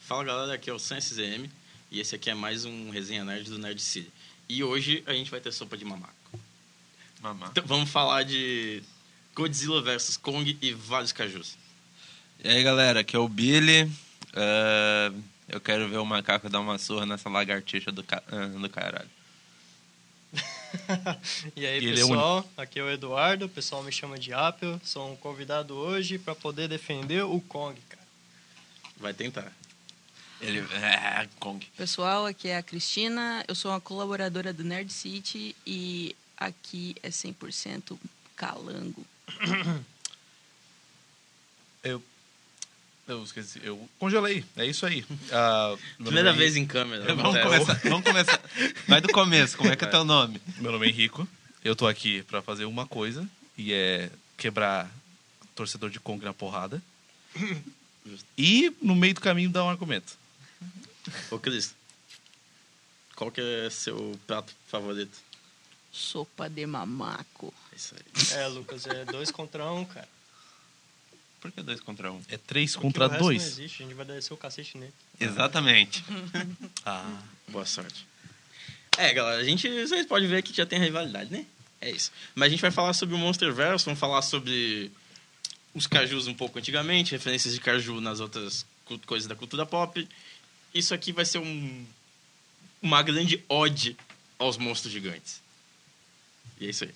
Fala galera, aqui é o Sam SZM e esse aqui é mais um Resenha Nerd do Nerd City. E hoje a gente vai ter sopa de mamaco. Mamá. Então, vamos falar de Godzilla vs Kong e vários cajus. E aí, galera, aqui é o Billy. Ah, eu quero ver o macaco dar uma surra nessa lagartixa do, ca... ah, do caralho. e aí, E ele é pessoal, aqui é o Eduardo, o pessoal me chama de Apple, sou um convidado hoje para poder defender o Kong, cara. Vai tentar. Ele... Ah, Kong. Pessoal, aqui é a Cristina, eu sou uma colaboradora do Nerd City e aqui é 100% calango. Eu esqueci, eu congelei, é isso aí. Ah, meu Primeira nome é vez em câmera. Vamos acontece. começar, vamos começar. Vai do começo, como é que é teu nome? Henrico, Meu nome é Henrico, eu tô aqui pra fazer uma coisa, e é quebrar torcedor de Kong na porrada. E, no meio do caminho, dar um argumento. Ô Cris, qual que é seu prato favorito? Sopa de mamaco. É isso aí. É, Lucas, é dois contra um, cara. Por que dois contra um? É três Porque contra o resto Não dois. existe, a gente vai descer o cacete nele. Exatamente. Ah, Boa sorte. É, galera, a gente, vocês podem ver que já tem rivalidade, né? É isso. Mas a gente vai falar sobre o Monsterverse, vamos falar sobre os cajus um pouco antigamente, referências de caju nas outras cu- coisas da cultura pop. Isso aqui vai ser um, uma grande ode aos monstros gigantes. E é isso aí.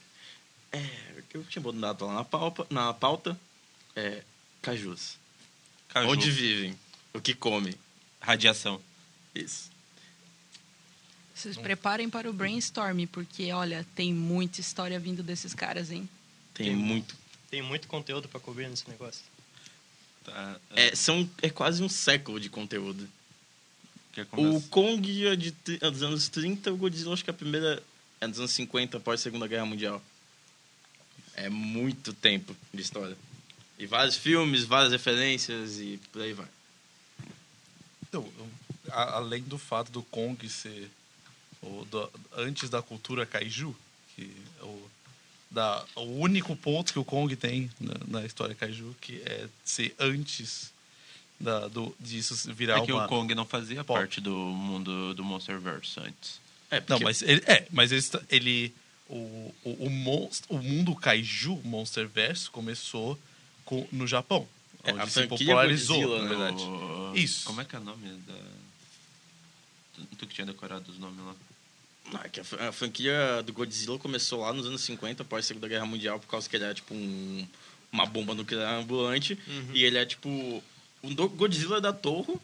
É, eu tinha botado lá na, palpa, na pauta, é, cajus. Caju. Onde vivem, o que comem, Radiação. isso. Vocês preparem para o brainstorm, porque olha, tem muita história vindo desses caras, hein? tem Tem muito Tem muito conteúdo para cobrir nesse negócio. Tá, ah, É, são, é quase um século de conteúdo. quer começar? O Kong é, de, tri- é dos anos 30, o Godzilla acho que a primeira é dos anos 50, após a Segunda Guerra Mundial. É muito tempo de história. E vários filmes, várias referências e por aí vai. Então, eu- a- além do fato do Kong ser o da- antes da cultura kaiju, que é o, da, o único ponto que o Kong tem na, na história kaiju, que é ser antes da, do, disso virar É que uma... o Kong não fazia Pop. parte do mundo do Monsterverse antes. É, Não, porque- mas ele, é, mas ele, está- ele o, o, o, monst- o mundo kaiju, Monsterverse, começou com, no Japão. É, onde a se franquia popularizou, Godzilla, na né? verdade. O- Isso. Como é que é o nome da... Tu- Tu que tinha decorado os nomes lá. Não, é que a, fran- a franquia do Godzilla começou lá nos anos 50, após a Segunda Guerra Mundial, por causa que ele era tipo um- uma bomba nuclear ambulante. E ele é tipo. O do- Godzilla da Torre,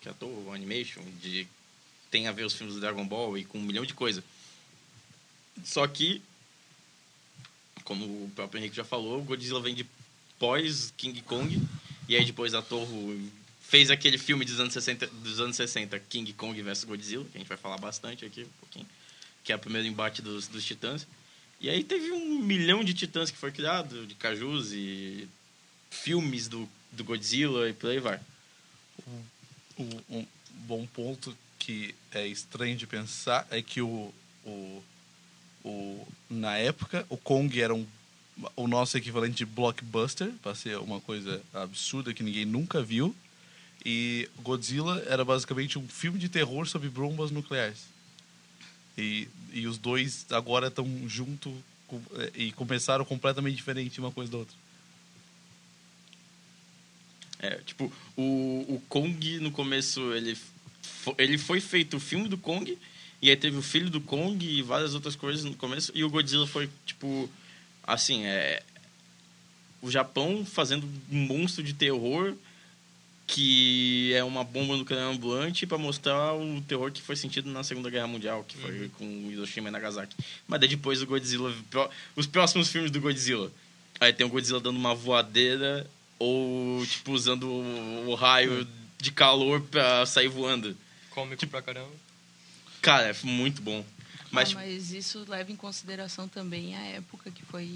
que é a Torre Animation, de, tem a ver os filmes do Dragon Ball e com um milhão de coisa. Só que, como o próprio Henrique já falou, o Godzilla vem de pós King Kong. E aí depois a Torre fez aquele filme dos anos 60, dos anos 60 King Kong vs Godzilla, que a gente vai falar bastante aqui um pouquinho, que é o primeiro embate dos, dos titãs. E aí teve um milhão de titãs que foi criado, de cajus e filmes do, do Godzilla e por aí vai. um, um bom ponto que é estranho de pensar é que o, o, o na época o Kong era um, o nosso equivalente de blockbuster para ser uma coisa absurda que ninguém nunca viu e Godzilla era basicamente um filme de terror sobre bombas nucleares e, e os dois agora estão junto com- eh, e começaram completamente diferente uma coisa da outra É, tipo, o, o Kong no começo, ele, fo- ele foi feito o filme do Kong, e aí teve o filho do Kong e várias outras coisas no começo, e o Godzilla foi, tipo, assim, é. O Japão fazendo um monstro de terror que é uma bomba nuclear ambulante para mostrar o terror que foi sentido na Segunda Guerra Mundial, que foi com Hiroshima e Nagasaki. Mas daí depois o Godzilla, pró- os próximos filmes do Godzilla. Aí tem o Godzilla dando uma voadeira ou tipo usando o o raio de calor pra sair voando. Cômico pra caramba. Cara, é muito bom. Mas, Mas, Ah, tipo mas isso leva em consideração também a época que foi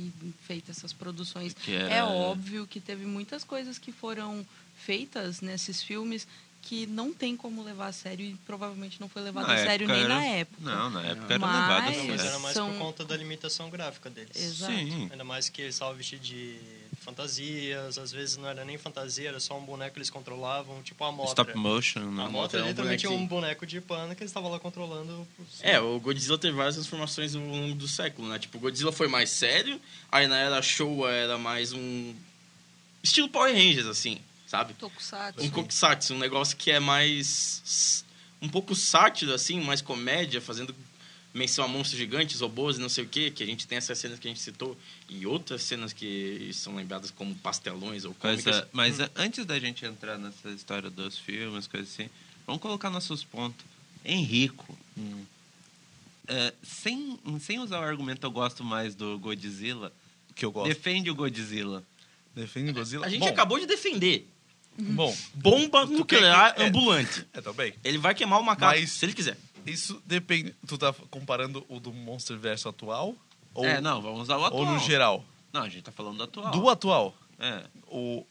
feita essas produções. Que era- É óbvio que teve muitas coisas que foram feitas nesses filmes que não tem como levar a sério e provavelmente não foi levado Na a sério época nem era- na época. Não, na época era Mas- levado a Não, mas Eles era sério. mais são- por conta da limitação gráfica deles. Exato. Sim. Ainda mais que eles estavam vestidos de fantasias, às vezes não era nem fantasia, era só um boneco que eles controlavam, tipo a moto. Stop motion, A né? moto era um ali também tinha um bonequinho. boneco de pano que eles estavam lá controlando. É, o Godzilla teve várias transformações ao longo do século, né? Tipo, o Godzilla foi mais sério, aí na era Showa era mais um... Estilo Power Rangers, assim, sabe? Tokusatsu. Um Kokusatsu, um negócio que é mais... Um pouco sátiro, assim, mais comédia, fazendo menção a monstros gigantes, robôs e não sei o quê, que a gente tem essas cenas que a gente citou e outras cenas que são lembradas como pastelões ou Mas, cômicas. ah, mas ah, antes da gente entrar nessa história dos filmes, coisa assim, vamos colocar nossos pontos. É Henrico. ah, sem, sem usar o argumento eu gosto mais do Godzilla, Que eu gosto. defende o Godzilla. Defende o Godzilla. A gente bom, acabou Uhum. de defender. Bom, Bomba Tu nuclear quer que- é. ambulante. é, tá bem. Ele vai queimar o macaco, Mas- se ele quiser. Isso depende... Tu tá comparando o do Monsterverse atual? Ou, é, não, vamos usar o atual. Ou no geral? Não, a gente tá falando do atual. Do atual. É, O...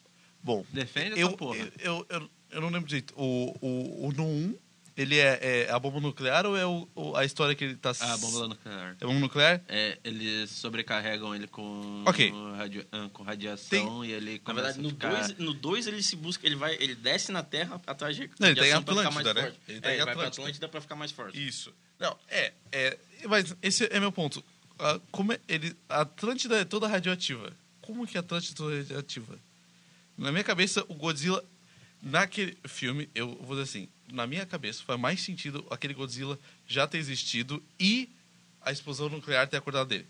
Bom, defende eu, essa porra. Eu, eu, eu, eu não lembro direito. O, o, o no 1, ele é, é a bomba nuclear ou é o, o- a história que ele tá... s- Ah, bomba nuclear. É a bomba nuclear? É, eles sobrecarregam ele com, Ok. radia- ah, com radiação e ele Na começa verdade, assim? no a ficar... 2 no dois ele se busca, ele vai, ele desce na Terra atrás de Não, ele de tá em ação pra ficar Atlântida, mais né? forte. É, Ele Ele, tá em ele vai pra Atlântida. Atlântida pra ficar mais forte. Isso. Não, é, é... Mas esse é meu ponto. A, como é, ele, a Atlântida é toda radioativa. Como que a Atlântida é toda radioativa? Na minha cabeça, o Godzilla... Naquele filme, eu vou dizer assim, na minha cabeça faz mais sentido aquele Godzilla já ter existido e a explosão nuclear ter acordado dele.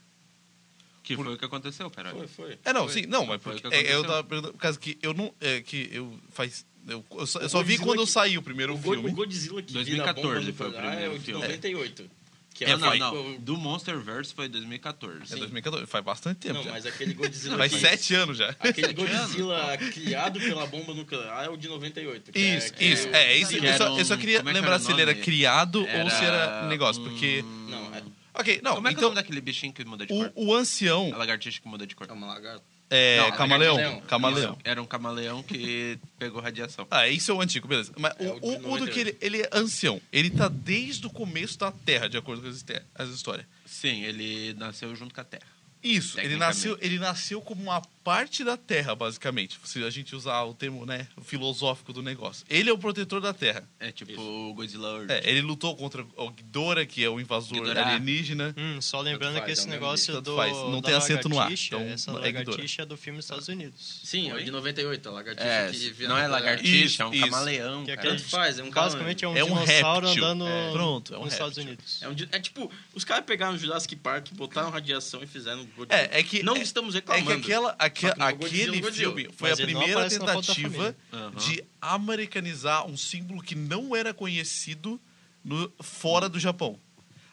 Que Por- foi o que aconteceu, caralho. Foi, foi. É, não, Foi. sim, não, mas Foi o porque, que é, eu aconteceu. tava perguntando por causa que eu não. É, que eu faz. Eu, eu só, eu O só vi Godzilla quando que- eu saí o primeiro O, Go- um filme. o Godzilla que 2014 vira foi o bomba nuclear primeiro é o de filme. 98. Que É, é, não, o- não. Do Monsterverse foi 2014. é sim. 2014, faz bastante tempo Não, já. mas aquele Godzilla. faz que- É, sete anos já. Aquele Sete anos? Godzilla criado pela bomba nuclear é o de 98. que é- Isso, que isso. É, isso. que Eu só, era eu só um- queria como é que lembrar era o se ele era nome? criado ou se era Era negócio, um- porque. Não, é, Ok, não, Como é que é o então. nome daquele tipo? bichinho que muda de cor? O, um o ancião A lagartixa que muda de cor. é uma lagarta. é Não, camaleão. camaleão. Camaleão. Isso, Era um camaleão que pegou radiação. Ah, isso é o antigo, beleza. Mas É, o, o de o, o do 98. que ele, ele é ancião. Ele tá desde o começo da Terra, de acordo com as, histe- as histórias. Sim, ele nasceu junto com a Terra. Isso, ele Tecnicamente. nasceu, ele nasceu como uma parte da Terra, basicamente. Se a gente usar o termo né, filosófico do negócio. Ele é o protetor da Terra. É tipo Isso. o Godzilla Earth. É, ele lutou contra o Ghidorah, que é o invasor Ghidorah. alienígena. Hum, só lembrando Tanto que faz, esse é o mesmo negócio jeito. do. Tanto faz, não da tem acento no ar, lagartixa, então essa é Ghidorah. lagartixa é do filme dos Estados Unidos. Sim, é o de 98, a lagartixa É, que vira. não é lagartixa, Isso, é um isso. camaleão. Que é cara. Tanto faz, é um Basicamente é um tipo, É um dinossauro réptil. andando É. Pronto, é um nos Estados réptil. Unidos. É, um di- é tipo, os caras pegaram o Jurassic Park, botaram radiação e fizeram Godzilla. É, é que. Não é, estamos é reclamando. que aquela, aque- Só que não Godzilla, aquele Godzilla. filme foi Mas a ele não primeira aparece na foto da tentativa família. de americanizar um símbolo que não era conhecido no- fora do Japão.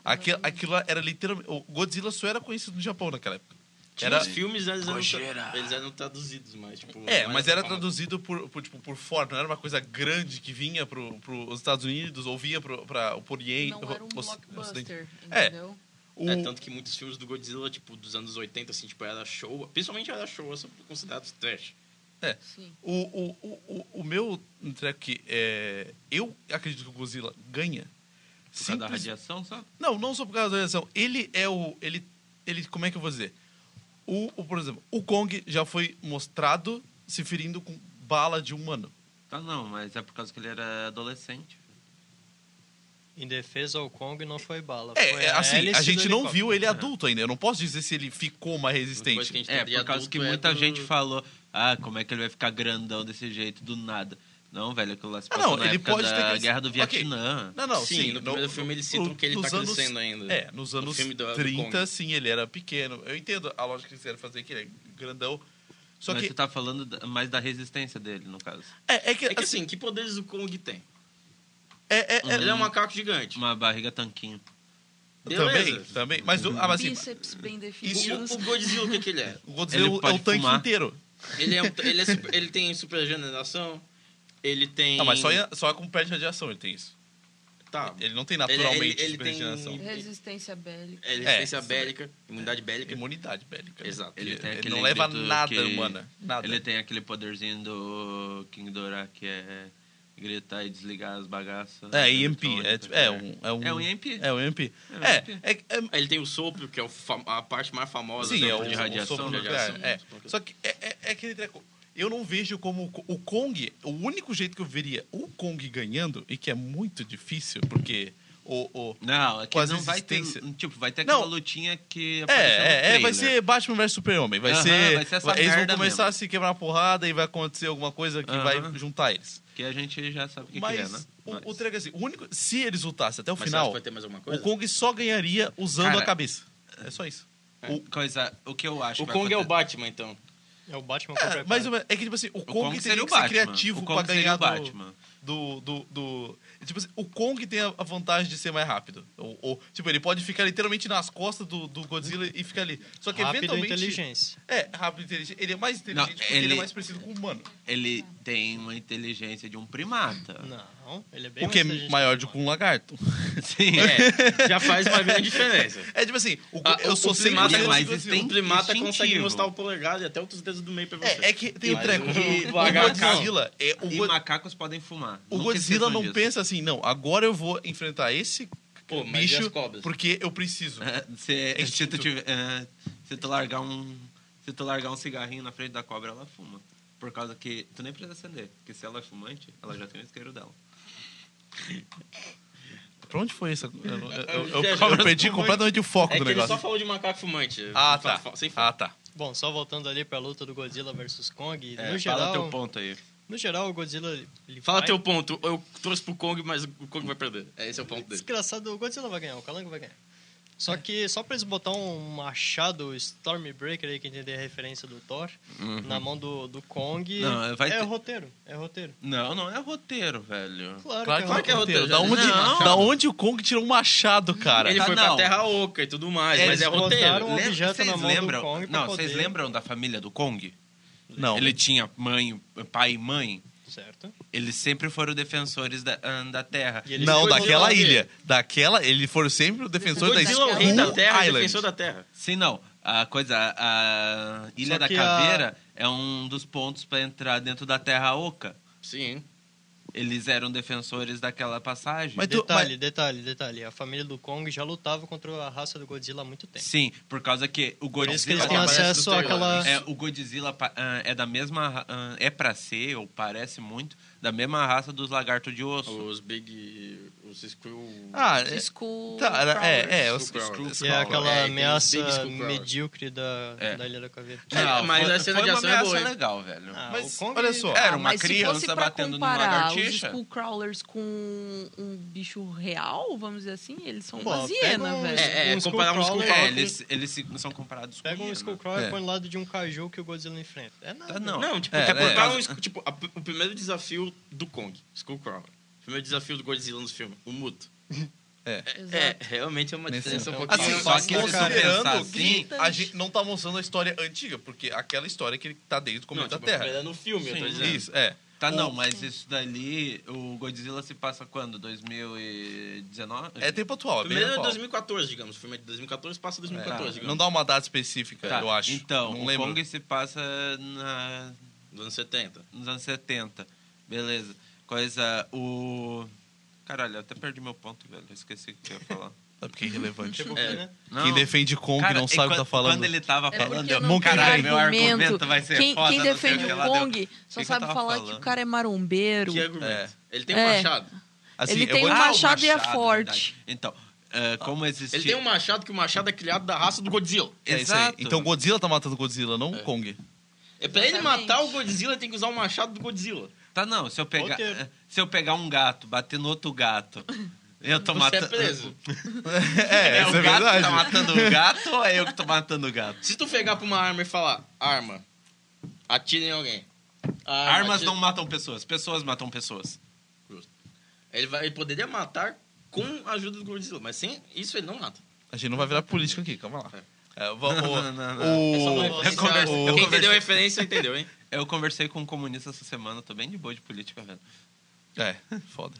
Aquilo, Uhum. aquilo lá era literalmente. O Godzilla só era conhecido no Japão naquela época. Tinha Era- os filmes, eles eram, Gojira. tra- eles eram traduzidos, mas tipo... É, não mas era falado. traduzido por, por, tipo, por fora, não era uma coisa grande que vinha para os Estados Unidos ou vinha para o Oriente. Não era um o- o Ocidente. blockbuster, É. entendeu? O- É, tanto que muitos filmes do Godzilla, tipo, dos anos 80, assim, tipo, era show. Principalmente era show, são considerados trash. Sim. o, o, o, o, o meu treco que é, eu acredito que o Godzilla ganha. Por causa da simples- radiação, só? Não, não só por causa da radiação. Ele é o. Ele, ele, como é que eu vou dizer? O, o, por exemplo, o Kong já foi mostrado se ferindo com bala de um humano. Tá não, mas é por causa que ele era adolescente. Em defesa ao Kong não foi bala. foi É, é, a assim, a hélice gente do não helicóptero. viu ele adulto ainda. Eu não posso dizer se ele ficou mais É. Depois resistente. que a gente É, tá de por causa adulto, que é muita do- gente falou, ah, como é que ele vai ficar grandão desse jeito, do nada. Não, velho, aquilo lá se Ah, passou não, na ele época pode ter da crescido. Guerra do Ok. Vietnã. Não, não, Sim, sim. no primeiro filme eles citam que ele nos tá crescendo ainda. É, nos No anos filme do- do 30, Kong. sim, ele era pequeno. Eu entendo a lógica que eles quiseram fazer, que ele é grandão. Só mas que, você tá falando da- mais da resistência dele, no caso. é, é que, É que assim, assim, que poderes o Kong tem? é, é, é- Ele é um macaco gigante. Uma barriga tanquinho. também, Beleza. também. Mas, o- ah, mas assim, Bíceps bem O, definidos. o- o Godzilla, o que, que ele é? o Godzilla Ele é o- é pode o tanque fumar. inteiro. Ele, é um- ele, é super- ele tem super generação, ele tem... Não, mas só, só com pé de radiação ele tem isso. Tá, Ele não tem naturalmente ele- ele tem- superregeneração. Resistência bélica. é resistência É. bélica, imunidade bélica. Imunidade bélica. né? Exato. Ele, Ele tem ele aquele não leva grito nada que- humana. Nada. Ele tem aquele poderzinho do King Dora, que é gritar e desligar as bagaças. né, É, EMP. É, é, um. um, é um. É um EMP. É um EMP. um É, EMP. é, é, Aí Ele tem o sopro, que é o fam- a parte mais famosa Sim, né, é de o, radiação. o sopro de nuclear. radiação. É. Só que é, é- é aquele treco. Eu não vejo como o Ko- o Kong. O único jeito que eu veria o Kong ganhando, e que é muito difícil, porque o. o- Não, aqui Com as não vai ter. existências. Tipo, vai ter um Não. aquela lutinha que é, apareceu no é, é, vai trailer. ser Batman vs Super-Homem. Vai, Aham, ser, vai ser essa Eles vão merda começar mesmo. a se quebrar na porrada e vai acontecer alguma coisa que Aham. vai juntar eles. Que a gente já sabe o que, que Mas, é, né? o, Mas- o treco é assim: o único, se eles lutassem até o Mas você acha final, que vai ter mais alguma o coisa? Kong só ganharia usando Cara, a cabeça. É só isso. o, coisa, o que eu acho. O que Kong vai é o acontecer- Batman, então. É o Batman É, contra mais ou menos. É que, tipo assim, o O Kong, teria que ser criativo O Kong pra ganhar seria o do- Batman. do, do, do- Tipo assim, o Kong tem a a vantagem de ser mais rápido. Ou, ou, tipo, ele pode ficar literalmente nas costas do, do Godzilla e ficar ali. Só que Rápido e eventualmente. inteligência. É, rápido e inteligente. Ele é mais inteligente porque ele... ele- é mais parecido com o humano. Ele tem uma inteligência de um primata. Não, ele é bem O que é mais inteligente maior que do o que um lagarto. Sim. É, já faz uma grande diferença. É tipo assim, o, Ah, eu o- sou o sem primata é mais assim, Tem O primata instintivo. consegue mostrar o polegar e até outros dedos do meio pra você. É, é que tem o Mas treco. o- que o O lagarto- Godzilla. É, o, E Go- macacos podem fumar. o Nunca Godzilla esqueçam não disso. pensa assim, não, agora eu vou enfrentar esse Pô, mas e bicho as cobras? porque eu preciso. É, Se, se, tu instinto. tipo- tiver, é, se tu largar um. Se tu largar um cigarrinho na frente da cobra, ela fuma. Por causa que. Tu nem precisa acender. Porque se ela é fumante, ela já tem o isqueiro dela. Pra onde foi isso? Eu, eu- eu- eu- É, eu perdi completamente o foco É do que ele negócio. só falou de macaco fumante. Ah, Fa- tá. fa- Sem Ah, tá. Bom, só voltando ali pra luta do Godzilla versus Kong, É, no, fala teu geral, ponto aí. no geral o Godzilla... Ele Fala vai- teu ponto. Eu trouxe pro Kong, mas o Kong vai perder. É Esse é o ponto dele. Desgraçado, o Godzilla vai ganhar, o Calango vai ganhar. Só É. que só pra eles botar um machado Stormbreaker aí, que entender a referência do Thor, Uhum. na mão do, do Kong, Não, vai é ter- roteiro, é roteiro. Não, não é roteiro, velho. Claro, Claro que é roteiro. roteiro, Da já onde, disse. Não. da onde o Kong tirou um machado, cara? Ele tá, foi pra não. Terra Oca e tudo mais, Eles mas é roteiro. botaram um objeto vocês na mão do lembram? Kong pra não, vocês poder- lembram da família do Kong? Não. Ele tinha mãe, pai e mãe. Certo. Eles sempre foram defensores da, ah, da Terra. E ele Não, foi daquela o quê? ilha. Daquela, ele foi sempre o defensor da Godzilla é o Skull rei da Terra, e o Island. defensor da Terra. Sim, não. A coisa, a Ilha Só da que Caveira é um dos pontos pra entrar dentro da Terra Oca. Sim. Eles eram defensores daquela passagem. Mas tu- Detalhe, detalhe, detalhe. A família do Kong já lutava contra a raça do Godzilla há muito tempo. Sim, por causa que o Por isso Godzilla que eles têm Aparece no acesso trailer. àquela... é, o Godzilla pa- ah, é da mesma ra- ah, é pra ser ou parece muito da mesma raça dos lagartos de osso. Os Big. Os Screw. Ah, é, School. tá, era- crawlers. é, é, os- Skull Crawler. os- Que é aquela É, tem os ameaça Big Skull Crawlers. medíocre da, É. da Ilha da Caveira. É, mas foi, a cena foi de uma ação é ameaça boa, hein? legal, velho. Ah, o Mas Kong- olha só, Era uma Ah, mas criança se fosse pra batendo numa comparar os lagartixa? school crawlers com um bicho real, vamos dizer assim, eles são Pô, uma pega hiena, um- velho. É, é, Um comparar um Skull Skull Crawler- É, Crawler com- eles, eles se- são comparados com Pega um hiena. Skullcrawler É. e põe do lado de um caju que o Godzilla enfrenta. É nada. Tá, não. Não, tipo, É, quer é. botar um. escu- Tipo, a p- o primeiro desafio do Kong, Skullcrawler. O primeiro desafio do Godzilla nos filmes, o Muto. É. É, Exato. realmente é uma Nesse diferença um sentido. pouquinho. assim, só só que se tu considerando pensar que assim- a gente não tá mostrando a história antiga, porque aquela história que ele tá desde o começo Não, tipo, da Terra. era no filme, eu tô Sim. dizendo. Isso, é. Tá, O- não, mas isso dali, o Godzilla se passa quando? 2019? É tempo atual, O é bem primeiro é atual. 2014, digamos. O filme é de 2014, passa 2014, Não digamos. dá uma data específica, Tá, eu acho. Então, não o lembro. Kong se passa na- Dos anos 70. nos anos 70. Beleza. Coisa, o... Caralho, eu até perdi meu ponto, velho. Eu Esqueci o que eu ia falar. É porque é irrelevante. Tipo, É. né? Quem Não. defende Kong Cara, não e sabe o que quan- tá falando. Quando ele tava É falando, porque eu não nunca tem caralho, vi meu argumento vai ser quem, foda. quem não sei o que defende o lá, deu- Kong que só eu sabe tava falar que falando? o cara é marombeiro. Que argumento? Ele tem um É. machado. Assim, ele eu tem vou- um Ah, o machado e é machado, forte. verdade. Então, ah, como existia... Ele tem um machado que o machado é criado da raça do Godzilla. É isso aí. Exato. Então Godzilla tá matando Godzilla, não É. Kong. É pra ele Exatamente. matar o Godzilla, ele tem que usar o machado do Godzilla. Tá, não. Se eu pegar, é? Roteiro. se eu pegar um gato, bater no outro gato, eu tô Você matando... é preso. É, É, isso o gato que é verdade. tá matando o gato ou é eu que tô matando o gato? Se tu pegar pra uma arma e falar, arma, atira em alguém. Ah, Arma, Armas atira- não matam pessoas, pessoas matam pessoas. Ele, vai, ele poderia matar com a ajuda do Godzilla, mas sem isso ele não mata. A gente não vai virar político aqui, calma lá. É, vou- Não, o- não, não, o- É só uma o- referência. conversei- eu Quem entendeu a conversei- referência entendeu, hein? Eu conversei com um comunista essa semana, tô bem de boa de política, velho. É, foda.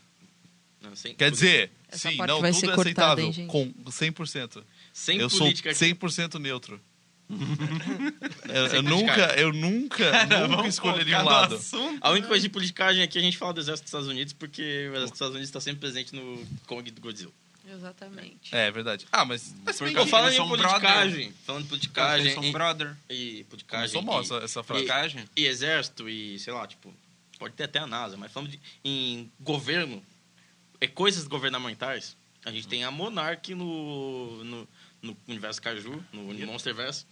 Não, sem, Quer dizer, Essa sim, parte não, vai tudo ser é cortada, aceitável. hein, gente? com 100%. sem eu sou política aqui. 100% neutro. Eu, eu Sem nunca, criticar. eu nunca, nunca escolheria um lado. A única coisa de politicagem aqui, é a gente fala do exército dos Estados Unidos porque o exército dos Estados Unidos está sempre presente no Kong do Godzilla. Exatamente. É verdade. Ah, mas. mas Porque bem Eu que- falo falando eles em são um politicagem, falando em politicagem São e- um brother. e politicagem Somou e- essa, essa frase. Politicagem? e exército e, sei lá, tipo, pode ter até a NASA, mas falando de, em governo, é coisas governamentais, a gente tem a Monark no, no, no universo Caju, no Monsterverse,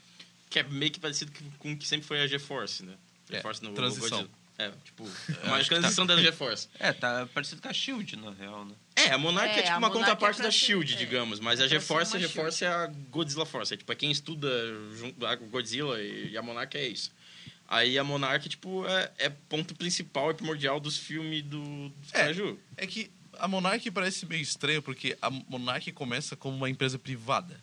que é meio que parecido que- com o que sempre foi a GeForce, né? É, GeForce no transição. Godzilla. É, tipo, uma tá transição da GeForce. É, tá parecido com a Shield, na real, né? É, a Monark é, É, tipo a uma Monarch é contraparte pra da ser- Shield, é, digamos, mas é a pra ser GeForce, a uma GeForce é a Godzilla Force, é tipo, é quem estuda junto a Godzilla e, e a Monark é isso. Aí a Monark, tipo, é, é ponto principal e primordial dos filmes do, do É. Kaiju. É que a Monarch parece meio estranho, porque a Monarch começa como uma empresa privada.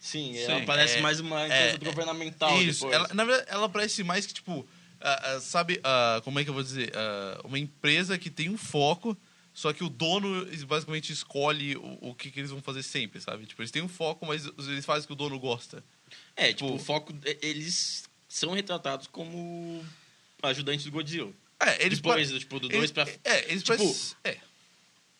Sim, Sim, ela parece é- mais uma é- empresa governamental Isso. depois. Ela, na verdade, ela parece mais que, tipo, ah, ah, sabe, ah, como é que eu vou dizer? Ah, uma empresa que tem um foco, só que o dono basicamente escolhe o, o que, que eles vão fazer sempre, sabe? Tipo, eles têm um foco, mas eles fazem o que o dono gosta. É, tipo, Pô. o foco... e- Eles são retratados como ajudantes do Godzilla. É, eles depois, pa- tipo, do eles- 2 pra... É, eles tipo, parecem- é.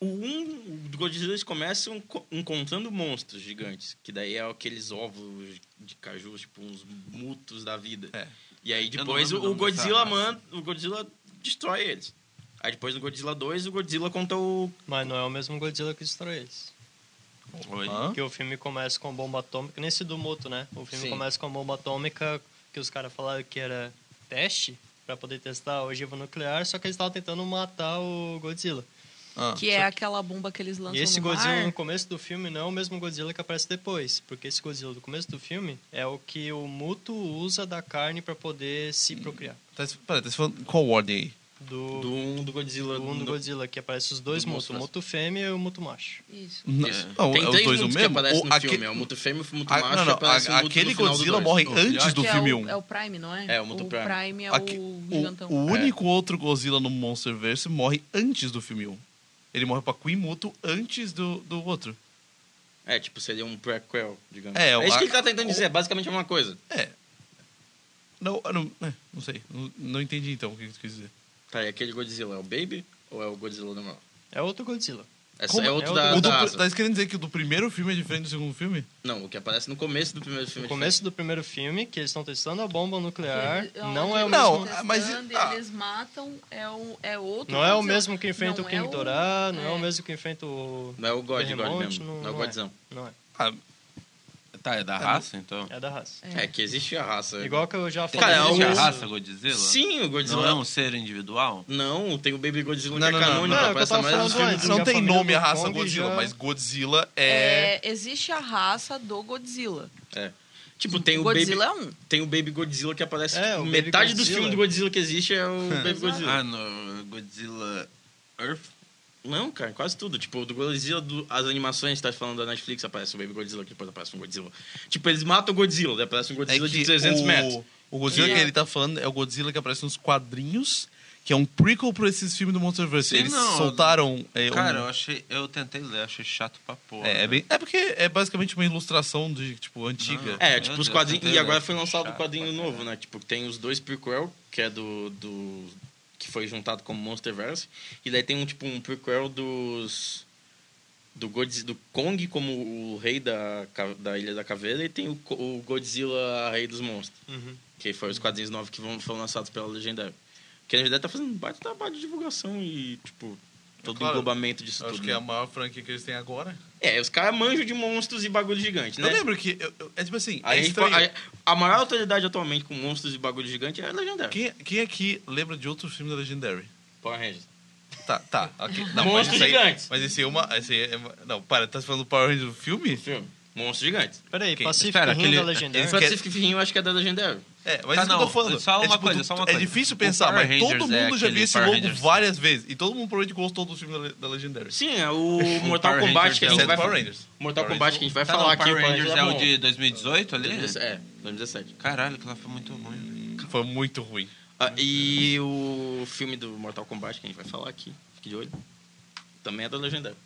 O 1 um, do Godzilla eles começam co- encontrando monstros gigantes, que daí é aqueles ovos de caju, tipo uns mutos da vida. É. E aí Eu não depois lembro o, o nome dessa Godzilla raça. man, o Godzilla destrói eles. Aí depois no Godzilla 2 o Godzilla conta o Mas não é o mesmo Godzilla que destrói eles. Oi. Hã? Porque o filme começa com bomba atômica, nesse do Moto, né? O filme Sim. começa com bomba atômica que os caras falaram que era teste pra poder testar a ogiva nuclear, só que eles estavam tentando matar o Godzilla. Ah. Que é aquela bomba que eles lançam E esse no Godzilla mar. no começo do filme não é o mesmo Godzilla que aparece depois, porque esse Godzilla do começo do filme é o que o Muto usa da carne pra poder se procriar. Tá, pera, tá se falando qual ordem aí? Do, do 1 do Godzilla. do, um do no- Godzilla, que aparece os dois do Muto, o Muto. Muto fêmea e o Muto macho. Isso. Não, Tem é os três dois o mundos que mesmo? aparecem Ou no aque- filme. É o Muto Fêmea, o Muto Ah, Macho não, não, e aparece a- o Muto no aquele final do Godzilla dois. morre O antes filhote do que é filme o, 1. É o Prime, não é? É, o Muto o Prime. Prime é Aque- o o, gigantão. É. o único outro Godzilla no Monsterverse morre antes do filme 1. Ele morre pra Queen Muto antes do, do outro. É, tipo, seria um prequel, digamos. É, É, o- isso que a- ele tá tentando dizer, basicamente é uma coisa. É. Não, eu não, é, não sei. Não, não entendi então o que tu quis dizer. Tá, e aquele Godzilla é o Baby ou é o Godzilla normal? É outro Godzilla. É, Como- é outro é da, o da, do, asa. tá querendo dizer que o do primeiro filme é diferente do segundo filme? Não, o que aparece no começo do primeiro filme. é No começo do primeiro filme, que eles estão testando a bomba nuclear, Eles- ó, não é o eles Não, mesmo. testando, mas- ah. Eles matam, é, o, é outro. Não é o Godzilla. mesmo que enfrenta Não o é King o- Ghidorah, não é. o é. mesmo que enfrenta o... Não é o God, God Berremonte, mesmo. Não, não- é o não é. Godzão. Não é, Ah, Tá, é da raça, então? é da raça. É. que existe a raça. Igual que eu já Tem falei. Cara, existe é a o- isso. raça Godzilla? Sim, o Não Godzilla. é um ser individual? Não, tem o Baby Godzilla Não, que não, é não, canônico, é não, o que eu aparece tava mais nos falando filmes antes. do- não a tem família nome do a raça Kong Godzilla, já- mas Godzilla é. É, existe a raça do Godzilla. Tipo, tem o, Godzilla Baby, é um. tem o Baby Godzilla que aparece. É, tipo, o Baby metade dos Godzilla. filmes do Godzilla que existe é o Baby Exato. Godzilla. Ah, no Godzilla Earth? Não, cara, quase tudo. Tipo, do Godzilla, do- as animações, tá falando da Netflix, aparece o Baby Godzilla, que depois aparece um Godzilla. Tipo, eles matam o Godzilla, daí aparece um É. Godzilla de 300 é o, metros. O Godzilla que Exato. ele tá falando é o Godzilla que aparece nos quadrinhos, que é um prequel pra esses filmes do Monsterverse. Sim, Eles não, soltaram. é, um- Cara, eu achei. Eu tentei ler, achei chato pra porra. É, é, bem- é porque é basicamente uma ilustração de, tipo, antiga. Ah, É, Meu tipo, Deus, os quadrinhos. meu E Deus, agora que foi lançado o chato quadrinho pra novo, caralho. né? Tipo, tem os dois prequel, que é do. do que foi juntado como Monsterverse. E daí tem um, tipo, um prequel dos. Do, Godzi- do Kong como o rei da, ca- da Ilha da Caveira e tem o, Co- o Godzilla Rei dos Monstros, Uhum. que foi os quadrinhos novos que vão, foram lançados pela Legendário. Que a Legendário tá fazendo um baita trabalho de divulgação e, tipo, todo Claro. o englobamento disso Eu acho tudo. que é a né? maior franquia que eles têm agora. É, os caras manjam de monstros e bagulho gigante, né? Eu lembro que. eu- eu- é tipo assim. Aí é a, gente estranho. fala- aí- a maior autoridade atualmente com monstros e bagulho gigante é a Legendary. Quem, quem aqui lembra de outro filme da Legendary? Power Rangers. Tá, tá, ok. Monstros mas esse aí- gigantes. Mas esse é uma. Esse aí é uma- não, para, tá falando do Power Rangers do filme? Filme. Monstros gigantes. Peraí, Ok, Pacífico espera, Rim aquele- da né? Legendária. Eles querem- Pacific Rim eu acho que é da Legendary. É, Tá, mas isso que eu não, tô falando. só é, uma tipo, coisa, tu- só uma É coisa. difícil O pensar, Power mas todo Rangers é mundo já aquele viu esse Power logo Rangers. várias vezes. E todo mundo provavelmente gostou do filme da, da Legendary. Sim, é o Mortal Power Kombat Rangers que a é gente Exceto vai Power falar. Rangers. Mortal Power Kombat que a gente vai Tá, falar não, aqui. Power Rangers é o bom. de 2018 ali? 2017, É, 2017. Caralho, aquilo lá foi muito ruim. velho. Foi muito ruim. Ah, e o Então, filme do Mortal Kombat que a gente vai falar aqui. Fique de olho. Também é da Legendary.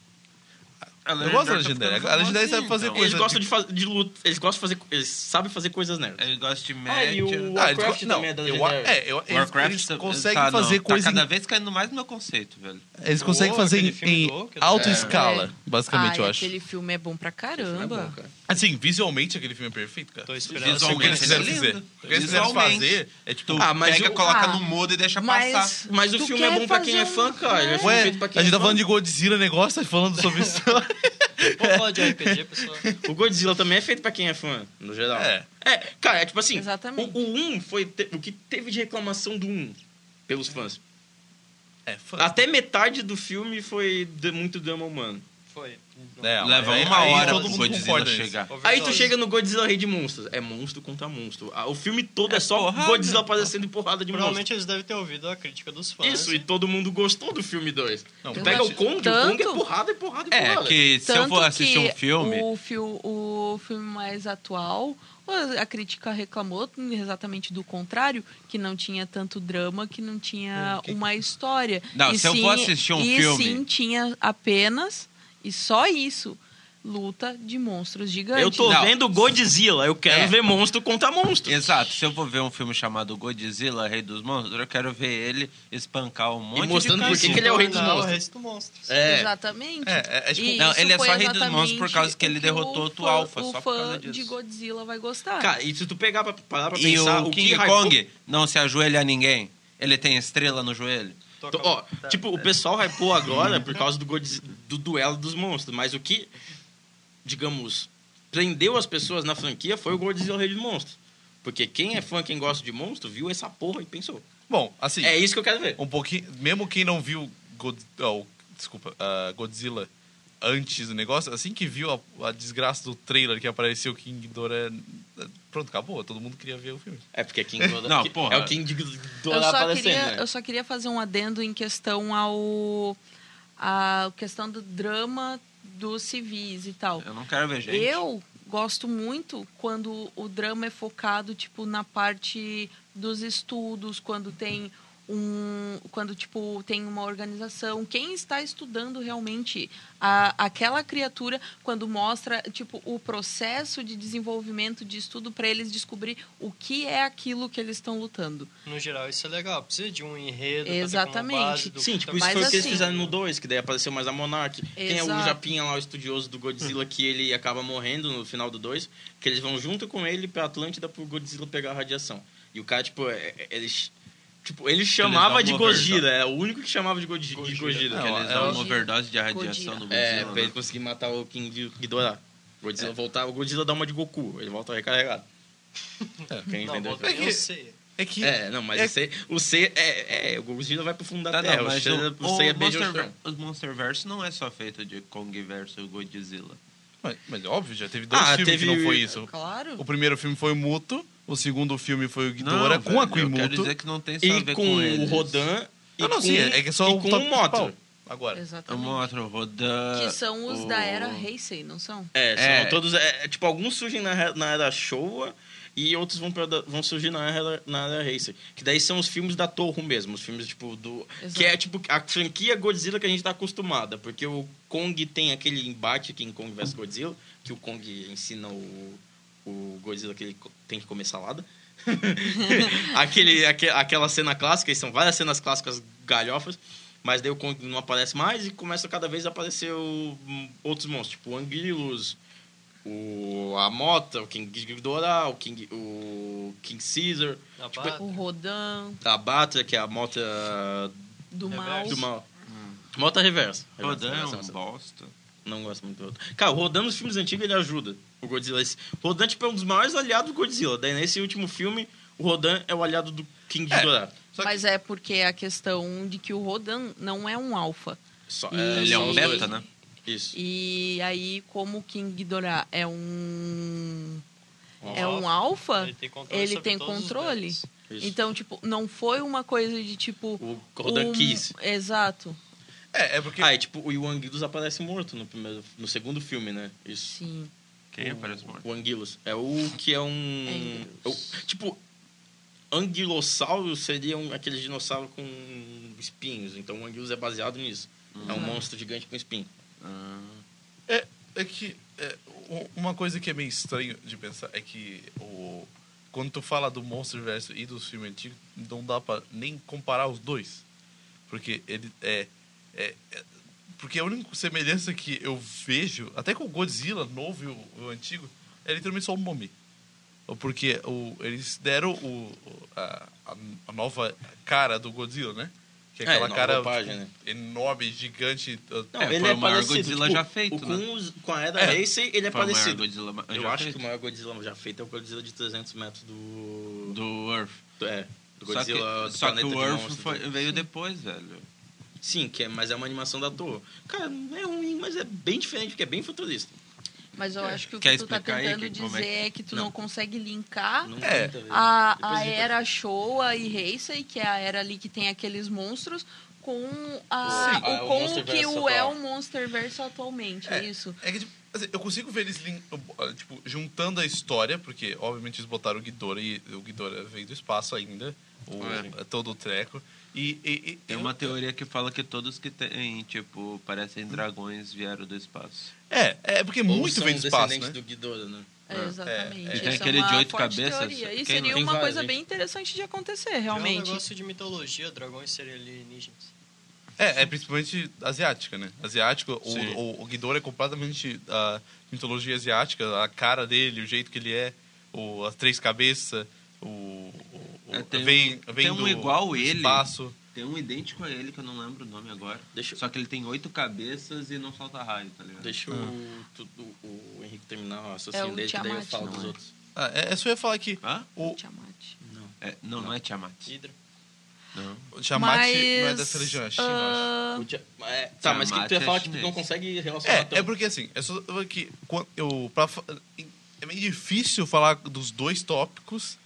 Ah, Eu gosto da legendária. A assim, legendária sabe fazer então. Eles gostam coisa é de- É. de, faz- de luta. Eles gostam de fazer. Eles sabem fazer coisas nerds. Ele gosta de Ah, e média. o- Ah, eles Warcraft go- não, também é da eu, legendária. é, eu, eles- eles, tá- conseguem tá, não, fazer tá coisa em- cada vez caindo mais no meu conceito, velho. Eles conseguem Ou fazer aquele em, filme em do Hulk, né? alta É. escala, basicamente, Ai, eu acho. aquele filme é bom pra caramba. Assim, visualmente aquele filme é perfeito, cara. Tô esperando. O que eles Visualmente, a sequência. quiseram ele é fazer. lindo. O que eles quiseram Visualmente. fazer é tipo. Tu Ah, mas pega, eu- coloca ah, no mudo e deixa mas- passar. Mas o Tu filme é quer bom pra quem é fazer fã, um- cara. Ele é Ué, feito pra quem a gente é tá fã. falando de Godzilla, negócio, tá falando sobre história. Vamos falar de RPG, pessoal. O Godzilla também é feito pra quem é fã, no geral. É. É, cara, é tipo assim. Exatamente. O, o 1 foi te- o que teve de reclamação do 1 pelos fãs. É, fã. Até metade do filme foi de- muito drama humano. Foi. É, Leva aí- uma aí hora todo pro mundo Godzilla concorda nisso. chegar. Aí tu Overdose. chega no Godzilla Rei de Monstros. É monstro contra monstro. Ah, O filme todo é, É só porrada. Godzilla aparecendo em porrada de monstro. Provavelmente eles devem ter ouvido a crítica dos fãs. Isso, e todo mundo gostou do filme 2. Não, Tu Eu pega acho- o Kong, o Kong é tanto- porrada e porrada e É, porrada. que se eu Tanto for assistir que um filme. O, fil- o filme mais atual, a crítica reclamou exatamente do contrário, que não tinha tanto drama, que não tinha É, uma história. Não, E se eu sim- for assistir um e filme- sim, tinha apenas, e só isso, luta de monstros gigantes. Eu tô Não. vendo Godzilla, eu quero É. ver monstro contra monstro. Exato, se eu vou ver um filme chamado Godzilla, Rei dos Monstros, eu quero ver ele espancar um monte mostrando de por que cachorro. que ele é o rei dos Não, monstros. assim, o resto do monstro. É. Exatamente. É, é, é tipo- E Não, isso ele é foi só Rei dos Monstros por causa exatamente que ele o derrotou o tu fã- alfa, o só por fã causa disso. de Godzilla vai gostar. Cara, e se tu pegar pra, parar pra E pensar, o que King hypou- Kong não se ajoelha a ninguém. Ele tem estrela no joelho. Tô- ó, tipo, o pessoal hypou agora por causa do, Godzi- do duelo dos monstros, mas o que, digamos, prendeu as pessoas na franquia foi o Godzilla Rei de Monstros. Porque quem é fã, quem gosta de monstro, viu essa porra e pensou. Bom, assim, É isso que eu quero ver. um pouquinho. Mesmo quem não viu God, oh, desculpa, ah, Godzilla antes do negócio, assim que viu a, a desgraça do trailer que apareceu o King Dora. Pronto, acabou. Todo mundo queria ver o filme. É porque King Ghidorah- Não, porra. é o King eu Ghidorah só, aparecendo, queria, né? eu só queria fazer um adendo em questão ao a questão do drama dos civis e tal. Eu não quero ver É gente. Eu gosto muito quando o drama é focado tipo na parte dos estudos, quando tem um, quando tipo tem uma organização, quem está estudando realmente a, aquela criatura quando mostra tipo o processo de desenvolvimento de estudo para eles descobrir o que é aquilo que eles estão lutando. No geral, isso é legal. Precisa de um enredo. pra ter como Exatamente. base do Sim, que tipo, tá isso Mas foi o que eles assim- fizeram no 2, que daí apareceu mais a Monark. Tem o Exato. Japinha lá, o estudioso do Godzilla, que ele acaba morrendo no final do 2, que eles vão junto com ele pra Atlântida pro Godzilla pegar a radiação. E o cara, tipo, é- é- eles... Tipo, ele chamava dão de uma Godzilla, é o único que chamava de Godzi- de Godzilla. Porque eles É Não, dão eu- uma overdose de radiação É, no Godzilla. né? pra ele conseguir matar o King Ghidorah. Godzilla voltar, o Godzilla dá uma de Goku, ele volta recarregado. Quem Não, entendeu? volta É que- eu sei. É que. É, não, mas É- o C, o C é, é, o Godzilla vai pro fundo da Tá, Terra, não, o mas C, o, o C é o bem Monster, os Monsterverse não é só feito de Kong versus Godzilla. Mas, mas é óbvio, já teve dois Ah, filmes teve- que não foi isso. Claro. O primeiro filme foi o Muto, o segundo filme foi o Ghidorah com a velho, eu quero Queen Muto. dizer que não tem só a E ver com, com, o eles. Rodan. E Eu não com, sei, é que é só e o com top o Motor. principal. Agora. O Exatamente. Mothra, o É um Rodan... Que são os o- da era Heisei, não são? É, são É. todos. é, é, tipo, alguns surgem na, re- na era Showa e outros vão, pra, da- vão surgir na era, na era Racer. Que daí são os filmes da Torre mesmo, os filmes, tipo, do. Exato. Que é tipo a franquia Godzilla que a gente tá acostumada. Porque o Kong tem aquele embate King Kong vs Godzilla, que o Kong ensina o, o Godzilla que ele co- tem que comer salada. aquele, aque- aquela cena clássica, e são várias cenas clássicas galhofas, mas daí o Kong não aparece mais e começa cada vez a aparecer o- hum, outros monstros, tipo o Anguilos, o, a Mota, o King Ghidorah, o King, o King Caesar, A Tipo, barra- O Rodan, a Batra, que é a Mota do Reverso. mal. do mal. Mota reversa. Reversa, Rodan é reversa, um reversa. bosta. Não gosto muito do Rodan. Cara, o Rodan nos filmes antigos ele ajuda o Godzilla. Esse- O Rodan tipo, é um dos maiores aliados do Godzilla. Daí nesse último filme, o Rodan é o aliado do King É. Ghidorah. Só que- Mas é porque a questão de que o Rodan não é um alfa. Só- E- Ele é um só os beta, dois. né? Isso. E aí, como o King Ghidorah é um... É alfa. um alfa, Ele tem controle. ele sobre tem todos os controle. dedos. Isso. Então, tipo, não foi uma coisa de tipo... O Rodan um- quis. Exato. É, é porque. Ah, e tipo, o Iwan Anguilos aparece morto no, primeiro, no segundo filme, né? Isso. Sim. Quem é aparece morto? O Anguilos. É o que é um. É o- tipo, Anguilossauro seria um, aquele dinossauro com Uhum. espinhos. Então o Anguilos é baseado nisso. É um monstro gigante com espinho. Ah, É, é que é, u- uma coisa que é meio estranho de pensar é que o quando tu fala do MonsterVerse e dos filmes antigos, não dá pra nem comparar os dois, porque ele é, é, é- porque a única semelhança que eu vejo, até com o Godzilla novo e o, o antigo, é literalmente só o nome. Porque o, eles deram o, o- a, a- a nova cara do Godzilla, né? Que é É, aquela nova cara roupagem, tipo, né? enorme, gigante. uh, É, foi o maior Godzilla já feito, tipo, o, com, né? os- com a Era É. Race, ele é Foi o maior parecido. Godzilla ma- Eu já acho feito. que o maior Godzilla já feito é o Godzilla de 300 metros do... Do Earth. do- é, do Só que, Godzilla do só que planeta o de Earth monstros. foi- veio depois, velho. Sim, que é, mas é uma animação da Toa. Cara, não é ruim, mas é bem diferente, porque é bem futurista. Mas eu acho que o Quer que tu tá explicar aí tentando que- como é dizer que- é que tu Não. não, consegue linkar Não É. tem muita- a, Depois a de- era Showa e Heisei, que é a era ali que tem aqueles monstros, com, a, Sim. o, Ah, o com o Monsterverse que o atual. é o Monsterverse atualmente, é. É. isso? É que, tipo, assim, eu consigo ver eles lin- uh, tipo, juntando a história, porque obviamente eles botaram o Ghidorah e o Ghidorah veio do espaço ainda, o, É. é todo o treco. E, e- e- Tem eu- uma teoria que fala que todos que têm, tipo, parecem dragões vieram do espaço. É, é porque Ou muito são vem do espaço, né? descendentes do Ghidorah, né? É, exatamente. é. E tem Isso aquele é uma de oito forte cabeças, teoria. E quem seria não- Tem uma vários, coisa hein? bem interessante de acontecer, É um realmente. negócio de mitologia, dragões seriam alienígenas. É, é principalmente asiática, né? Asiático, o, Sim. o, o Ghidorah é completamente a mitologia asiática, a cara dele, o jeito que ele é, o, as três cabeças, o, o- o- É, tem um- vem, vem tem um do, igual do ele. espaço. Tem um idêntico a ele, que eu não lembro o nome agora. Deixa- Só que ele tem oito cabeças e não solta raio, tá ligado? Deixa Ah. o, tu- o- o Henrique terminar o É raciocínio o dele, que daí eu Tiamat, falo não dos é? outros. Ah, é, é só eu ia falar que Hã? o Tiamat. Não. É, não, não é Tiamat. Hidra. Não. Tiamat não é Mas, dessa religião, é chinesa. ah, O Tia- é, tá, mas o que que tu ia Tiamat é falar que tu chinês. não consegue relacionar É, tanto? é porque assim, é só que quan- eu pra, fa- é meio difícil falar dos dois tópicos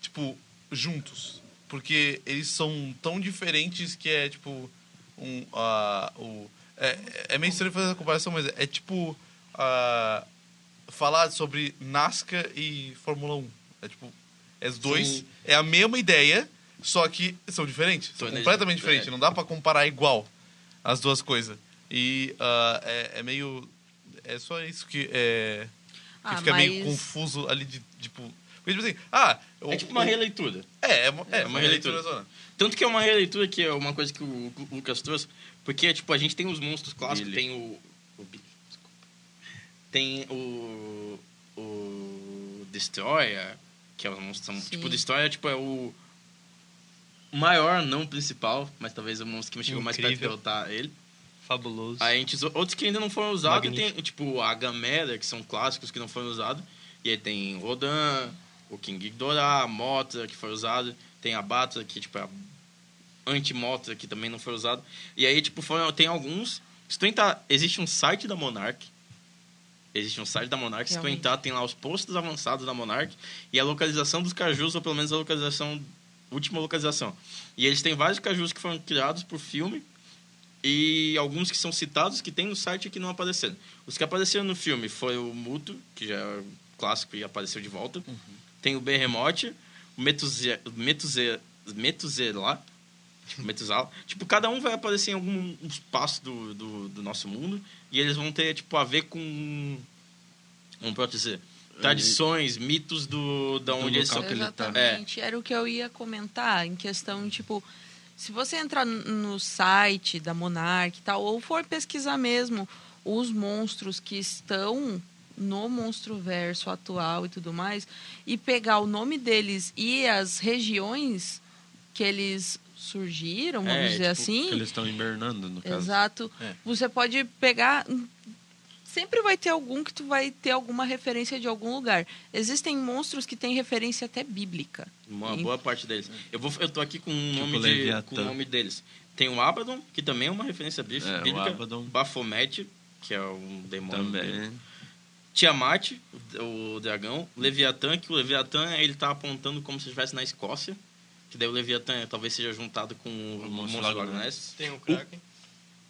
tipo juntos, porque eles são tão diferentes que é tipo um a o é, é meio estranho fazer essa comparação, mas é tipo a falar sobre Nasca e Fórmula 1. É tipo é os dois Sim. é a mesma ideia, só que são diferentes, são São completamente energi- diferentes, é. não dá pra comparar igual as duas coisas. E ah, é, é meio. É só isso que é. Que Ah, fica meio mas- confuso ali de. Tipo. Porque, tipo assim, ah. É o- tipo uma o- releitura. É, é uma, é, é uma uma releitura. releitura. zona. Tanto que é uma releitura que é uma coisa que o Lu- Lucas trouxe, porque tipo a gente tem os monstros clássicos, Billy. tem o, o Billy, desculpa. tem o o Destroyer, que é um monstro Sim. tipo Destroyer, tipo é o maior, não principal, mas talvez o monstro que me chegou mais perto de Incrível. derrotar ele. Fabuloso. Aí a gente usou outros que ainda não foram usados, tem, Magnífico. tipo a Gamera, que são clássicos que não foram usados. E aí tem Rodan, o King Ghidorah, a Mothra, que foi usado. Tem a Batra, que tipo, é a anti-Mothra, que também não foi usado. E aí, tipo, foram, tem alguns. Se tu entrar, existe um site da Monarch. Existe um site da Monarch. Se tu Realmente. entrar, tem lá os postos avançados da Monarch e a localização dos cajus, ou pelo menos a localização, última localização. E eles têm vários cajus que foram criados por filme e alguns que são citados que tem no site e que não apareceram. Os que apareceram no filme foi o Muto, que já é clássico e apareceu de volta. Tem o Berremote, o Metuze, Metuze, Metuzela, tipo, Metuzala. tipo, cada um vai aparecer em algum espaço do, do, do nosso mundo e eles vão ter, tipo, a ver com... Como pode dizer? Tradições, mitos do, da Do onde eles local são que ele tá. Exatamente. Era o que eu ia comentar em questão, tipo, se você entrar n- no site da Monarch e tal, ou for pesquisar mesmo os monstros que estão no monstro verso atual e tudo mais, e pegar o nome deles e as regiões que eles surgiram, vamos É, dizer tipo, assim. Eles estão hibernando, no caso. Exato. É. Você pode pegar. Sempre vai ter algum que tu vai ter alguma referência de algum lugar. Existem monstros que têm referência até bíblica. Uma Sim. boa parte deles. Eu, vou, eu tô aqui com o Tipo nome, de, Leviatã. com o nome deles. Tem o Abaddon, que também é uma referência bí- É, o bíblica. Abaddon. Baphomet, que é um demônio. dele. Também. Tiamat, o, o dragão. Leviatã, que o Leviatã ele tá apontando como se estivesse na Escócia. Que daí o Leviatã talvez seja juntado com o, monstro O monstro do Lago Lago Ness. Ness. Tem o Kraken.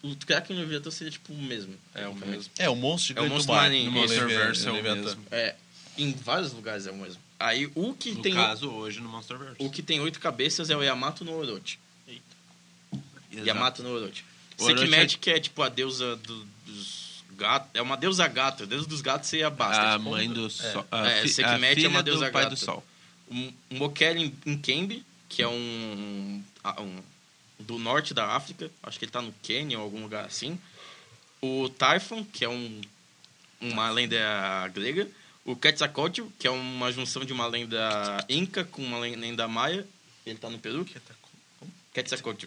O Kraken e o Leviatã seria tipo o mesmo. É o mesmo. É o monstro É o gigante monstro do mar. marinho, No isso. Monsterverse é o Leviatã. mesmo. É, em vários lugares é o mesmo. Aí o que No tem um- caso, hoje, no Monsterverse. o que tem oito cabeças é o Yamato no Orochi. Exato. Yamato no Orochi. é, O Orochi Sekimet, que é tipo a deusa do- dos gato. É uma deusa gata, deusa dos gatos e a basta. A tipo, mãe um- do sol. É, A, fi- a Sekhmet é filha uma do deusa pai gata. do sol. um um Mokele Nkembe, que é um, a- um- do norte da África, acho que ele tá no Quênia ou algum lugar assim. O Typhon, que é um, uma lenda grega. O Quetzalcoatl, que é uma junção de uma lenda inca com uma len- lenda maia. Ele tá no Peru. Quetzalcoatl.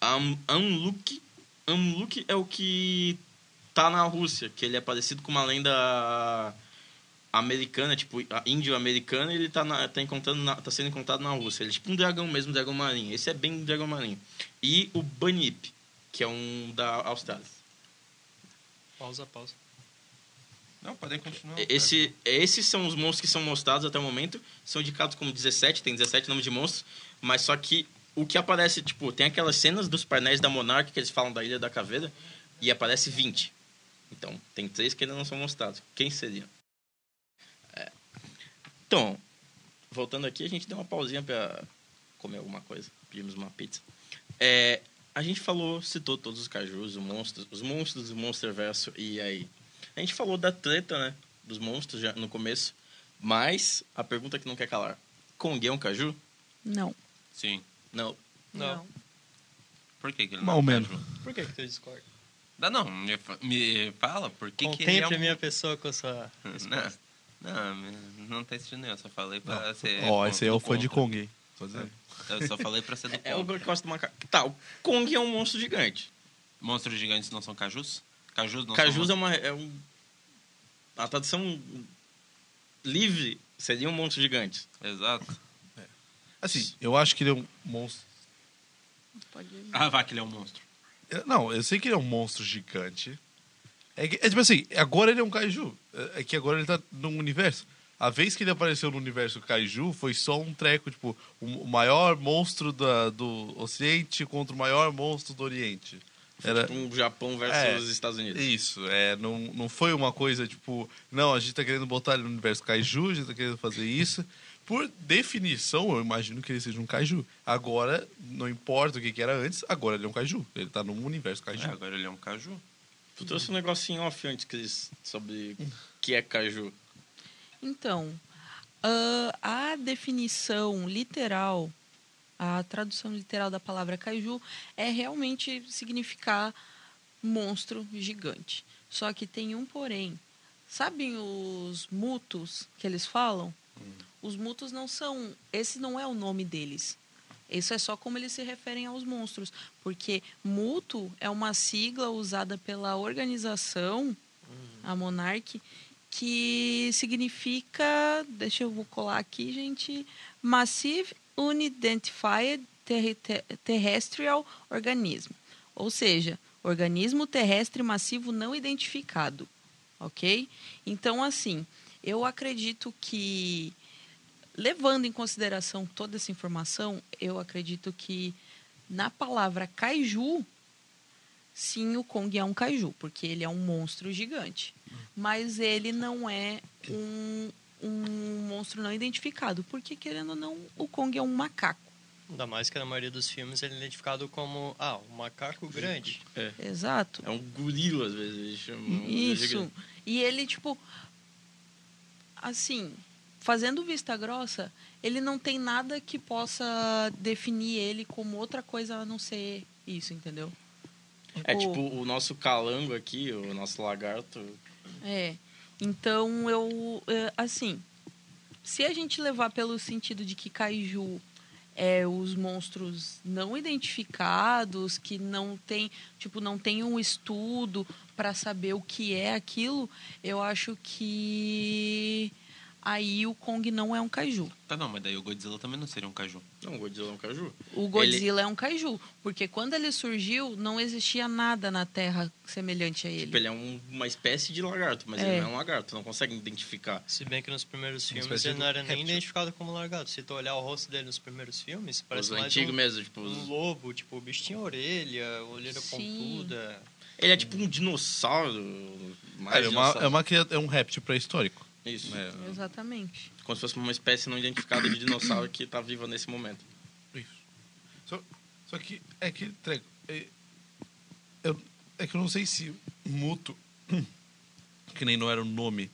Am- Amluk. Amluk é o que tá na Rússia, que ele é parecido com uma lenda americana, tipo, a- índio-americana, ele tá, na- tá, encontrando na- tá sendo encontrado na Rússia. Ele é tipo um dragão mesmo, um dragão marinho. Esse é bem um dragão marinho. E o Banip, que é um da Austrália. Pausa, pausa. Não, podem continuar. Esse, esses são os monstros que são mostrados até o momento. São indicados como 17, tem 17 nomes de monstros. Mas só que o que aparece, tipo, tem aquelas cenas dos painéis da Monarca que eles falam da Ilha da Caveira e aparece 20. Então, tem três que ainda não são mostrados. Quem seria? É. Então, voltando aqui, a gente deu uma pausinha pra comer alguma coisa. Pedimos uma pizza. É, a gente falou, citou todos os cajus, os monstros, os monstros do Monsterverso e aí. A gente falou da treta, né? Dos monstros já no começo. Mas a pergunta que não quer calar: Kong é um caju? Não. Sim. Não. Não. Não. Por que, que ele Mais ou não menos. caju? Por que, que tu discorda? Não, não, me, fa- me fala por que, que ele é Contemple a um... minha pessoa com sua Não, não, me- não tá assistindo eu só falei pra ser... Ó, esse aí é do o fã de contra. Kong, hein? Tô dizendo. Eu só falei pra ser do É o contra. Gosto do Macaco. Tá, o Kong é um monstro gigante. Monstros gigantes não são cajus? Cajus não Cajus é, são... uma, é um. A tradução livre seria um monstro gigante. Exato. Assim, eu acho que ele é um monstro. Pode Ah, vá, que ele é um monstro. Eu- Não, eu sei que ele é um monstro gigante. É, que- é tipo assim, agora ele é um kaiju. É é que agora ele tá num universo. A vez que ele apareceu no universo kaiju foi só um treco, tipo, o o maior monstro da- do Ocidente contra o maior monstro do Oriente. Era Tipo um Japão É. versus os Estados Unidos. isso, é, não, não foi uma coisa tipo, não, a gente tá querendo botar ele no universo kaiju, a gente tá querendo fazer isso. Por definição, eu imagino que ele seja um kaiju. Agora, não importa o que, que era antes, agora ele é um kaiju. Ele tá num universo É, kaiju. agora ele é um caju. Tu trouxe um negocinho off antes, Cris, sobre o que é caju. Então, ãh, a definição literal, a tradução literal da palavra kaiju é realmente significar monstro gigante. Só que tem um porém. Sabem os mutos que eles falam? Os mutos não são. Esse não é o nome deles. Isso é só como eles se referem aos monstros. Porque muto é uma sigla usada pela organização, a Monarch, que significa, deixa eu vou colar aqui, gente, Massive Unidentified Terre- Terrestrial Organism, ou seja, organismo terrestre massivo não identificado, ok? Então, assim, eu acredito que, levando em consideração toda essa informação, eu acredito que na palavra kaiju, sim, o Kong é um kaiju, porque ele é um monstro gigante mas ele não é um, um monstro não identificado, porque querendo ou não, o Kong é um macaco. Ainda mais que na maioria dos filmes ele é identificado como, ah, o macaco grande. Exato. É um gorila, às vezes. um Eles chamam. Isso. E ele, tipo, assim, fazendo vista grossa, ele não tem nada que possa definir ele como outra coisa a não ser isso, entendeu? É tipo o nosso calango aqui, o nosso lagarto. É. Então eu é, assim, se a gente levar pelo sentido de que kaiju é os monstros não identificados, que não tem, tipo, não tem um estudo para saber o que é aquilo, eu acho que aí o Kong não é um kaiju. Tá, não, mas daí o Godzilla também não seria um caju. Não, o Godzilla é um caju. O Godzilla é um kaiju, porque quando ele surgiu não existia nada na Terra semelhante a Tipo, ele. ele é um- uma espécie de lagarto, mas É. ele não é um lagarto, não consegue identificar. Se bem que nos primeiros filmes espécie ele de não era nem réptil. identificado como largado. Se tu olhar o rosto dele nos primeiros filmes, parece os mais antigos um, mesmo, tipo. os- um lobo. Tipo, o bicho tinha orelha, olheira Sim. pontuda. Ele é tipo um dinossauro. Mais Cara, é, uma, dinossauro. é, uma cria- é um réptil pré-histórico. Isso. né? Exatamente. Como se fosse uma espécie não identificada de dinossauro que tá viva nesse momento. Isso. Só, só que é que, treco, é, eu, é que eu não sei se muto Que nem não era o nome.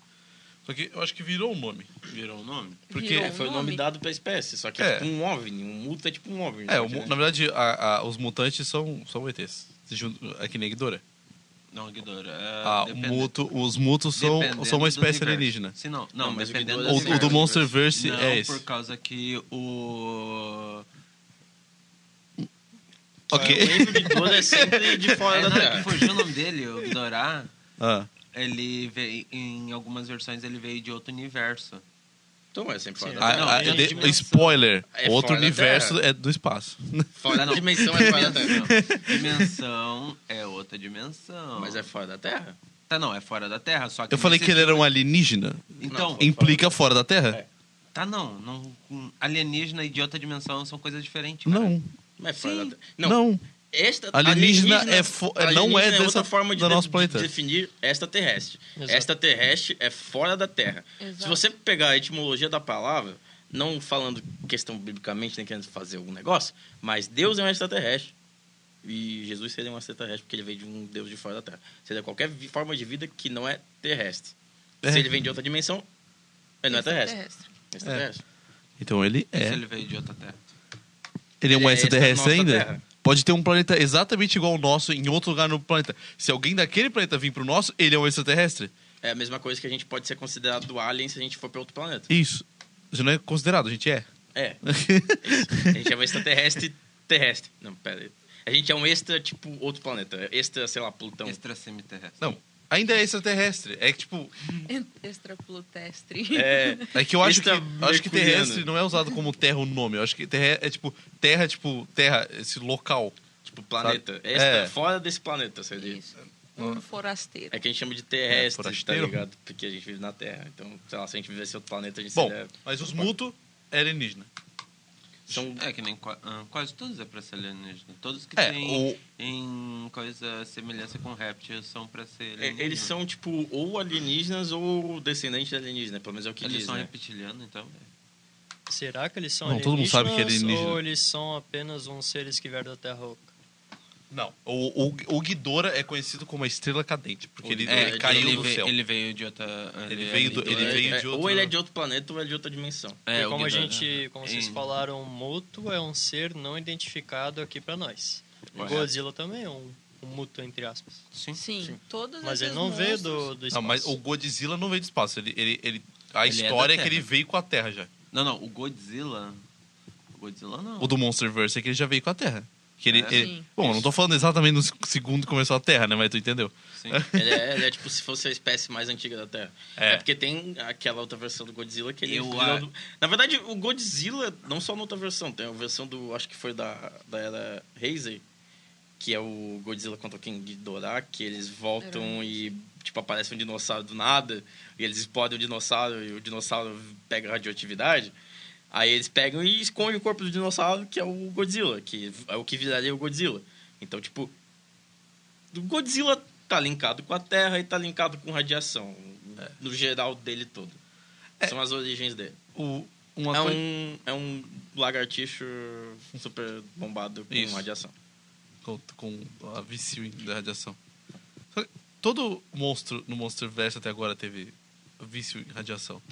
Só que eu acho que virou o nome. Virou o nome? Porque- Virou um É, É, foi o nome dado pra espécie, só que é, É. tipo um OVNI. Um UTA é tipo um OVNI. É, só o que, mu- né? na verdade, a- a- os mutantes são, são ETs. Junto- É que nem a Ghidorah. Não, é, Guidora. Ah, o muto- os mutos são, são uma espécie alienígena. Sim, não, não, Não, mas o dependendo Ghidorah O, é o do Multiverso. Monsterverse assim, Não, é por esse. causa que o... O Ok. Enzo Ghidorah é sempre de fora É, da não, é que Terra. fugiu o nome dele, o Guidorá. Ah, Ele veio, em algumas versões, ele veio de outro universo. Então é sempre fora Sim. da Terra. ah, ah, é de- dimensão. spoiler. É Outro fora da universo Terra. é do espaço. Fora da dimensão é fora da Terra. Ah, dimensão é outra dimensão. Mas é fora da Terra? Tá, não, é fora da Terra, só que... Eu falei nesse que ele era um alienígena. Então, Não, foi- Implica fora da Terra? tá não, não. Alienígena e de outra dimensão são coisas diferentes. né? cara. Não, Não é fora Sim. da Terra. Não. não. Esta, Alienígena é fo- é- não é alienígena dessa- outra forma de, do de- nosso planeta. de definir extraterrestre. Exato. Extraterrestre é fora da Terra. Exato. Se você pegar a etimologia da palavra, não falando questão biblicamente, nem querendo fazer algum negócio, mas Deus é um extraterrestre. E Jesus seria um extraterrestre porque ele veio de um Deus de fora da Terra. Seria qualquer vi- forma de vida que não é terrestre. É. Se ele vem de outra dimensão, ele não é terrestre. Extraterrestre. Extraterrestre. Então ele Se é. ele veio de outra Terra. Ele é um É, essa extraterrestre é a ainda? nossa Terra. Pode ter um planeta exatamente igual ao nosso em outro lugar no planeta. Se alguém daquele planeta vir pro nosso, ele é um extraterrestre? É. a mesma coisa que a gente pode ser considerado alien se a gente for para outro planeta. Isso. Isso não é considerado, a gente é. É. A gente é um extraterrestre terrestre. Não, pera aí. A gente é um extra, tipo, outro planeta. Extra, sei lá, Plutão. Extracemiterrestre. não, ainda é extraterrestre. É que, tipo, Extraplutestre. É, é que eu acho que, Extra eu acho que mercuriano. terrestre não é usado como terra o nome. Eu acho que terra é tipo, terra, é, tipo, terra, esse local. tipo, planeta. Sabe? Extra, É. fora desse planeta, seria. Isso. Um forasteiro. É que a gente chama de terrestre, É, tá forasteiro. ligado? Porque a gente vive na Terra. Então, sei lá, se a gente vivesse em outro planeta, a gente Bom, seria... mas os mutos é alienígena. São... É que nem qua- ah, quase todos é pra ser alienígena. Todos que Então, É, têm o- em coisa semelhança com réptil são pra ser É, alienígena. Eles são, tipo, ou alienígenas ou descendentes de alienígena. Pelo menos é o que Eles diz, são né? reptilianos, então. Será que eles são Não, todo mundo sabe que é alienígenas alienígena. Ou eles são apenas uns seres que vieram da Terra Oca? Não. O, o, o Ghidorah é conhecido como a estrela cadente, porque O ele, Ghidorah ele é- caiu ele do veio, céu. Ele veio de outra. Ele veio do- ele É, veio é, de Ou outro- ele é de outro planeta ou é de outra dimensão. É, e o como a Ghidorah. gente, como vocês Em- falaram, Muto é um ser não identificado aqui pra nós. E Correto. Godzilla também é um, um Muto, entre aspas. Sim. Sim, todos Mas ele esses não assim. veio monstros... do, do Não, espaço. mas o Godzilla não veio do espaço. Ele, ele, ele- Ele a é história da é, que ele Terra. veio com a Terra já. Não, não, o Godzilla. O Godzilla não. O do Monsterverse é que ele já veio com a Terra. Que ele, É. ele- Sim. Bom, eu não tô falando exatamente no segundo que começou a Terra, né? Mas tu entendeu. Sim. Ele é, ele é, tipo, se fosse a espécie mais antiga da Terra. É. É, porque tem aquela outra versão do Godzilla que ele... Eu virou a- do- Na verdade, o Godzilla, não só na outra versão, tem a versão do... Acho que foi da, da era Heisei, que é o Godzilla contra o King Ghidorah, que eles voltam e, tipo, aparece um dinossauro do nada, e eles explodem o dinossauro, e o dinossauro pega radioatividade. Aí eles pegam e escondem o corpo do dinossauro, que é o Godzilla, que é o que viraria o Godzilla. Então, tipo, o Godzilla tá linkado com a Terra e tá linkado com radiação, no geral dele todo. São as origens dele. O, É. uma É coi- um, é um lagartixo super bombado com Isso. radiação. com, com a vício da radiação. Só que Todo monstro no Monsterverse até agora teve vício em radiação.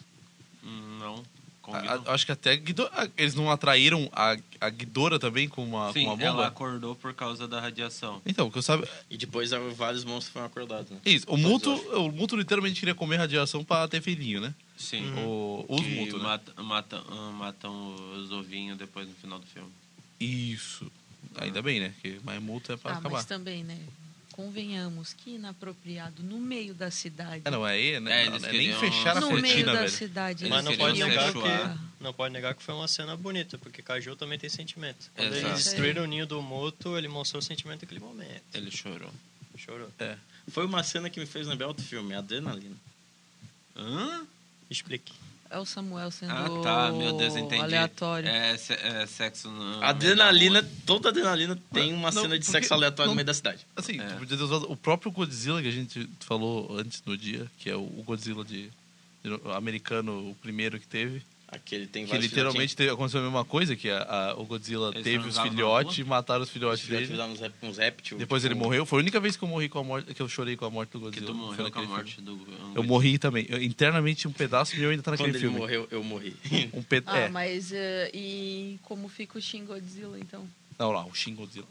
Hum, Não. A- Kong a- não. acho que até Ghidorah- eles não atraíram a, a Ghidorah também com uma, Sim, com uma bomba? ela acordou por causa da radiação. Então, o que eu sabe. é E depois ah, vários monstros foram acordados, né? Isso, o Muto, é. o Muto literalmente queria comer radiação pra ter filhinho, né? Sim. O, os que Muto, né? mata- matam, ah, matam os ovinhos depois no final do filme. Isso. Ainda bem, né? Que mais multa é pra Ah, acabar. mas também, né? Convenhamos que inapropriado no meio da cidade. Ah, não, aí, né? É, não, eles né? nem queriam- fechar a no meio cortina, da velho. cidade. um Mas eles não pode queriam negar colocar. Não pode negar que foi uma cena bonita, porque Caju também tem sentimento. Quando Exato. eles destruíram o ninho do Muto, ele mostrou o sentimento naquele momento. Ele chorou. Chorou. Foi uma cena que me fez lembrar outro filme, Adrenalina. Hã? Explique. É o Samuel sendo Ah, tá. Meu Deus, entendi. aleatório. É, se- é sexo no... Adrenalina, toda adrenalina tem Não, uma não, cena de porque- sexo aleatório não- no meio da cidade. Assim, É. tu podia ter usado o próprio Godzilla que a gente falou antes no dia, que é o o Godzilla de, de- americano, o primeiro que teve. Aquele tem Que vários literalmente teve, aconteceu a mesma coisa, que a- a- o Godzilla assim. Eles teve foram os usados na filhotes, rua? mataram os filhotes filhotinhos. dele. Filhote uns, rep- uns réptil. Depois ele tipo, morreu. Foi a única vez que eu morri com a morte, que eu chorei com a morte do Que Godzilla. tu foi morreu com a naquele morte filme. do... Eu morri também. Eu- internamente um pedaço meu ainda tá naquele Quando ele filme. morreu, eu morri. Um ped... Ah, é. mas eh, e como fica o Shin Godzilla, então? Não, lá, o Shin Godzilla.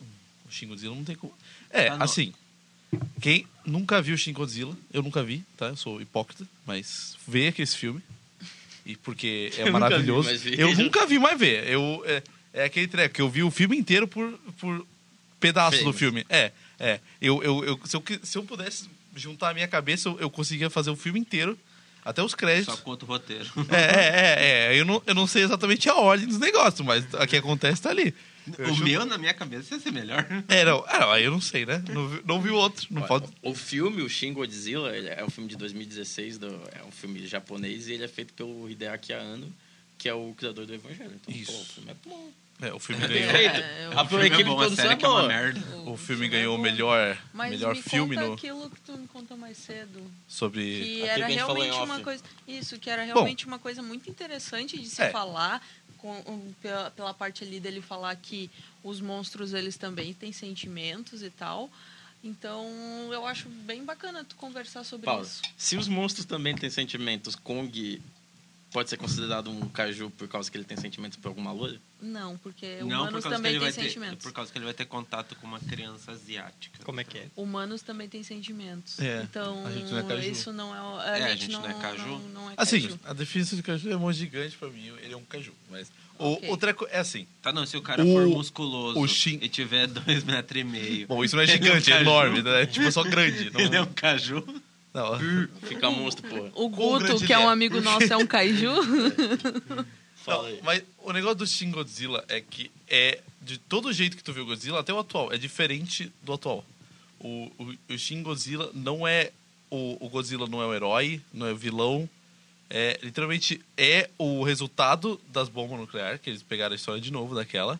O Shin Godzilla não tem como. É, Tá Ah, não. assim. Quem nunca viu o Shin Godzilla, eu nunca vi, tá? Eu sou hipócrita, mas veja que esse filme. E porque é Eu nunca vi, maravilhoso. mas vi. eu nunca vi mais ver. Eu, é, é aquele treco que eu vi o filme inteiro por, por pedaços do Frames. filme. É, é. Eu, eu, eu- se, eu, qui- se eu pudesse juntar a minha cabeça, eu, eu conseguia fazer o filme inteiro, até os créditos. Só conta o roteiro. É, é, é, é. Eu não, eu não sei exatamente a ordem dos negócios, mas o que acontece tá ali. Eu o acho- meu, na minha cabeça, ia ser melhor. é, não, ah, não, aí eu não sei, né? Não vi, não vi o outro. Não pode. O filme, o Shin Godzilla, ele é um filme de 2016, do- é um filme japonês e ele é feito pelo Hideaki Anno, que é o criador do Evangelho. Então, Isso. pô, o filme é bom. É, o filme Bem ganhou, feito. É, a filme equipe é bom, de a produção série é que é uma boa. merda. o filme ganhou o melhor, Mas melhor me filme conta no, aquilo que tu me contou mais cedo. sobre. Que Aquilo é era que a gente falou em realmente uma off. coisa. Isso, que era realmente uma coisa muito interessante de se É. falar. com- um, pela, pela parte ali dele falar que os monstros eles também têm sentimentos e tal. Então, eu acho bem bacana tu conversar sobre Paulo, isso. se os monstros também têm sentimentos, Kong pode ser considerado um caju por causa que ele tem sentimentos por alguma loira? Não, porque Não, por É, humanos causa, que também ele têm vai ter, é sentimentos. por causa que ele vai ter contato com uma criança asiática. Como é que é? Humanos também têm sentimentos. É, Então, a gente não é caju. isso não é. o- A, É, gente, não, é caju. Não, não é Assim, caju. a definição de caju é um gigante pra mim. Ele é um caju. Mas. O- Ok. outra coisa. É assim. Tá, não, se o cara O- for musculoso o Shin- e tiver 2,5m. Bom, isso não é gigante, é, um caju. enorme, né? É tipo só grande. Não, Ele é um caju. não. Fica um monstro, porra. O Quão Guto, grande que é ele um é? amigo nosso, é um kaiju. Fala aí. Mas o negócio do Shin Godzilla é que é de todo jeito que tu viu o Godzilla, até o atual, é diferente do atual. O, o, o Shin Godzilla não é. O, o Godzilla não é o herói, não é o vilão. É, literalmente é o resultado das bombas nucleares, que eles pegaram a história de novo daquela.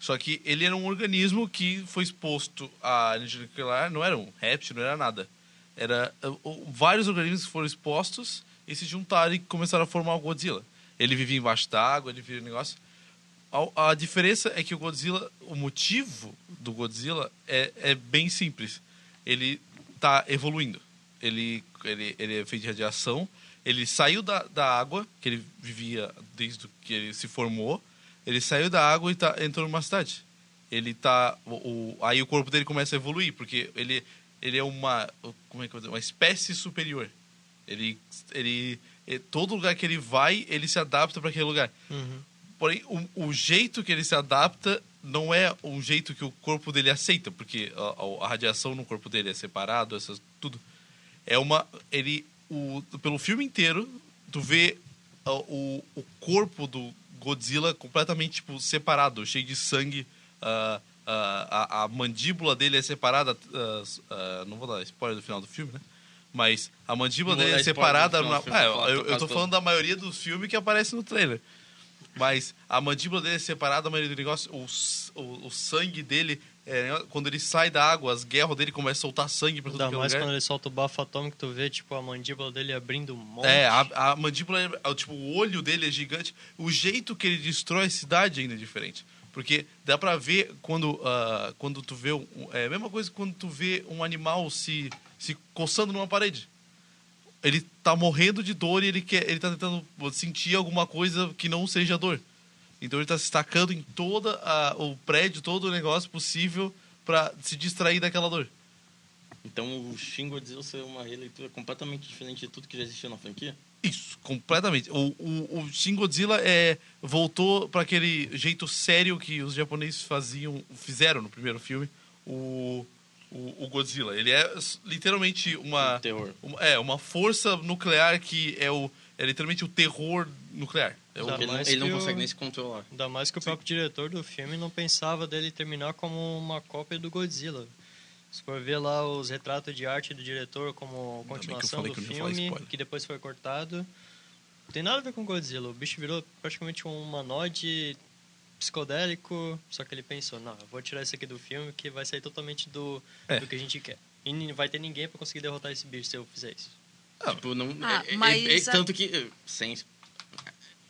Só que ele era um organismo que foi exposto à energia nuclear, não era um réptil, não era nada. Era uh, uh, vários organismos que foram expostos e se juntaram e começaram a formar o Godzilla. Ele vivia embaixo d'água, ele vivia um negócio. A, a diferença é que o Godzilla, o motivo do Godzilla é, é bem simples. Ele está evoluindo. Ele, ele, ele é feito de radiação. Ele saiu da, da água, que ele vivia desde que ele se formou. Ele saiu da água e tá, entrou numa cidade. Ele tá. O, o- aí o corpo dele começa a evoluir, porque ele, ele é uma. Como é que eu vou dizer? Uma espécie superior. Ele, ele, eh, Todo lugar que ele vai, ele se adapta para aquele lugar. Porém, o, o jeito que ele se adapta não é um jeito que o corpo dele aceita, porque a, a- a radiação no corpo dele é separado, essas, tudo. É uma. Ele. O, pelo filme inteiro, tu vê ó, o, o corpo do Godzilla completamente tipo, separado, cheio de sangue. ah, ah, a, a mandíbula dele é separada. ah, ah, não vou dar spoiler do final do filme, né? Mas a mandíbula Não vou dar dele é spoiler do separada. final do na- filme, é, vou falar eu, por eu causa tô do- falando da maioria dos filmes que aparece no trailer. Mas a mandíbula dele é separada, a maioria do negócio, o, s- o, o sangue dele, é, quando ele sai da água, as guerras dele começam a soltar sangue pra todo Ainda mais lugar. quando ele solta o bafo atômico, tu vê, tipo, a mandíbula dele abrindo um monte. É, a, a mandíbula, é- é, tipo, o olho dele é gigante. O jeito que ele destrói a cidade ainda é diferente. Porque dá pra ver quando, ah, quando tu vê... Um, é a mesma coisa que quando tu vê um animal se, se coçando numa parede. Ele tá morrendo de dor e ele, quer, ele tá tentando sentir alguma coisa que não seja dor. Então ele tá se estacando em todo o prédio, todo o negócio possível pra se distrair daquela dor. Então o Shin Godzilla é uma releitura completamente diferente de tudo que já existia na franquia? Isso, completamente. O, o, o Shin Godzilla é, voltou para aquele jeito sério que os japoneses faziam, fizeram no primeiro filme, o, o, o Godzilla. Ele é s- literalmente Ah, uma, Um terror. uma- é, uma força nuclear que é, o, é literalmente o terror nuclear. É o- Tá. Ele não, mais ele não que o- consegue nem se controlar. Ainda mais que o próprio diretor do filme não pensava dele terminar como uma cópia do Godzilla. Se for ver lá os retratos de arte do diretor como bem que eu continuação falei do que eu não ia falar filme, spoiler. que depois foi cortado, não tem nada a ver com Godzilla. O bicho virou praticamente um humanoide psicodélico, só que ele pensou, não, eu vou tirar isso aqui do filme que vai sair totalmente do, É. do que a gente quer. E não vai ter ninguém pra conseguir derrotar esse bicho se eu fizer isso. Ah, Tipo, não. Ah, é- é- mas é- a- tanto que. Sem.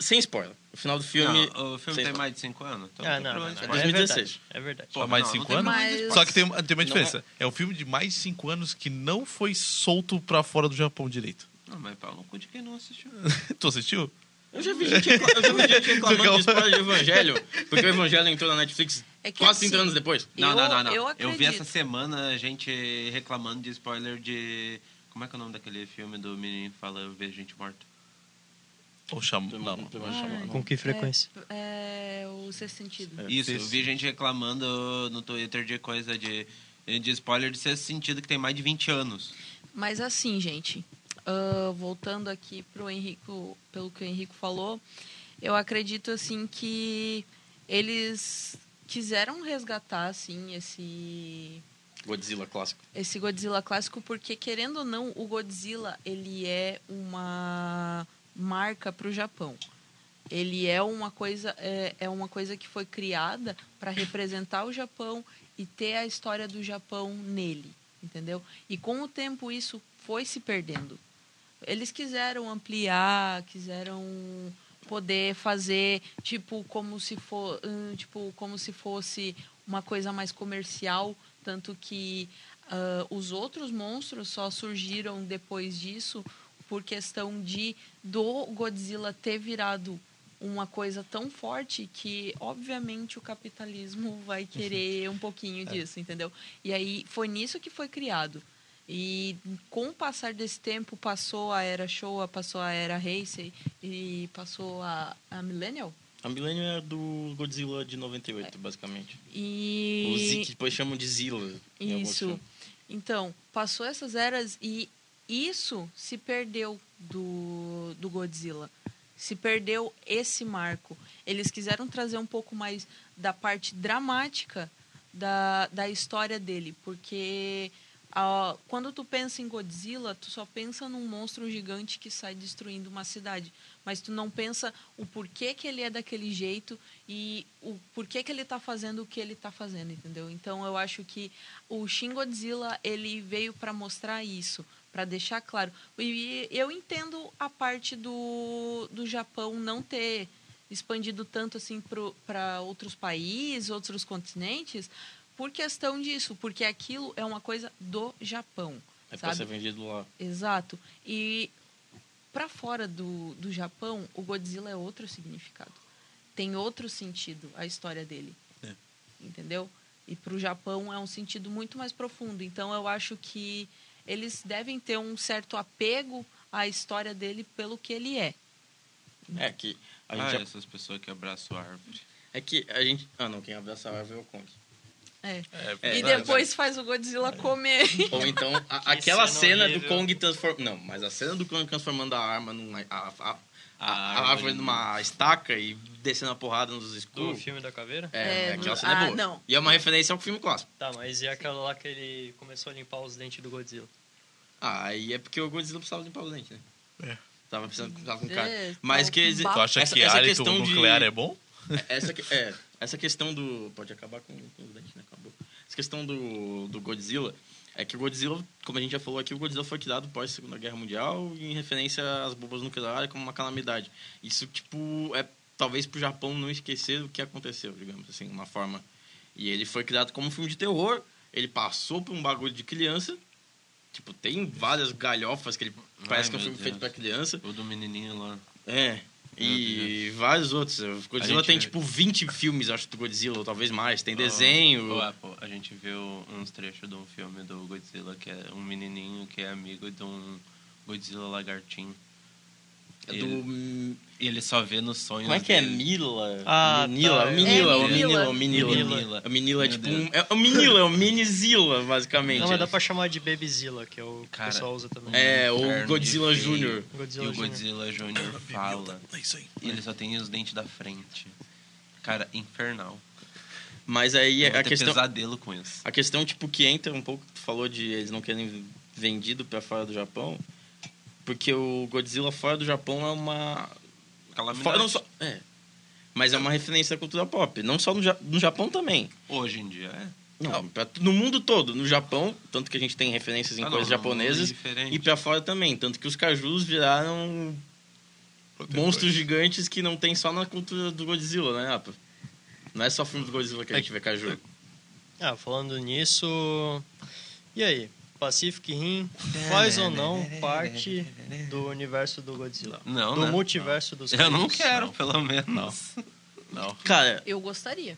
Sem spoiler. O final do filme. Não, o sem filme tem spoiler. mais de 5 anos? Então ah, tem não, não, problema. não, É É 2016. verdade. É verdade. Só Tá mais não, de não 5 tem anos? mais Mas- Só que tem, tem uma Não diferença. É um filme de mais de 5 anos que não foi solto pra fora do Japão direito. Não, mas pau no cu de quem não assistiu. tu assistiu? Eu já vi gente, recla- eu já vi gente reclamando Calma. de spoiler de Evangelho, porque o Evangelho entrou na Netflix É que quase 30 assim, anos depois. Não, Eu- não, não, não. eu vi essa acredito. semana a gente reclamando de spoiler de. Como é que é o nome daquele filme do menino que fala Eu vejo gente morta? Ou chamou? Não, não. Com que frequência? É, o sexto sentido. É. Isso, eu Sexto. vi gente reclamando no Twitter de coisa de. De spoiler de sexto sentido que tem mais de 20 anos. Mas assim, gente, ah, voltando aqui pro Henrico, pelo que o Henrico falou, eu acredito assim que eles quiseram resgatar assim esse Godzilla clássico. esse Godzilla clássico porque querendo ou não o Godzilla ele é uma marca para o Japão ele é uma coisa é, é uma coisa que foi criada para representar o Japão e ter a história do Japão nele entendeu e com o tempo isso foi se perdendo eles quiseram ampliar quiseram poder fazer tipo como se for hum, tipo como se fosse uma coisa mais comercial tanto que ah, os outros monstros só surgiram depois disso por questão de do Godzilla ter virado uma coisa tão forte que obviamente o capitalismo vai querer um pouquinho disso entendeu e aí foi nisso que foi criado e com o passar desse tempo passou a era Showa passou a era Heisei e passou a, a Millennial A Millennium é do Godzilla de 98, basicamente. É. e O Z que depois chamam de Zilla. em alguns Isso. filmes. Então, passou essas eras e isso se perdeu do, do Godzilla. Se perdeu esse marco. Eles quiseram trazer um pouco mais da parte dramática da, da história dele, porque ah, quando tu pensa em Godzilla, tu só pensa num monstro gigante que sai destruindo uma cidade, mas tu não pensa o porquê que ele é daquele jeito e o porquê que ele está fazendo o que ele está fazendo, entendeu? Então eu acho que o Shin Godzilla ele veio para mostrar isso, para deixar claro. E eu entendo a parte do, do Japão não ter expandido tanto assim para outros países, outros continentes, por questão disso, porque aquilo é uma coisa do Japão, É pra sabe? ser vendido lá. Exato. E para fora do, do Japão, o Godzilla é outro significado. Tem outro sentido a história dele. É. Entendeu? E para o Japão é um sentido muito mais profundo. Então eu acho que eles devem ter um certo apego à história dele pelo que ele é. É que a ah, gente. essas pessoas que abraçam a árvore. É que a gente. Ah, não, quem abraça a árvore é o Kong. É. É, É, e vai, depois faz o Godzilla comer. Ou então, a- aquela cena cena do horrível. Kong transformando. Não, mas a cena do Kong transformando a arma numa. A, a, a, a árvore numa estaca e descendo a porrada nos Hum. Do escuros. filme da caveira? É, É, aquela do- cena é ah, boa. não. E é uma referência ao filme clássico. Tá, mas e aquela lá que ele começou a limpar os dentes do Godzilla? Ah, aí é porque o Godzilla precisava limpar o dente, né? É. Tava precisando que tava com Um cara. É, Mas tá que com exi- Tu bafo. acha Essa- que essa hálito questão de- nuclear é bom? Essa, que- é, essa questão do. Pode acabar com, com os dentes, né? Acabou. Essa questão do, do Godzilla é que o Godzilla, como a gente já falou aqui, o Godzilla foi criado pós Segunda Guerra Mundial em referência às bombas nucleares como uma calamidade. Isso, tipo, é talvez pro Japão não esquecer o que aconteceu, digamos assim, de uma forma. E ele foi criado como um filme de terror, ele passou por um bagulho de criança. Tipo, tem várias galhofas que ele. Parece que é um meu filme feito pra Deus. criança. O do menininho lá. É. E vários outros. O Godzilla A gente- Ah, tem tipo 20 filmes, acho, do Godzilla, ou talvez mais. Tem Ô, desenho. Apple, a gente viu uns trechos de um filme do Godzilla que é um menininho que é amigo de um Godzilla lagartinho. é do. Ele, e ele só vê nos sonhos. Como é que é? dele. Mila? Ah, Minila, tá, é. Minila, É, o Minila, o Minila. Minila. Minila. O Minila é tipo Meu um. É o Minila, é o Minizilla, basicamente. Não, mas dá pra chamar de Babyzilla, que é o que o Cara, pessoal usa também. É, Inferno o Godzilla de feio. Jr. E Godzilla, o Jr. Godzilla Jr. fala. É isso aí. E ele só tem os dentes da frente. Cara, infernal. Mas aí Eu vou a ter questão. pesadelo com isso. A questão, tipo, que entra um pouco, tu falou de eles não querem vendido pra fora do Japão. Porque o Godzilla fora do Japão é uma. Calamidade. Fora, não só, é. Mas é uma referência à cultura pop. Não só no, Ja- no Japão também. Hoje em dia, é. Não, pra- no mundo todo. No Japão, tanto que a gente tem referências em Ah, não, coisas não, japonesas. é diferente. E pra fora também. Tanto que os cajus viraram quanto monstros coisa. gigantes que não tem só na cultura do Godzilla, né, Rafa? Não é só filme do Godzilla que a gente vê Caju. Ah, falando nisso. E aí? Pacific Rim faz ou não parte do universo do Godzilla? Não, do né? multiverso dos Eu não Kings? quero, pelo menos. Não. Cara, Eu gostaria.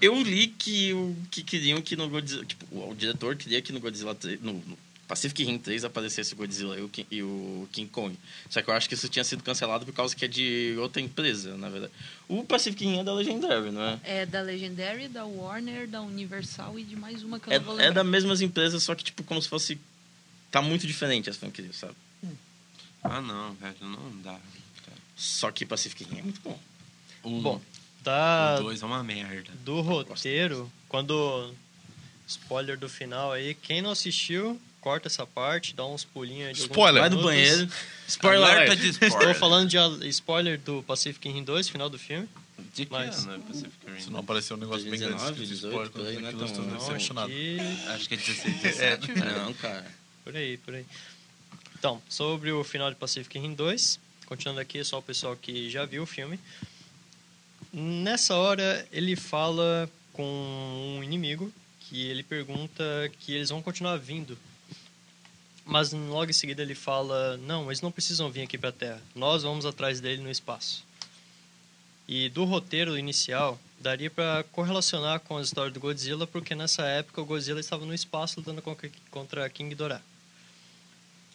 eu li que o que queriam que no Godzilla. Tipo, o, o diretor queria que no Godzilla 3. No, no Pacific Rim 3 aparecesse o Godzilla e o, Ki- e o King Kong. Só que eu acho que isso tinha sido cancelado por causa que é de outra empresa, na verdade. O Pacific Rim é da Legendary, não é? É da Legendary, da Warner, da Universal e de mais uma que eu não vou É, é lembrar. das mesmas empresas, só que, tipo, como se fosse. Tá muito diferente as franquias, sabe? Ah, não, velho, não dá. Só que Pacific Rim é muito bom. Um, Bom, o Ah, Da, dois é uma merda. do roteiro, quando. Spoiler do final aí. Quem não assistiu, corta essa parte, dá uns pulinhos aí. de alguns Spoiler. Vai do minutos. banheiro. Spoiler Alerta alert. de Estou spoiler. falando de a- spoiler do Pacific Rim 2, final do filme. De que Mas- ano é Pacific Rim? Se não aparecer um negócio bem grande, 19, escrito 18, spoiler, por aí, quando né, aquilo, eu estou então, não, decepcionado. Aqui, Acho que é 16, 17. né? Não, cara. Por aí, por aí. Então, sobre o final de Pacific Rim 2, continuando aqui, é só o pessoal que já viu o filme. Nessa hora, ele fala com um inimigo que ele pergunta que eles vão continuar vindo. Mas logo em seguida ele fala: Não, eles não precisam vir aqui para a Terra. Nós vamos atrás dele no espaço. E do roteiro inicial, daria para correlacionar com a história do Godzilla, porque nessa época o Godzilla estava no espaço lutando contra- contra King Ghidorah.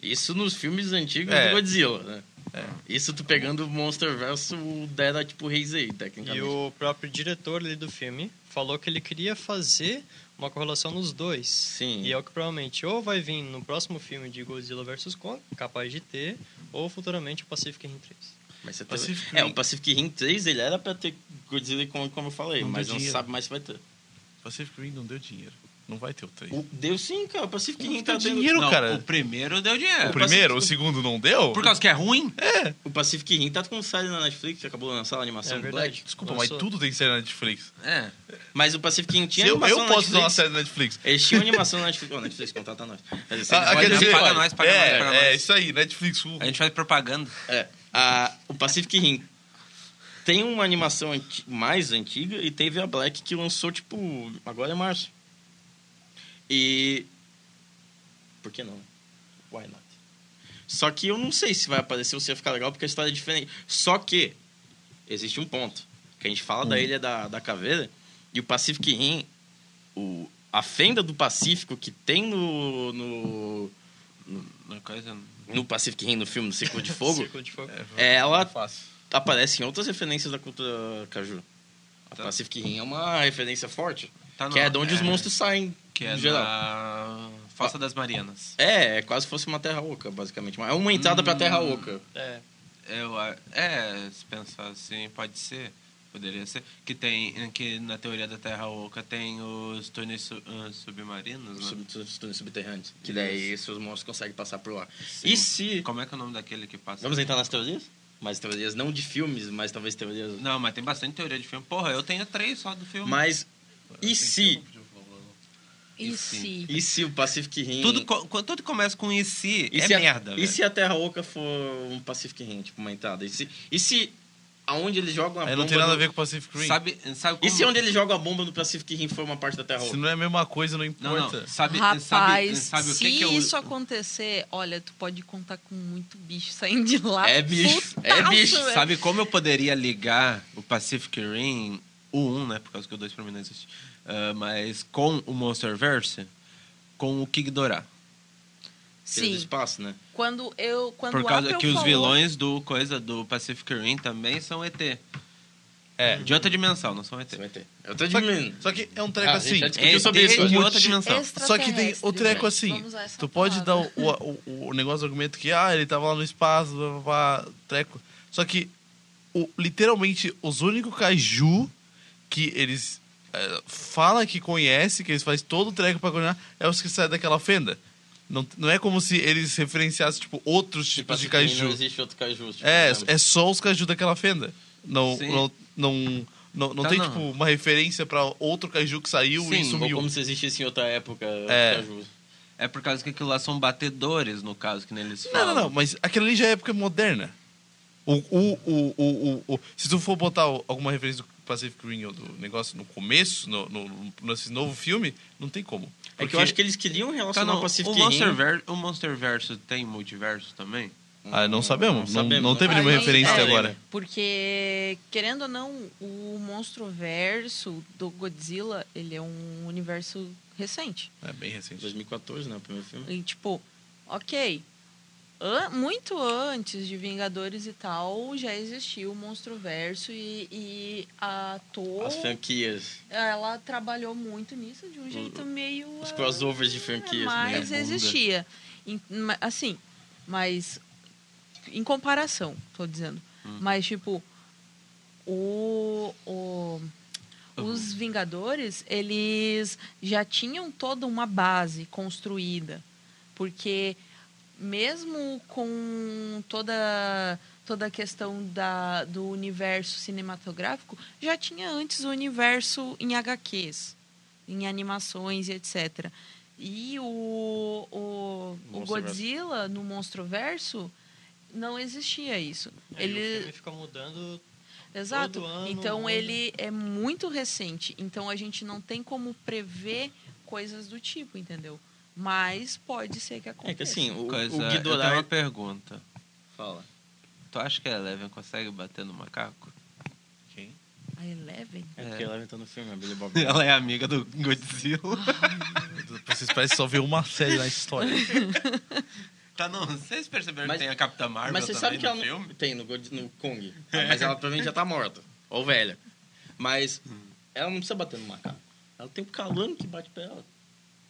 Isso nos filmes antigos É. do Godzilla, né? Isso tu pegando o Monster vs. o da era tipo Reis aí, E tecnicamente. o próprio diretor ali do filme falou que ele queria fazer uma correlação nos dois. Sim. E é o que provavelmente ou vai vir no próximo filme de Godzilla vs. Kong, capaz de ter, ou futuramente o Pacific Rim 3. Mas você tem- Pacific É, Rim- o Pacific Rim 3, ele era pra ter Godzilla e Kong, como eu falei, Não mas deu não dinheiro. sabe mais se vai ter. Pacific Rim não deu dinheiro. Não vai ter o 3. O- Deu sim, cara. O Pacific Rim deu tá tendo... dinheiro, Não, cara. O primeiro deu dinheiro. O primeiro, o segundo não deu? Por causa que é ruim? O Pacific Rim tá com série na Netflix, acabou de lançar a animação É do verdade. um Black. Desculpa, mas Lançou. tudo tem série na Netflix. É. Mas o Pacific Rim tinha Se eu, animação eu na posso fazer uma Netflix. série na Netflix. Eles tinham animação na Netflix. Ô, Netflix, contrata nós. assim, Quer dizer, Ah, pode- quer dizer, paga olha, nós, paga é, nós, paga é nós. isso aí, Netflix. uh, A gente faz propaganda. É, a- o Pacific Rim tem uma animação anti- mais antiga e teve a Black que lançou, tipo, agora é março. E. Por que não? Why not? Só que eu não sei se vai aparecer ou se vai ficar legal, porque a história é diferente. Só que existe um ponto. Que a gente fala da Ilha da, da Caveira e o Pacific Rim, o, a fenda do Pacífico que tem no, no, Uma coisa... no Pacific Rim, no filme do Círculo de Fogo, Círculo de fogo. É, ela Fácil. aparece em outras referências da cultura caju. A Tá. Pacific Rim é uma referência forte, Tá que é na- de onde os monstros saem, Que é em geral. na Fossa das Marianas. É, é quase se fosse uma terra oca, basicamente. É uma entrada pra terra Hum, oca. É, Eu, a- é, se pensar assim, pode ser. Poderia ser. Que tem... Que na teoria da Terra Oca tem os túneis su- ah, submarinos, né? Sub, sub, sub- subterrâneos. Que daí seus monstros conseguem passar por lá. Sim. E se... Como é que é o nome daquele que passa... Vamos entrar nas teorias? Mas teorias não de filmes, mas talvez teorias... Não, mas tem bastante teoria de filme. Porra, eu tenho três só do filme. Mas... E se... E, E se? E se o Pacific Rim... Tudo, co- quando tudo começa com e se, E é se a, merda, E velho. se a Terra Oca for um Pacific Rim, tipo, uma entrada? E se... E se aonde eles jogam a Aí bomba... não tem nada a no- ver com Pacific Rim. Sabe, sabe como... E se onde ele joga a bomba no Pacific Rim foi uma parte da Terra Se Oca? não é a mesma coisa, não Não, importa. não. Sabe, Rapaz, sabe, sabe o se que que eu... isso acontecer, olha, tu pode contar com muito bicho saindo de lá. É bicho, Putaço, é bicho, velho. Sabe como eu poderia ligar o Pacific Rim, o 1, né? Por causa que o 2 pra mim não existe. ah, mas com o Monsterverse, com o Kid Ghidorah. Sim. Do Sim, espaço, né? quando eu... Quando Por o causa Apple que os falou- vilões do coisa do Pacific Rim também são ET. É. De outra dimensão, não são ET. Você vai ter. Eu tô Só diminuindo. que, só que é um treco Ah, assim. gente, É Eu soube ET isso, de eu- outra dimensão. Só que tem o treco Extraterrestre, assim. vamos usar essa Tu pode dar palavra. o, o, o- o negócio do argumento que, ah, ele tava lá no espaço, blá, blá, blá, treco. Só que, o, literalmente, os únicos caju que eles eh, fala que conhece, que eles fazem todo o treco pra conhecer, é os que saem daquela fenda. Não, não é como se eles referenciassem, tipo, outros tipos de Pacific Rim assim, Não caju. existe outro caju. tipo, É, né? é só os caju daquela fenda. Não, Sim. não, não, não, não Tá, tem, não. tipo, uma referência pra outro caju que saiu Sim, e Ou sumiu. como se existisse em outra época outro É. caju. É por causa que aquilo lá são batedores, no caso, que neles Não, falam. não, não, mas aquilo ali já é época moderna. O, o, o, o, o- o- se tu for botar o- alguma referência do Pacific Rim ou do negócio no começo, no, no- no- nesse novo filme, não tem como. É que eu acho que eles queriam Tá, relacionar não, o Pacific o, Rim. Monsterver, o Monsterverso tem multiverso também? Ah, não sabemos. Não, sabemos, não né? teve nenhuma Aí, referência até é, agora. Porque, querendo ou não, o Monstroverso do Godzilla, ele é um universo recente. É bem recente. 2014, né? O primeiro filme. E, tipo, ok, an- muito antes de Vingadores e tal, já existia o Monstroverso e, e a Toa, As franquias. ela trabalhou muito nisso de um jeito meio... Os ah, crossovers de franquias, né? Mas Bunda. existia. Em- ma- Assim, mas em comparação, tô dizendo. Hum. Mas, tipo, o, o- os Vingadores, eles já tinham toda uma base construída. Porque mesmo com toda toda a questão da, do universo cinematográfico, já tinha antes o universo em HQs, em animações e etc. E o, o, o Monsterverso. Godzilla no Monstroverso não existia isso. Ele... o Ele, filme fica mudando Exato. Todo ano né? então muda. ele é muito recente. Então a gente não tem como prever coisas do tipo, entendeu? Mas pode ser que aconteça. É que assim, o, Coisa, o é- Guido eu tenho uma Arari... pergunta. Fala. Tu acha que é a Eleven consegue bater no macaco? A Eleven? É É. porque ela entrou no filme, a Billy Bob. Ela é amiga do Godzilla. Vocês parecem só ver uma série na história. Tá, não, vocês perceberam Mas- que tem a Capitã Marvel Mas você também sabe que no ela filme? não... tem no, God- no Kong. Mas ela provavelmente já tá morta. Ou velha. Mas ela não precisa bater no macaco. Ela tem o calango que bate pra ela.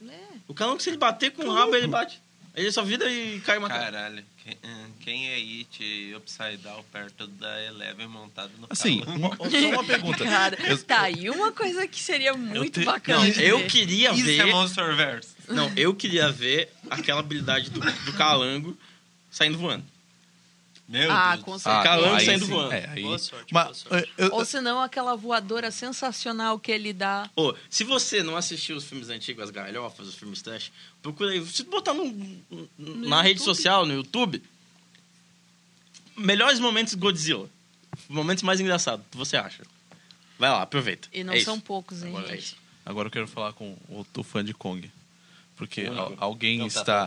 É. O calango, se ele bater com o rabo, ele bate. Ele só vira e cai o macaco. Caralho, quem, hum, quem é It e Upside Down perto da Eleven montado no Assim, carro? uma- só uma pergunta. Cara, Eu- tá, e uma coisa que seria muito te- bacana. Não, de eu ver. queria Isso ver... é Monsterverse. Não, eu queria ver aquela habilidade do, do calango saindo voando. Meu Ah, Deus. com Ah, certeza. Calango aí saindo sim, voando. é, aí- Boa sorte, boa Mas, sorte. eu- assim, Ou senão aquela voadora sensacional que ele dá. Ô, se você não assistiu os filmes antigos, as galhofas, os filmes trash, procura aí. Se botar no- na rede YouTube? social, no YouTube, melhores momentos Godzilla. Momentos mais engraçados, você acha? Vai lá, aproveita. E não É isso. são poucos, hein, Agora é gente? isso. Agora eu quero falar com outro fã de Kong. Porque Único. al- alguém Não tá. está.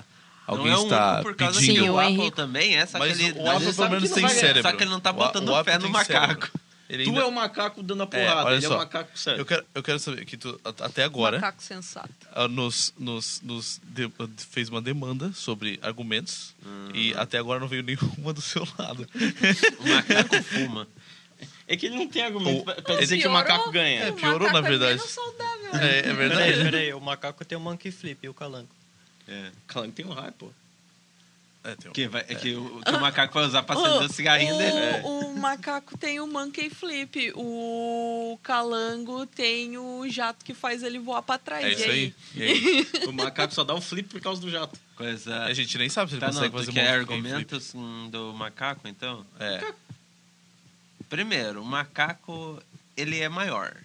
Não Alguém é um está único por causa pedindo. Sim, que o o Apple Henrique. também é, só Mas que ele... o Apple ele pelo sabe menos que não tem vai ganhar. cérebro. Só que ele não tá O- botando o Apple fé no tem macaco. cérebro. Ele Tu ainda- é o macaco dando a É, porrada, olha ele é só. o macaco sério. eu, quero, eu quero saber que tu, at- até agora, Macaco sensato. ah, nos, nos, nos de- fez uma demanda sobre argumentos Hum. e até agora não veio nenhuma do seu lado. O macaco fuma. É que ele não tem argumento O- pra- pra dizer que o Piorou. macaco ganha. É, piorou, macaco na É verdade. menos saudável. né? é, é Peraí, verdade. peraí, o macaco tem o monkey flip e o calango. É. Calango tem um raio, pô. É, tem um- Que, vai, que o, que o macaco vai usar pra acender o um cigarrinho o, dele. é. o macaco tem o monkey flip, o calango tem o jato que faz ele voar pra trás. é isso e aí. E aí? O macaco só dá um flip por causa do jato. Coisa... A gente nem sabe se ele Tá, não, consegue tu fazer quer um monte de flip. argumentos hum, do macaco, então? É. Primeiro, o macaco, ele é maior.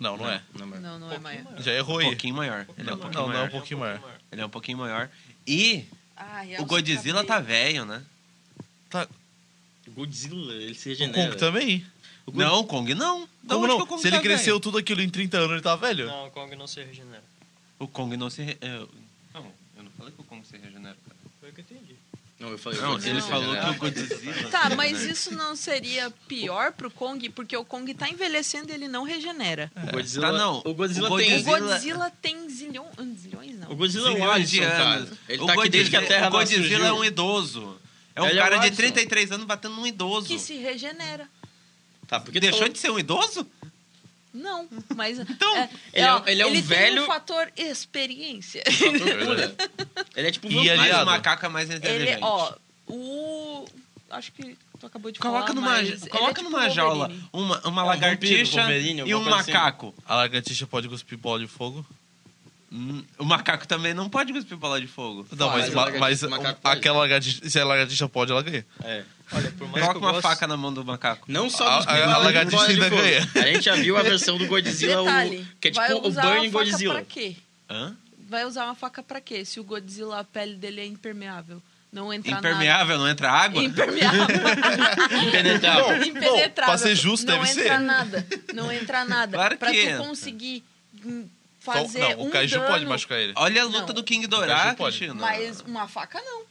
Não, não é. Não, mas... Não, não é maior. Já errou Um aí. pouquinho maior. Ele é um Não, pouquinho não, maior. um pouquinho maior. Ele é um pouquinho maior. E Ai, o Godzilla tá velho, né? Tá, O Godzilla, ele se o regenera. Kong também. O Godzilla- Não, o Kong não. Da Como onde não? que o Kong se ele tá cresceu velho? tudo aquilo em 30 anos, ele tá velho? Não, o Kong não se regenera. O Kong não se... re- é, Não, eu não falei que o Kong se regenera. cara. Foi o que eu entendi. Não, eu falei. o Não, Godzilla ele se falou que regenera. o Godzilla... Tá, se mas regenera. isso não seria pior pro Kong? Porque o Kong tá envelhecendo e ele não regenera. O Godzilla, Tá, não. É. O Godzilla O tem. O Godzilla- Godzilla tem zilhão... um zilhões, não. O Godzilla é o Zilhões Alisson, de cara. anos. Ele O tá aqui desde que a Godzilla- Terra O Godzilla é um surgiu. idoso. É um Ele é o cara de Alisson. 33 anos batendo num idoso. Que se regenera. Tá, porque Deixou deixou de ser um idoso? Não, mas... Então, é, ele é um- ó, ele é um tem velho- um fator experiência. um É Ele é tipo um E vampiro. Mas aliado. o macaco é mais inteligente. Ele, ó, o... Acho que tu acabou de Coloca falar, numa, mas ele coloca é tipo numa jaula Wolverine. É uma, uma um lagartixa vampiro, Wolverine, e um alguma coisa assim. macaco. A lagartixa pode cuspir bola de fogo? Hum, O macaco também não pode cuspir bola de fogo. Tipo, Não, Faz, mas, ma- a lagartixa- mas o macaco um- pode. aquela lagartixa, se a lagartixa pode, ela ganha. Então, É. Olha, por mais Coloca que eu uma goste... faca na mão do macaco. Não só A- dos a- a primeiros, mas lagartixa bola de ainda fogo. ganha. A gente já viu a versão do Godzilla, Detalhe, o, que é vai tipo o usar Burning uma faca Godzilla. Pra quê? Hã? Vai usar uma faca pra quê? Se o Godzilla, a pele dele é impermeável. Não entrar Impermeável, não entra água? nada. Impermeável. Impenetrável. Impenetrável. pra ser justo, não deve entra ser. nada. Não entra nada. Claro pra que tu entra. conseguir hum, Só- fazer não, um o caju dano, pode machucar ele. Olha a luta Não. do King Caju Dourá, pode. Cristina. Mas uma faca não.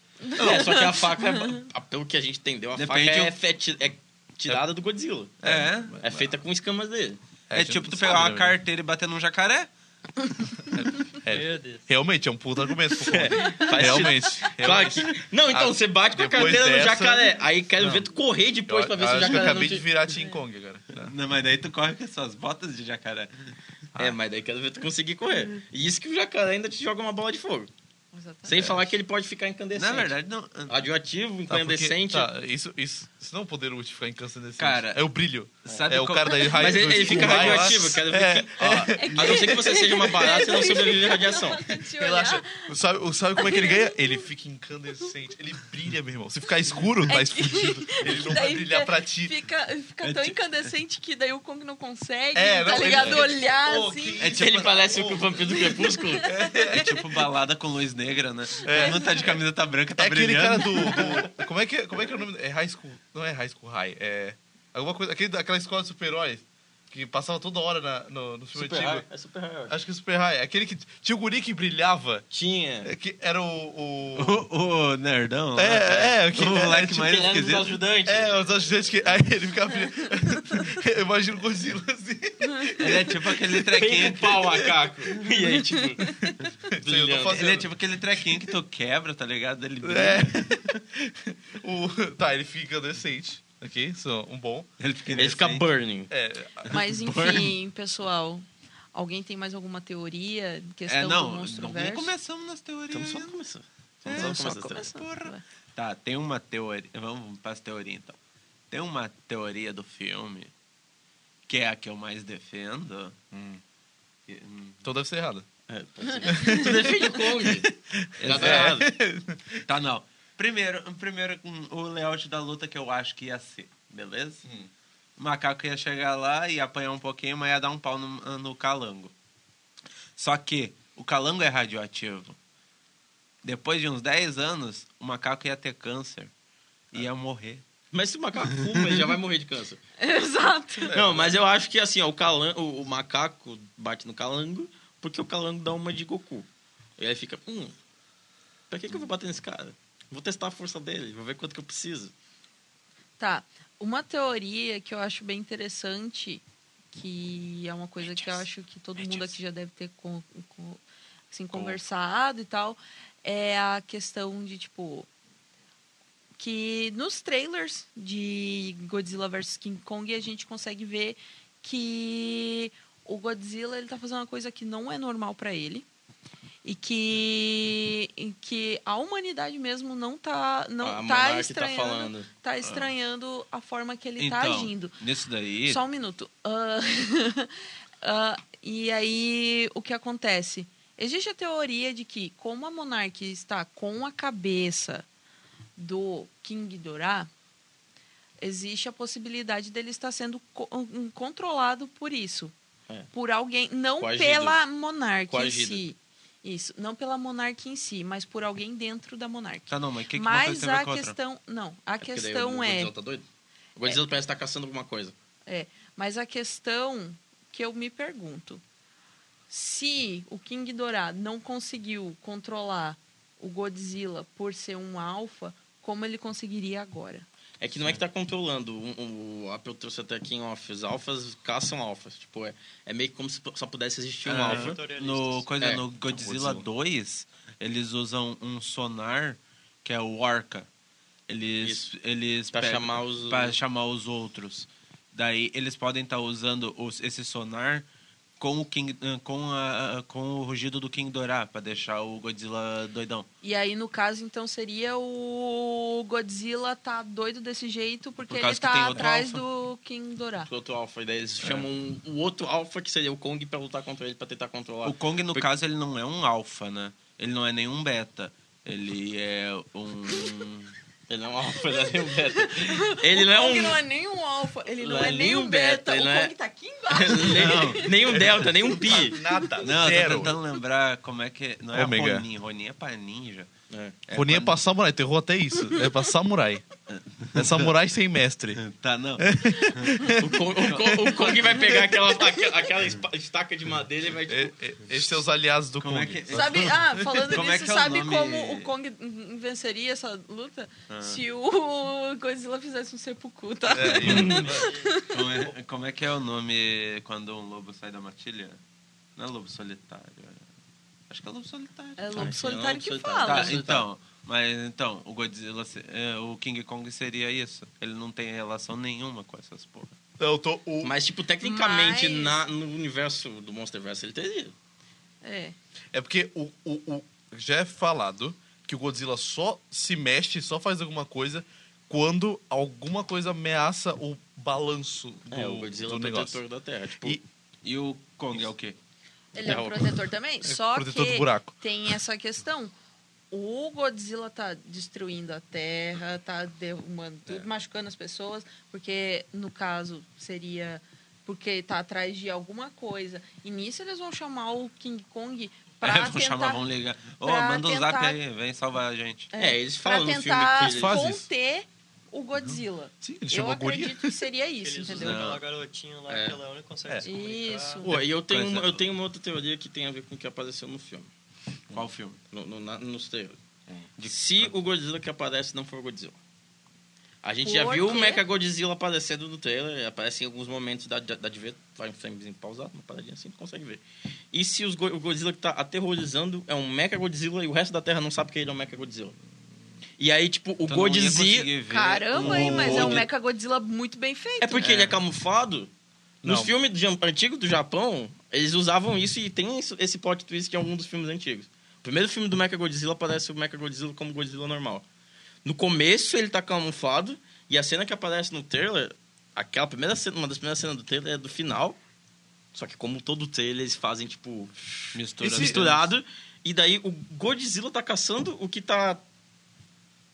É, só que a faca, a- pelo que a gente entendeu, a Depende faca é, o- feti- é tirada do Godzilla. É. É feita com escamas dele. É, a gente tipo não tu sabe, pegar uma né, velho? carteira e bater num jacaré. É, Meu Deus. realmente, é um puta argumento. Cocô. Faz realmente. Claro realmente. que... Não, então, Ah, você bate com a depois carteira no dessa- jacaré. Aí quero Não. ver tu correr Eu, depois pra eu, ver se o acho que eu jacaré não acabei de te... Tá virar Team Kong agora. Tá, Não, mas daí tu corre com as suas botas de jacaré. Ah. É, mas daí quero ver tu conseguir correr. E isso que o jacaré ainda te joga uma bola de fogo. Exatamente. Sem falar que ele pode ficar incandescente. é Na verdade, não. Radioativo, Tá, porque- incandescente. tá, isso, isso, isso não é um poder útil ficar em câncer decente. Cara, é o brilho. sabe é o qual- cara da tipo, raio tá Mas ele, do ele fica Skull Rider. radioativo, quero É. ver que... Ah. Ó, a não ser que você seja uma barata, você não sobrevive à radiação. Relaxa. Sabe, sabe como é que ele ganha? Ele fica incandescente. Ele brilha, meu irmão. Se ficar escuro, É tá escondido. Ele não vai Daí brilhar pra ti. Fica, fica tão incandescente que daí o Kong é tipo- não consegue, É, tá não, ele- ligado? ele- Olhar Pô, assim. que- É tipo, Ele parece um o vampiro do crepúsculo. é tipo balada com luz negra, né? É. Não tá de camiseta branca, tá É aquele brilhando. cara do, do- Como é que como é que é o nome? É High School. Não é High School High. É. Alguma coisa. Aquele, da- aquela escola de super-heróis que passava toda hora na- no, no filme Super antigo. High. É super High. Acho que é Super High. Aquele que. Tinha o guri que brilhava. Tinha. é, Que era o. o- O, o nerdão. lá, cara. É, é, o que. O era moleque tipo- mais Ele era um dos esquisito. ajudantes. É, os ajudantes que. Aí ele ficava. brilhando. Eu imagino o Godzilla assim. Ele é tipo aquele Vem trequinho. com um pau, macaco. E aí, tipo... Isso aí eu tô Brilhando. fazendo. Ele é tipo aquele trequinho que tu quebra, tá ligado? Ele brilha. É. O- tá, ele fica decente. Ok? Isso, um bom. Ele fica, Ele fica indecente. burning. É. Mas enfim, pessoal. Alguém tem mais alguma teoria? Questão É, não, do não monstro nem verso? começamos nas Então teorias. Estamos só ainda. começando. É, Estamos só só começando. começando. então. Porra. Tá, tem uma teoria. Vamos para as teorias então. Tem uma teoria do filme que é a que eu mais defendo. que- hum, Então deve ser errado. É, pode ser. tu defende o Kong. Já tá é- errado. Tá, não. Primeiro, primeiro hum, o layout da luta que eu acho que ia ser, beleza? Hum. O macaco ia chegar lá e apanhar um pouquinho, mas ia dar um pau no, no calango. Só que o calango é radioativo. Depois de uns 10 anos, o macaco ia ter câncer. Ia morrer. Mas se o macaco fuma, ele já vai morrer de câncer. Exato. Não, mas eu acho que assim, ó, o, calan... o, o macaco bate no calango porque o calango dá uma de Goku. E aí fica, hum, pra que, que eu vou bater nesse cara? Vou testar a força dele, vou ver quanto que eu preciso. Tá. Uma teoria que eu acho bem interessante, que é uma coisa que eu acho que todo mundo aqui já deve ter con- con- assim, conversado e tal, é a questão de, tipo, que nos trailers de Godzilla vs King Kong a gente consegue ver que o Godzilla ele tá fazendo uma coisa que não é normal para ele e que e que a humanidade mesmo não tá não a tá Monark tá estranhando falando. tá estranhando a forma que ele tá Então, agindo. Nisso daí. Só um minuto. Ah, ah, e aí, o que acontece? Existe a teoria de que, como a Monark está com a cabeça do King Dorá, existe a possibilidade dele estar sendo co- um- controlado por isso. É. Por alguém, não Coagido. pela Monark Coagido. em si. Isso, não pela Monark em si, mas por alguém dentro da Monark. Tá, não, mas o que, que uma coisa mas tem a ver a com a outra? questão, não, a É porque daí questão o é Godzilla tá doido? O Godzilla parece estar caçando alguma coisa. Mas a questão que eu me pergunto, se o King Dourado não conseguiu controlar o Godzilla por ser um alfa, como ele conseguiria agora? É que não é que tá controlando. O, o, a que eu trouxe até aqui em off. Os alfas caçam alfas. Tipo, é, é meio que como se só pudesse existir um Ah, alfa. No, coisa, É. no Godzilla Godzilla. 2, eles usam um sonar que é o Orca. Eles, Isso. eles Pra pegam- chamar os- pra chamar os outros. Daí eles podem estar usando os- esse sonar com o King, ah, com, a- com o rugido do King Dorá pra deixar o Godzilla doidão. E aí, no caso, então, seria o Godzilla tá doido desse jeito porque Por causa ele que tem tá outro atrás alfa. do King Dourado. Pro outro alfa. E daí É. eles chamam um, o outro alfa, que seria o Kong, pra lutar contra ele, pra tentar controlar. O Kong no Porque- caso ele não é um alfa, né? Ele não é nenhum beta. Ele é um Ele não é um alfa, ele é um beta. Ele não é Kong um... não é nem um alfa, ele não Não é, é nem nem um um beta, beta. ele O não é- Kong tá aqui nem, nem um delta, nem um pi. Nada, Não, eu tô zero. tentando lembrar como é que. Não é Ômega. Ronin, Ronin é pra ninja. É. É Ronin é quando- pra samurai, terror até isso. É pra samurai. É samurai sem mestre. Tá, não. O, Kong- o Kong- o Kong vai pegar aquela, aquela, aquela espa- estaca de madeira e vai, tipo, É, é, esses são os aliados do Como Kong. é que- Sabe, ah, falando Como é nisso, que é o sabe nome? Ah. como o Kong venceria essa luta? Se o Godzilla fizesse um seppuku, tá? É, e- Como é, como é que é o nome quando um lobo sai da matilha? Não é lobo solitário. é- Acho que é lobo solitário. É Ah, lobo sim, é lobo solitário que solitário. fala. Tá, então. Mas então, o Godzilla. se- é, o King Kong seria isso. Ele não tem relação nenhuma com essas porra. Não, Então, eu tô- o- Mas, tipo, tecnicamente, Mas- na- no universo do Monsterverse, ele teria. É. É porque o, o- o- já é falado que o Godzilla só se mexe, só faz alguma coisa quando alguma coisa ameaça o balanço do, É, o Godzilla é do o negócio. protetor da Terra. Tipo, E- E o Kong é o quê? Ele é Não. um protetor também, só protetor que do buraco. tem essa questão. O Godzilla tá destruindo a Terra, tá derrumando É. tudo, machucando as pessoas, porque no caso seria porque tá atrás de alguma coisa. E nisso eles vão chamar o King Kong É, pra vou tentar chamar, vamos ligar. Ô, pra manda um zap tentar- aí, vem salvar a gente. é, eles pra falam no filme que tentar eles... Faz isso. conter o Godzilla. Sim, ele Eu chama acredito Goria. que seria isso, Eles entendeu? usam aquela garotinha lá, É. que ela é a única que consegue É. se comunicar. Isso. Pô, e eu tenho, Pois é. uma, eu tenho uma outra teoria que tem a ver com o que apareceu no filme. Qual filme? No, no, na, nos trailers. De- Se o Godzilla que aparece não for o Godzilla. A gente já Por viu o quê? Mecha Godzilla aparecendo no trailer. Aparece em alguns momentos, dá, dá dá de ver. Vai um framezinho pausado, uma paradinha assim, tu consegue ver. E se os Go- o Godzilla que tá aterrorizando é um Mecha Godzilla e o resto da Terra não sabe que ele é um Mecha Godzilla. E aí, tipo, o Tu Então não ia Godzilla... conseguir ver o- Caramba, hein, mas é um Godzilla. Mecha Godzilla muito bem feito. É porque É. ele é camuflado. Nos Não. filmes do Jam- antigos do Japão, eles usavam isso e tem isso- esse plot twist que é um dos filmes antigos. O primeiro filme do Mechagodzilla aparece o Mechagodzilla como Godzilla normal. No começo ele tá camuflado e a cena que aparece no trailer, aquela primeira cena, uma das primeiras cenas do trailer é do final. Só que como todo trailer eles fazem tipo Mistura. misturado e daí o Godzilla tá caçando o que tá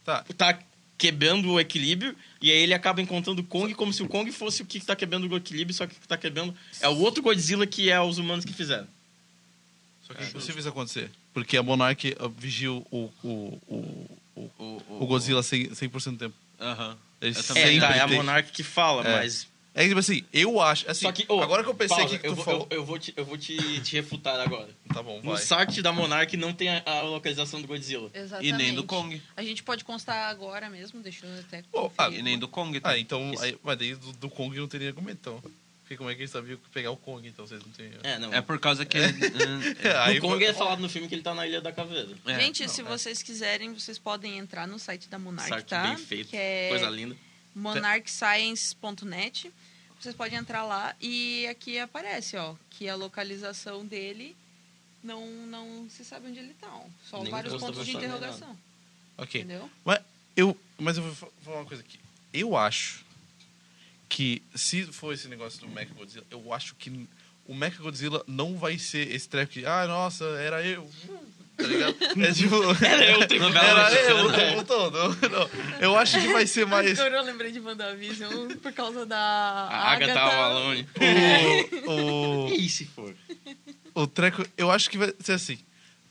Tá. tá quebrando o equilíbrio e aí ele acaba encontrando o Kong como se o Kong fosse o que tá quebrando o equilíbrio, só que o que tá quebrando é o outro Godzilla que é os humanos que fizeram. Só que é impossível isso acontecer. Porque a Monark ah, vigia o, o, o, o, O, o Godzilla 100%, 100 do tempo. Aham. Ele Eu É, também. sempre tá, é a tem. Monark que fala, É. mas É tipo assim, eu acho. Assim, só que ô, agora que eu pensei pausa, aqui que eu tu vou, falou. eu, eu vou te eu vou te, te refutar agora. Tá bom, No vai. site da Monark não tem a, a localização do Godzilla. E Exatamente. nem do Kong. A gente pode constar agora mesmo, deixa eu até. Pô, conferir. ah, E nem do Kong. tá? Ah, então. Aí, mas daí do, do Kong não teria como então. Porque como é que eles sabiam pegar o Kong, então vocês não têm. É, não. É por causa que. ele- É, aí o Kong foi- é falado no filme que ele tá na Ilha da Caveira. é, gente, não, se é. vocês quiserem, vocês podem entrar no site da Monarch, Site tá? bem feito, que é coisa linda. monarchscience.net. Vocês podem entrar lá e aqui aparece, ó, que a localização dele não, não se sabe onde ele tá. ó. Só Nem vários custa pontos de mostrar, né, interrogação, Ok. entendeu? Mas eu, mas eu vou fa- falar uma coisa aqui. Eu acho que se for esse negócio do Mecha Godzilla, eu acho que o Mecha Godzilla não vai ser esse trap que, ah, nossa, era eu. Tá ligado? É tipo. era eu, Novela era eu, mexicana. o tempo todo. Não, Eu acho que vai ser mais. Agora eu lembrei de WandaVision um por causa da É, A Agatha Alone. O, E se for? o, o treco. Eu acho que vai ser assim.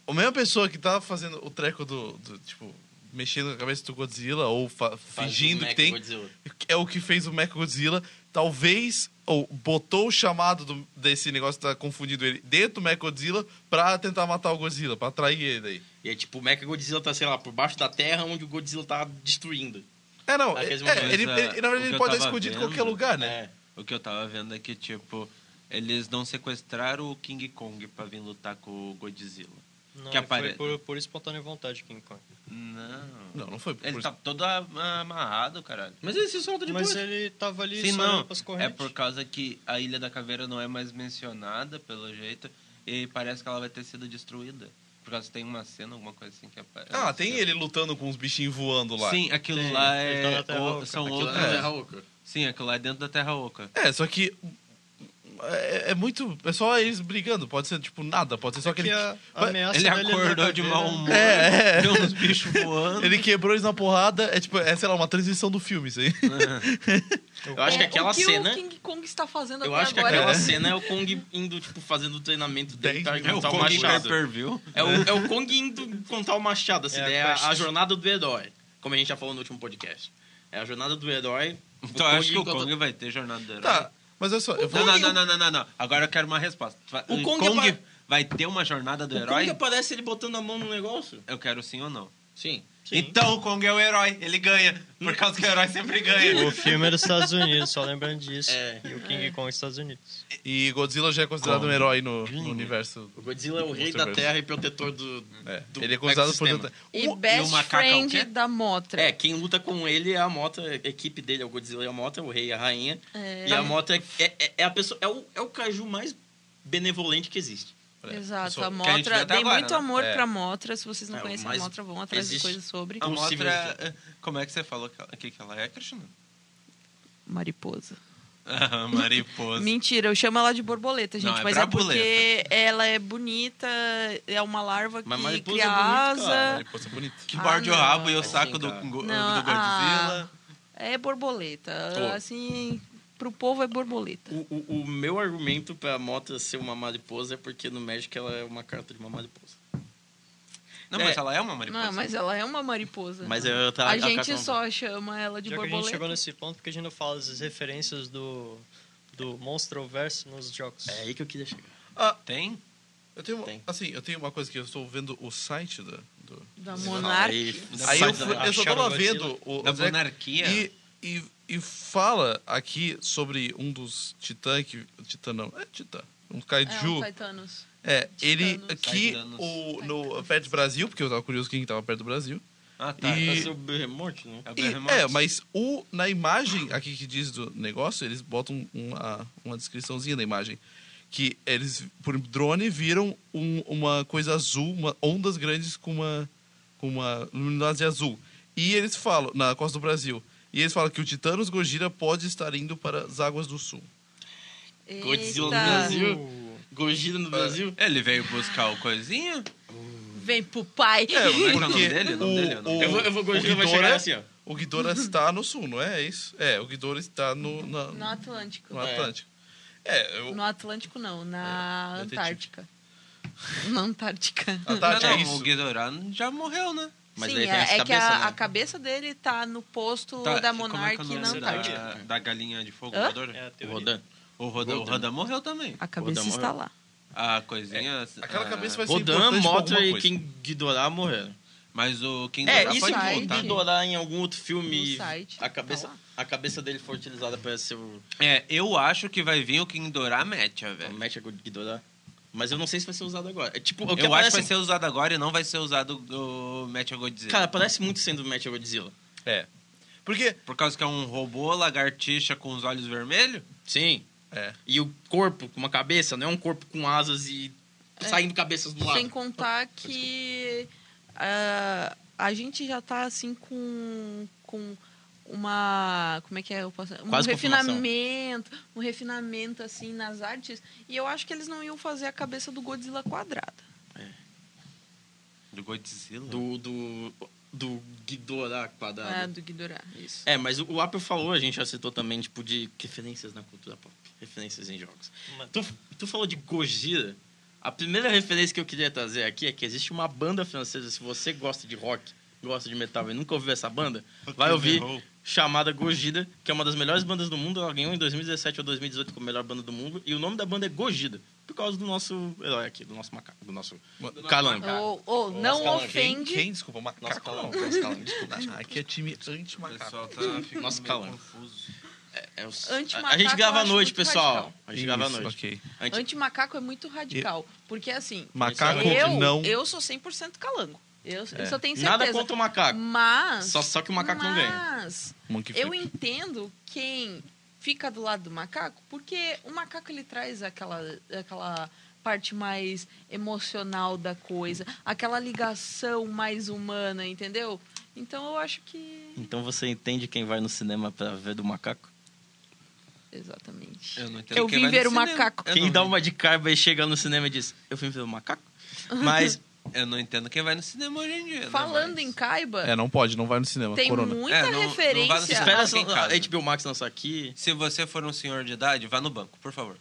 A mesma pessoa que tava fazendo o treco do. do, tipo, mexendo na cabeça do Godzilla ou fa- fingindo que tem. Godzilla. é o que fez o Mechagodzilla, talvez ou botou o chamado do- desse negócio que tá confundindo ele dentro do Mechagodzilla pra tentar matar o Godzilla, pra atrair ele aí. E é tipo, o Mecha Godzilla tá, sei lá, por baixo da terra onde o Godzilla tá destruindo. É, não, é, Aqueles é, momentos, ele, é, ele- o que na verdade ele eu pode tava estar escondido em vendo, qualquer lugar, né? Né? O que eu tava vendo é que, tipo, eles não sequestraram o King Kong pra vir lutar com o Godzilla. Não, Que ele apare- foi por, por espontânea vontade, King Kong. Não. Não, não foi. Por... Ele tá todo a- amarrado, caralho. Mas ele se solta depois. Mas ele tava ali Sim, só não. olhando pras É correntes. por causa que a Ilha da Caveira não é mais mencionada, pelo jeito, e parece que ela vai ter sido destruída. Por causa que tem uma cena, alguma coisa assim que aparece. Ah, tem ele lutando com uns bichinhos voando lá. Sim, aquilo Tem, lá ele é. tá na Terra o- Oca. são Aquilo outros. é terra oca. Sim, aquilo lá é dentro da Terra Oca. É, só que é, é muito. É só eles brigando. Pode ser, tipo, nada. Pode ser só aquele. É que a Mas- ameaça Ele dele é né? acordou de verdadeira. mau humor, É, é. deu uns bichos voando. Ele quebrou eles na porrada. É tipo, é, sei lá, uma transmissão do filme, isso aí. Eu acho que É, aquela o que cena. O King Kong está fazendo Eu até acho que agora. aquela É. cena é o Kong indo, tipo, fazendo o treinamento dele Dez pra mil. É o montar o Kong machado. Pay-Per-View. É o, é o Kong indo contar o machado, assim, É a né? é a, quest. a jornada do herói. Como a gente já falou no último podcast. É a jornada do herói. o Então eu acho que o encontra- Kong vai ter jornada do herói. Tá, mas olha só. Eu vou... Não, não, não, não, não, não, não. Agora eu quero uma resposta. O um- O Kong, Kong apa- vai ter uma jornada do O Kong é herói? aparece ele botando a mão no negócio? Eu quero sim ou não. Sim. Sim. Então o Kong é o herói, ele ganha. Por causa que o herói sempre ganha. O filme é dos Estados Unidos, só lembrando disso. É. E o King Kong dos Estados Unidos. E Godzilla já é considerado um herói no, no Ganha. universo. O Godzilla é o rei da Monsterverse. Terra e protetor do. É, do ele é considerado por. ecossistema. E O- e o best macaco é o friend quê? da Motra. É, quem luta com ele é a Mota, a equipe dele é o Godzilla e a Mota, o rei e a rainha. É. E a Mota é, é, é a pessoa, é o, é o caju mais benevolente que existe. Exato, Pessoal, a que a gente vê Motra. até Dei agora, muito né? amor É. pra Motra. Se vocês não É, o conhecem mais- a Motra, vão atrás existe- de coisas sobre. A Impossível mostra... Como é que você falou que ela, que que ela é, Cristina? Mariposa. Ah, mariposa. Mentira, eu chamo ela de borboleta, gente. Não, é mas é brabuleta. porque ela é bonita, é uma larva Mas que mariposa cria é bonito, asa. cara. Mariposa bonito. Que Ah, morde o rabo e o não. saco do, Assim, go- do Não, Godzilla. É borboleta. Ô. Assim, pro povo é borboleta. O, o, o meu argumento pra Mota ser uma mariposa é porque no Magic ela é uma carta de uma mariposa. Não, mas É. ela é uma mariposa. Não, mas ela é uma mariposa. Mas eu tá a a gente carta- só chama ela de Já que a gente borboleta. chegou nesse ponto, porque a gente não fala das referências do, do Monstroverse nos jogos. É aí que eu queria chegar. Tem? Eu tenho, uma- Tem. assim, eu tenho uma coisa que eu estou vendo o site da. do- Da Você fala monarca. aí, Aí sai da- eu, fui- eu só acharam tava Godzilla? vendo o. Da o Zé- monarquia? E, e, e fala aqui sobre um dos titãs que. Titã não, é titã. Um É, um kaiju. Caetanos. É, ele Titanos. aqui Titanos. o, no, perto do Brasil, porque eu tava curioso quem tava perto do Brasil. Ah, tá. E- Vai ser o Behemoth, né? É o E- Behemoth. é, mas o, na imagem aqui que diz do negócio, eles botam uma, uma descriçãozinha da imagem. Que eles, por drone, viram um- uma coisa azul, uma, ondas grandes com uma, com uma luminosidade azul. E eles falam, na costa do Brasil, e eles falam que o Titanos Gojira pode estar indo para as águas do sul. Godzilla no Eita. Brasil. É. Uh, Gojira no Brasil. Ele veio buscar o coisinho. Vem pro pai. como é que é o nome dele? O nome dele é o nome Eu vou, eu vou Gojira vai chegar assim, ó. O Ghidorah está no sul, não é isso? É, o Ghidorah está no, na- No Atlântico. no Atlântico. É, eu, No Atlântico, não. Na É, detetive. Antártica. Na Antártica. a Tati, não, é não, o isso. Ghidorah já morreu, né? Ah, Mas Sim, aí tem é, essa é que cabeça, a, né? a cabeça dele tá no posto Tá, da como é que é o Monark nome na da- Antártica. Da, da galinha de fogo Hã? voadora? é a O teoria. Rodan. O Rodan, o Rodan. Rodan morreu também. A cabeça Rodan está morreu. lá. A É. coisinha... Aquela a- cabeça Ah, vai ser Rodan, importante pra Mota alguma e coisa. King Ghidorah morreram. Mas o King É, Ghidorah e se pode sai, o voltar. gente. Ghidorah em algum outro filme No site, a cabeça, tá lá. a cabeça dele for utilizada para ser o É, eu acho que vai vir o King Ghidorah Mecha, o velho. Mecha Ghidorah. Mas eu não sei se vai ser usado agora. É tipo, o que É. Eu acho que aparece, vai ser usado agora e não vai ser usado do Mecha Godzilla. cara, parece muito sendo o Mecha Godzilla. É. Porque. Por causa que é um robô lagartixa com os olhos vermelhos? Sim. É. E o corpo com uma cabeça, não é um corpo com asas e saindo cabeças do lado. É. Sem contar que ah, a gente já tá assim com, com uma. Como é que é? Eu posso- Um Quase confirmação. refinamento. Um refinamento assim nas artes. E eu acho que eles não iam fazer a cabeça do Godzilla quadrada. Do Godzilla? Do do do Ghidorah Tá. quadrado. Ah, do Ghidorah. Isso. É, mas o- o Apple falou, a gente já citou também, tipo, de referências na cultura pop, referências em jogos. Mas- Tu, tu falou de Gojira. A primeira referência que eu queria trazer aqui é que existe uma banda francesa, se você gosta de rock, gosta de metal e nunca ouviu essa banda, vai ouvir chamada Gojira, que é uma das melhores bandas do mundo. Ela ganhou em 2017 ou 2018 como melhor banda do mundo. E o nome da banda é Gojira, por causa do nosso herói aqui, do nosso macaco, do nosso calango. Ou, ou não Nossa, Quem, ofende. quem? Desculpa, macaco. Nosso calango, não. nosso calango, desculpa. Ah, Aqui é time O anti-macaco. pessoal tá ficando Nossa, meio calma. confuso. É os- a, Antimacaco a gente grava eu à acho noite, muito pessoal. radical. A gente grava à Isso, noite. ok. Anti- Antimacaco é muito radical. Porque assim. Macaco eu, não. eu sou 100% calango. Eu, eu É. só tenho certeza. Nada contra o macaco. Mas. Só- só que o macaco não ganha. Mas. Monkey Eu flip. entendo quem fica do lado do macaco, porque o macaco ele traz aquela, aquela parte mais emocional da coisa, aquela ligação mais humana, entendeu? Então eu acho que. Então você entende quem vai no cinema pra ver do macaco? Exatamente. Eu não entendo Eu quem vim vai no ver o cinema. macaco. Eu Quem não dá vi. uma de caiba e chega no cinema e diz, eu fui ver o macaco? Mas eu não entendo quem vai no cinema hoje em dia. né, Falando mas- em Caiba, É, não pode, não vai no cinema. tem corona. muita É, não- não vá no referência. cinema. Espera fica em a casa. HBO Max lançar aqui. Se você for um senhor de idade, vá no banco, por favor.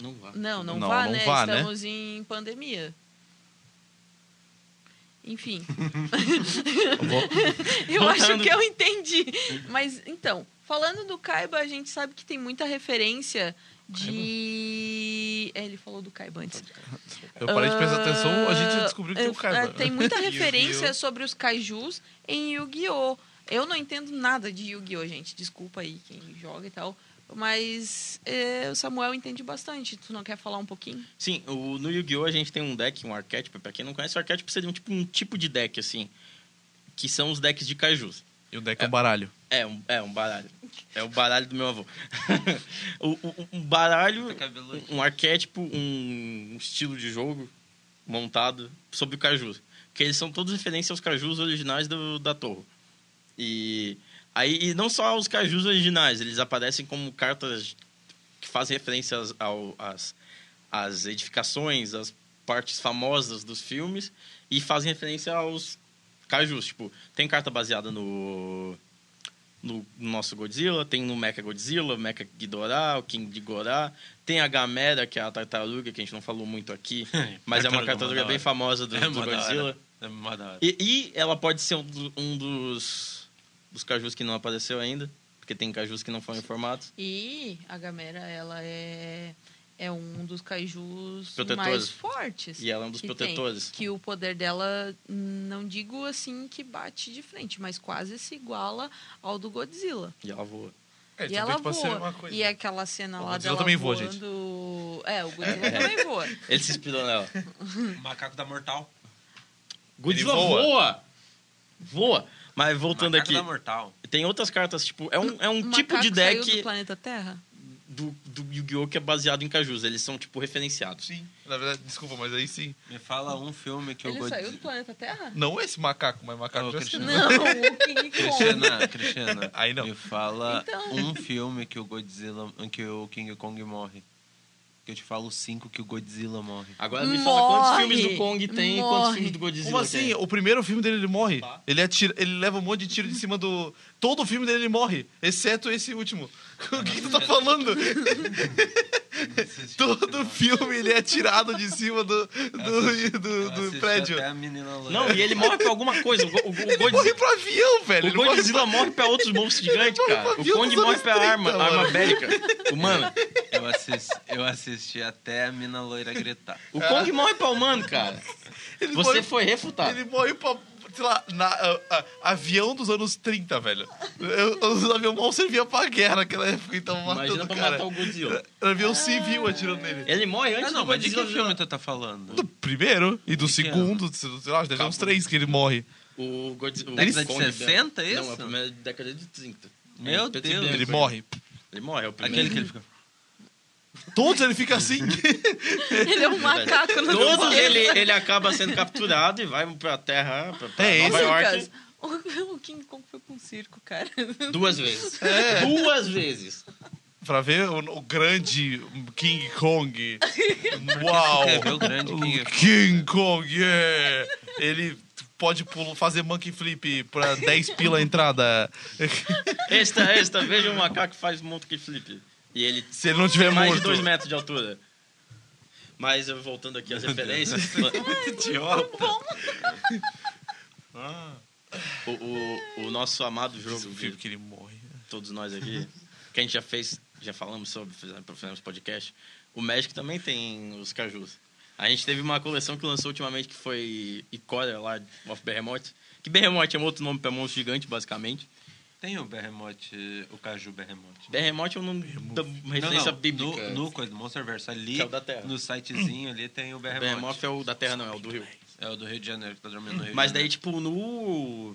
Não vá. Não, não, Não, vá, não né? vá, né? Estamos em pandemia. Enfim. eu acho que eu entendi. Mas, então, falando do Kaiba, a gente sabe que tem muita referência de... É, ele falou do Kaiba antes. Eu parei de prestar Ah, atenção, a gente descobriu que eh, o cara. eh, Tem muita referência Yu-Gi-Oh! sobre os kaijus em Yu-Gi-Oh! Eu não entendo nada de Yu-Gi-Oh, gente. Desculpa aí quem joga e tal. Mas eh, o Samuel entende bastante. Tu não quer falar um pouquinho? Sim, o- no Yu-Gi-Oh! a gente tem um deck, um arquétipo. Pra quem não conhece, o arquétipo seria um tipo, um tipo de deck, assim. Que são os decks de cajus. E o deck é um baralho. É um, é um baralho. É o baralho do meu avô. o, o- um baralho, Tá cabeludo. um arquétipo, um estilo de jogo montado sobre o caju. Que eles são todos referência aos cajus originais do- da Torre. E, aí, e não só aos cajus originais, eles aparecem como cartas que fazem referência às, ao- às- às edificações, às partes famosas dos filmes e fazem referência aos cajus. Tipo, tem carta baseada no no nosso Godzilla, tem no Mecha Godzilla, Mecha Ghidorah, o King de Gorá, tem a Gamera, que é a tartaruga, que a gente não falou muito aqui, mas é uma Tartaruga, tartaruga mó da bem hora. famosa do, É do mó da Godzilla. hora. É mó da hora. E, e ela pode ser um, do- um dos, dos cajus que não apareceu ainda, porque tem cajus que não foram informados. E a Gamera, ela é, é um dos kaijus Protetores. mais fortes. E ela é um dos que protetores. Tem, que o poder dela, não digo assim que bate de frente, mas quase se iguala ao do Godzilla. E ela voa. É, e ela voa. E é aquela cena O lá Godzilla dela também voa, gente. voando... É, o Godzilla também voa. Ele se inspirou nela. O macaco da Mortal. Godzilla voa. voa. voa! Mas voltando macaco aqui, da Mortal. tem outras cartas, tipo, é um, é um O tipo de macaco saiu deck do planeta Terra? do, do Yu-Gi-Oh! que é baseado em cajus. Eles são, tipo, referenciados. Sim, na verdade, desculpa, mas aí sim. Me fala um filme que Ele eu saiu do Godzilla... planeta Terra? Não esse macaco, mas macaco Ô, já Cristiano. assinou. Não, o King Kong. Cristiana, Cristiana, Aí não. me fala Então. um filme que o Godzilla, que o King Kong morre. Que eu te falo cinco que o Godzilla morre. Agora me fala quantos Morre! filmes do Kong tem e quantos Morre! filmes do Godzilla Como assim? tem. O primeiro filme dele ele morre. é. Tá. Ele, atira, ele leva um monte de tiro de cima do. Todo o filme dele ele morre, exceto esse último. O que tu tá falando? Todo filme ele é atirado de cima do, do, do, Eu do assisti prédio. até a menina loira. Não, e ele morre pra alguma coisa. O, Go- o, o Ele morre Godzilla, pro avião, velho. o Ele morre Godzilla morre pra outros monstros gigantes, morre cara. pra O avião Kong dos morre anos pra 30, arma, mano. arma bélica humana. Eu assisti, eu assisti até a mina loira gritar. O Kong morre pra humano, cara. É. Ele Você morre- foi refutado. Ele morre pra, sei lá, na, a- a- avião dos anos 30, velho. Eu- Os aviões mal serviam pra guerra naquela época, então Imagina matando pra o cara. É, matar o Godzilla. um Era avião civil atirando nele. Ele morre antes Ah, não, do mas de Godzilla. que filme tu tá falando? Do primeiro e do que é, segundo, sei lá, deve ter uns três que ele morre. O Godzilla. o Década de Kong, né? 60, é Não, isso? é a primeira década de É, 30. Meu Preto e Deus. branco Ele ainda. morre. Ele morre, é o primeiro. Aquele que ele fica. Todos ele fica assim. Ele é um macaco no Todos ele, ele acaba sendo capturado e vai pra terra, pra, pra É Nova isso, York. Lucas, o, o King Kong foi pra um circo, cara. Duas vezes. Duas vezes. pra ver o, o grande King Kong. Uau! Quer ver o É, grande King O King Kong, yeah! Ele pode pulo- fazer monkey flip pra 10 pila a entrada. Esta, esta, veja um macaco que faz um que flip. E ele Se ele não tiver tem mais de morto. dois metros de altura. Mas eu voltando aqui às referências. Idiota. o, o, o nosso amado Ah, Esse jogo de filme que ele morre. todos nós aqui, que a gente já fez, já falamos sobre, fizemos fizemos podcast. O Magic também tem os cajus. A gente teve uma coleção que lançou ultimamente que foi Icora lá, of Behemoth. Que Behemoth é um outro nome pra monstro gigante, basicamente. Tem o Behemoth, o Caju Behemoth. Behemoth é um nome da uma Não, referência não, bíblica. No, no coisa do Monsterverse, ali, Que é o da Terra. no sitezinho ali, tem o Behemoth. Behemoth é o da Terra, não, é o do Rio. é... o do Rio de Janeiro, que tá dormindo no Rio Mas de daí, Janeiro. tipo, no.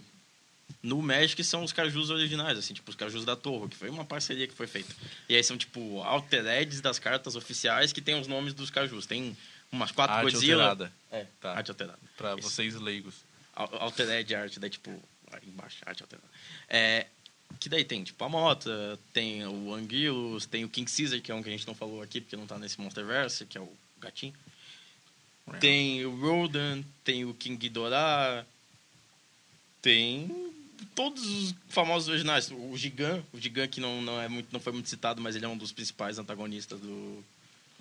No Magic são os cajus originais, assim, tipo, os cajus da Torre, que foi uma parceria que foi feita. E aí são, tipo, altereds das cartas oficiais que tem os nomes dos cajus. Tem umas quatro Arte Godzilla. alterada. É, Tá. arte alterada. Pra Isso. vocês leigos. né, Al- Altered arte, daí, tipo, aí embaixo, arte alterada. É, Que daí tem, tipo, a Mota, tem o Anguilos, tem o King Caesar, que é um que a gente não falou aqui porque não tá nesse Monsterverse, que é o gatinho. Tem o Rodan, tem o King Ghidorah, tem todos os famosos originais. O Gigan, o Gigan que não, não, é muito, não foi muito citado, mas ele é um dos principais antagonistas do,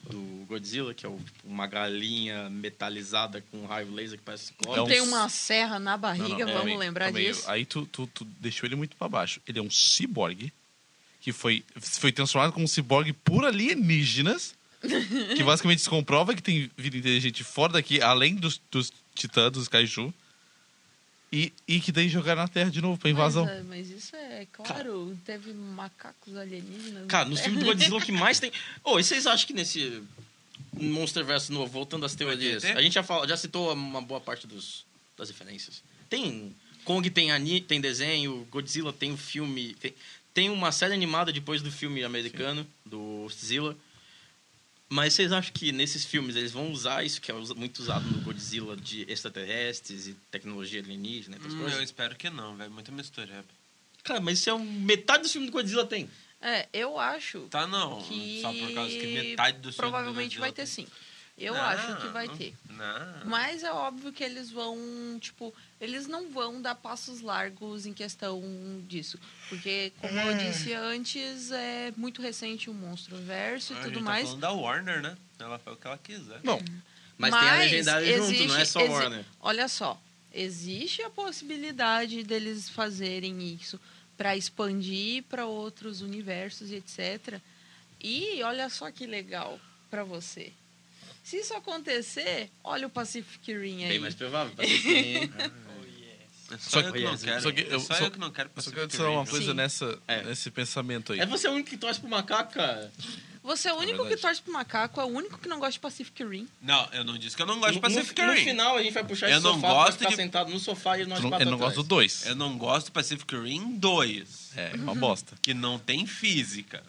do Godzilla, que é o, tipo, uma galinha metalizada com um raio laser que parece É clone. um Tem uma serra na Não, é não, barriga, calma vamos aí, lembrar calma aí. disso. Aí tu, tu, tu deixou ele muito pra baixo. Ele é um ciborgue que foi, foi transformado como um ciborgue por alienígenas. que basicamente se comprova que tem vida inteligente fora daqui, além dos, dos titãs, dos kaiju. E, e que daí jogaram na Terra de novo pra invasão. Mas, é, mas isso é claro, teve macacos alienígenas. Cara, no filme do Godzilla o que mais tem. Ô, e vocês acham que nesse Monsterverse novo, voltando às teorias, ter? a gente já, fala, já citou uma boa parte dos, das referências. Tem. Kong tem, ani, tem desenho, Godzilla tem o filme. Tem, tem uma série animada depois do filme americano, do Zilla. Mas vocês acham que nesses filmes eles vão usar isso que é usa- muito usado no Godzilla de extraterrestres e tecnologia alienígena e outras Hum, eu coisas? espero que não, velho. Muita mistura. Cara, mas isso é um, metade dos filmes do Godzilla tem. É, eu acho Tá não. que. Só por causa que metade dos filmes do Provavelmente vai Godzilla ter tem- sim. Eu Não, acho que vai não- ter. Não. Mas é óbvio que eles vão, tipo, eles não vão dar passos largos em questão disso. Porque, como eu disse antes, é muito recente o Monstro-Verso e Ah, a tudo gente mais. Tá falando da Warner, né? Ela faz o que ela quiser. Não, Mas, tem a Mas legendária junto, não é existe- só exi- Warner. Olha só, existe a possibilidade deles fazerem isso para expandir para outros universos e etc. E olha só que legal para você. Se isso acontecer, olha o Pacific Rim aí. Bem mais provável. pra assistir. Oh, yes. É Só só, eu que- que não só quero. que- é eu- só, só- eu que não quero eu só Pacific quero dizer uma Rim, coisa Sim. nessa, É. nesse pensamento aí. é você o único que torce pro macaco, cara. Você é o único que verdade. torce pro macaco, é o único que não gosta de Pacific Rim. Não, eu não disse que eu não gosto de No- no- Pacific no, Rim. final a gente vai puxar Eu esse não sofá, vai gosto ficar de- sentado no sofá e nós Tu não- quatro eu não atrás. gosto do dois. Eu não gosto de Pacific Rim 2, É, é uma bosta. que não tem física.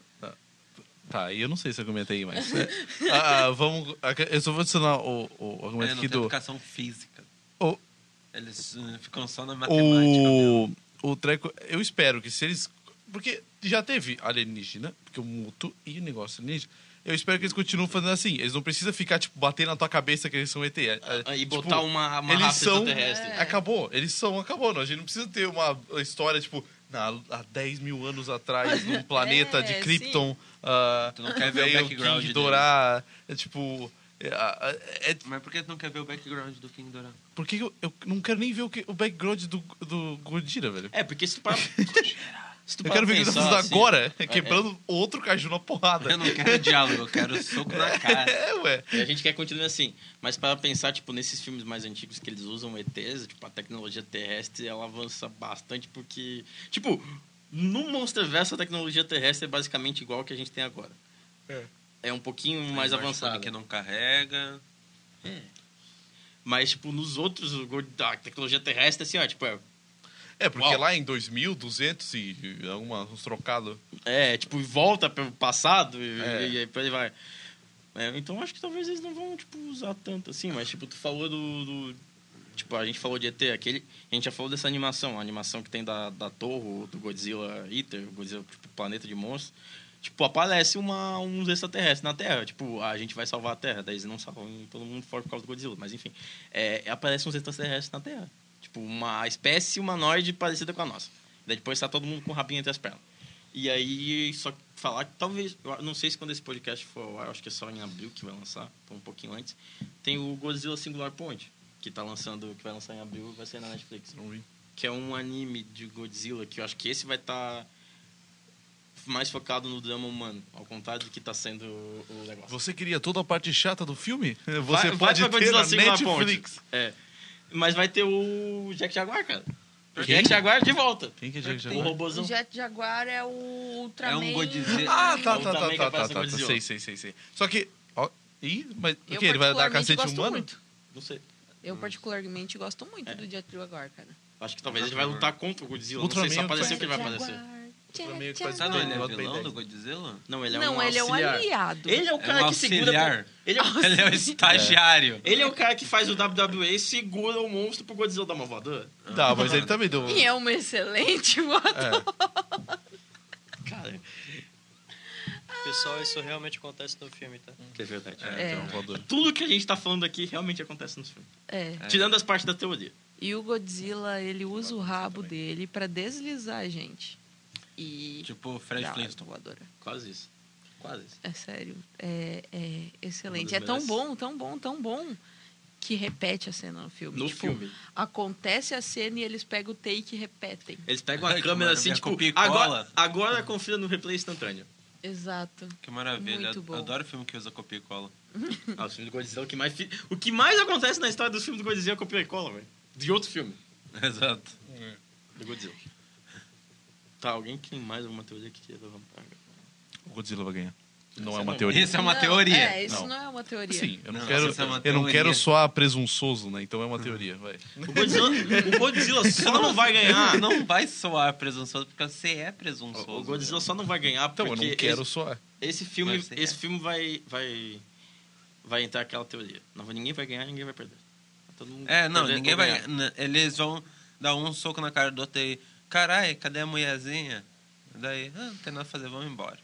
Tá, e eu não sei se eu comentei, mas. é. Ah, ah, vamos. Eu só vou adicionar o, o É, argumento não Um tem aqui do. educação física. O- Eles eh, ficam só na matemática. O, o treco. Eu espero que se eles. Porque já teve alienígena, porque o muto e o negócio é alienígena. Eu espero que eles continuem fazendo assim. Eles não precisam ficar, tipo, batendo na tua cabeça que eles são ET. É, é, Ah, E tipo, botar uma, uma eles raça são- extraterrestre. É. Acabou. Eles são, acabou. Não, a gente não precisa ter uma história, tipo, na, há 10 mil anos atrás, num planeta de sim. Krypton. ah, É, Tu não quer ver o veio background King deles. Dorá. É tipo. é, ah, é- é- Mas por que tu não quer ver o background do King Doran? por que que eu, eu não quero nem ver o, que- o background do, do Godzilla, velho? É, porque se tu parar... se tu Eu parar quero ver o que pra ele tá pensar, fazendo assim, agora, é, quebrando outro caju na porrada. Eu não quero diálogo, eu quero soco na cara. É, ué. E a gente quer continuar assim. Mas para pensar, tipo, nesses filmes mais antigos que eles usam ETs, tipo, a tecnologia terrestre, ela avança bastante porque... Tipo, no Monsterverse, a tecnologia terrestre é basicamente igual ao que a gente tem agora. É. É um pouquinho mais Smartphone avançada. Que não carrega. Mas, tipo, nos outros, o Gold- a tecnologia terrestre, assim, ó, tipo, é, É, porque Uau. lá em 2200 e alguma, uns trocados. é, tipo, e volta pelo passado e, É. e aí por aí vai. É, então, acho que talvez eles não vão, tipo, usar tanto, assim, mas, tipo, tu falou do... do- tipo, a gente falou de ET, aquele... A gente já falou dessa animação, a animação que tem da, da torre, do Godzilla Eater, o Godzilla, tipo, planeta de monstros. Tipo, aparece uma, uns extraterrestres na Terra. Tipo, a gente vai salvar a Terra. Daí eles não salvam todo mundo fora por causa do Godzilla. Mas, enfim. É, aparece uns extraterrestres na Terra. Tipo, uma espécie humanoide parecida com a nossa. Daí depois tá todo mundo com o rabinho entre as pernas. E aí, só falar que talvez... eu Não sei se quando esse podcast for ao ar, acho que é só em abril que vai lançar. Ou um pouquinho antes. Tem o Godzilla Singular Point. Que tá lançando... Que vai lançar em abril e vai sair na Netflix Não vi. que é um anime de Godzilla, que eu acho que esse vai estar mais focado no drama humano, ao contrário do que tá sendo o o negócio. Você queria toda a parte chata do filme? Você vai, pode vai pra ter Godzilla na Singular Netflix. Point. É. Mas vai ter o Jack Jaguar, cara. O Quem? Jack Jaguar de volta. Quem que é Jack O Jaguar? O robôzão. Jet Jaguar é o Ultraman. É um Godzilla. Ah, tá, Ou tá, tá, também que tá, tá, aparece tá, o tá. Godzilla. Sei, sei, sei, sei. Só que... Ó, ih, mas o Eu que? Ele vai particularmente dar cacete gosto humano? muito. Não sei. Eu particularmente gosto muito É. do Jet Jaguar, cara. Acho que talvez ele vai lutar contra o Godzilla. não Ultraman sei se é o que aparecer faz- que ele vai aparecer. Ultraman é que Jet faz Ah, não, Jaguar. ele é Bota bem vilão dez. do Godzilla? Não, né? ele é um Não, ele é um auxiliar. aliado. Ele é o É cara um que segura... auxiliar. Ele é o- Ele é o estagiário. Ele é o cara que faz o WWE e segura o Ah. monstro pro Godzilla dar uma voadora. Dá, mas ele também deu... E é um excelente voador. É. legal, isso realmente acontece no filme, tá? Que é verdade. É. Tem um voador. Tudo que a gente tá falando aqui realmente acontece nos filmes. É. Tirando as partes da teoria. E o Godzilla, ele usa o rabo também. dele pra deslizar a gente. E. Tipo Fred dá uma Flintstone. voadora. Quase isso. Quase isso. É sério. É, é excelente. Uma É das tão melhores. bom, tão bom, tão bom que repete a cena no filme. No Tipo, filme. Acontece a cena e eles pegam o take e repetem. Eles pegam a Ai, que câmera assim, maravilha, tipo, copia e agora, cola. agora confira no replay instantâneo. Exato. Que maravilha. Muito bom. Adoro filme que usa copia e cola. Ah, o filme do Godzilla, o que mais, fi- o que mais acontece na história dos filmes do Godzilla é copia e cola, velho. De outro filme, Exato. do Godzilla. Tá, alguém tem mais alguma teoria que queira levantar? O Godzilla vai ganhar. Não Essa é uma não. teoria. Isso é uma Não, teoria. É, isso Não. não, é uma teoria. Sim, eu não, Não, quero, isso é uma eu não teoria. quero soar presunçoso, né? Então é uma teoria, vai. O Godzilla, o Godzilla só não vai ganhar. Ah, Não vai soar presunçoso, porque você é presunçoso. O Godzilla só não vai ganhar Então, porque eu não quero esse, soar. esse filme, Mas sim, esse é. filme vai, vai, vai entrar aquela teoria. Não, vai- ninguém vai ganhar, ninguém vai perder. Todo mundo É, não, perder, ninguém vou vai. ganhar. n- Eles vão dar um soco na cara do outro e. Caralho, cadê a mulherzinha? Daí, ah, não tem nada a fazer, vamos embora.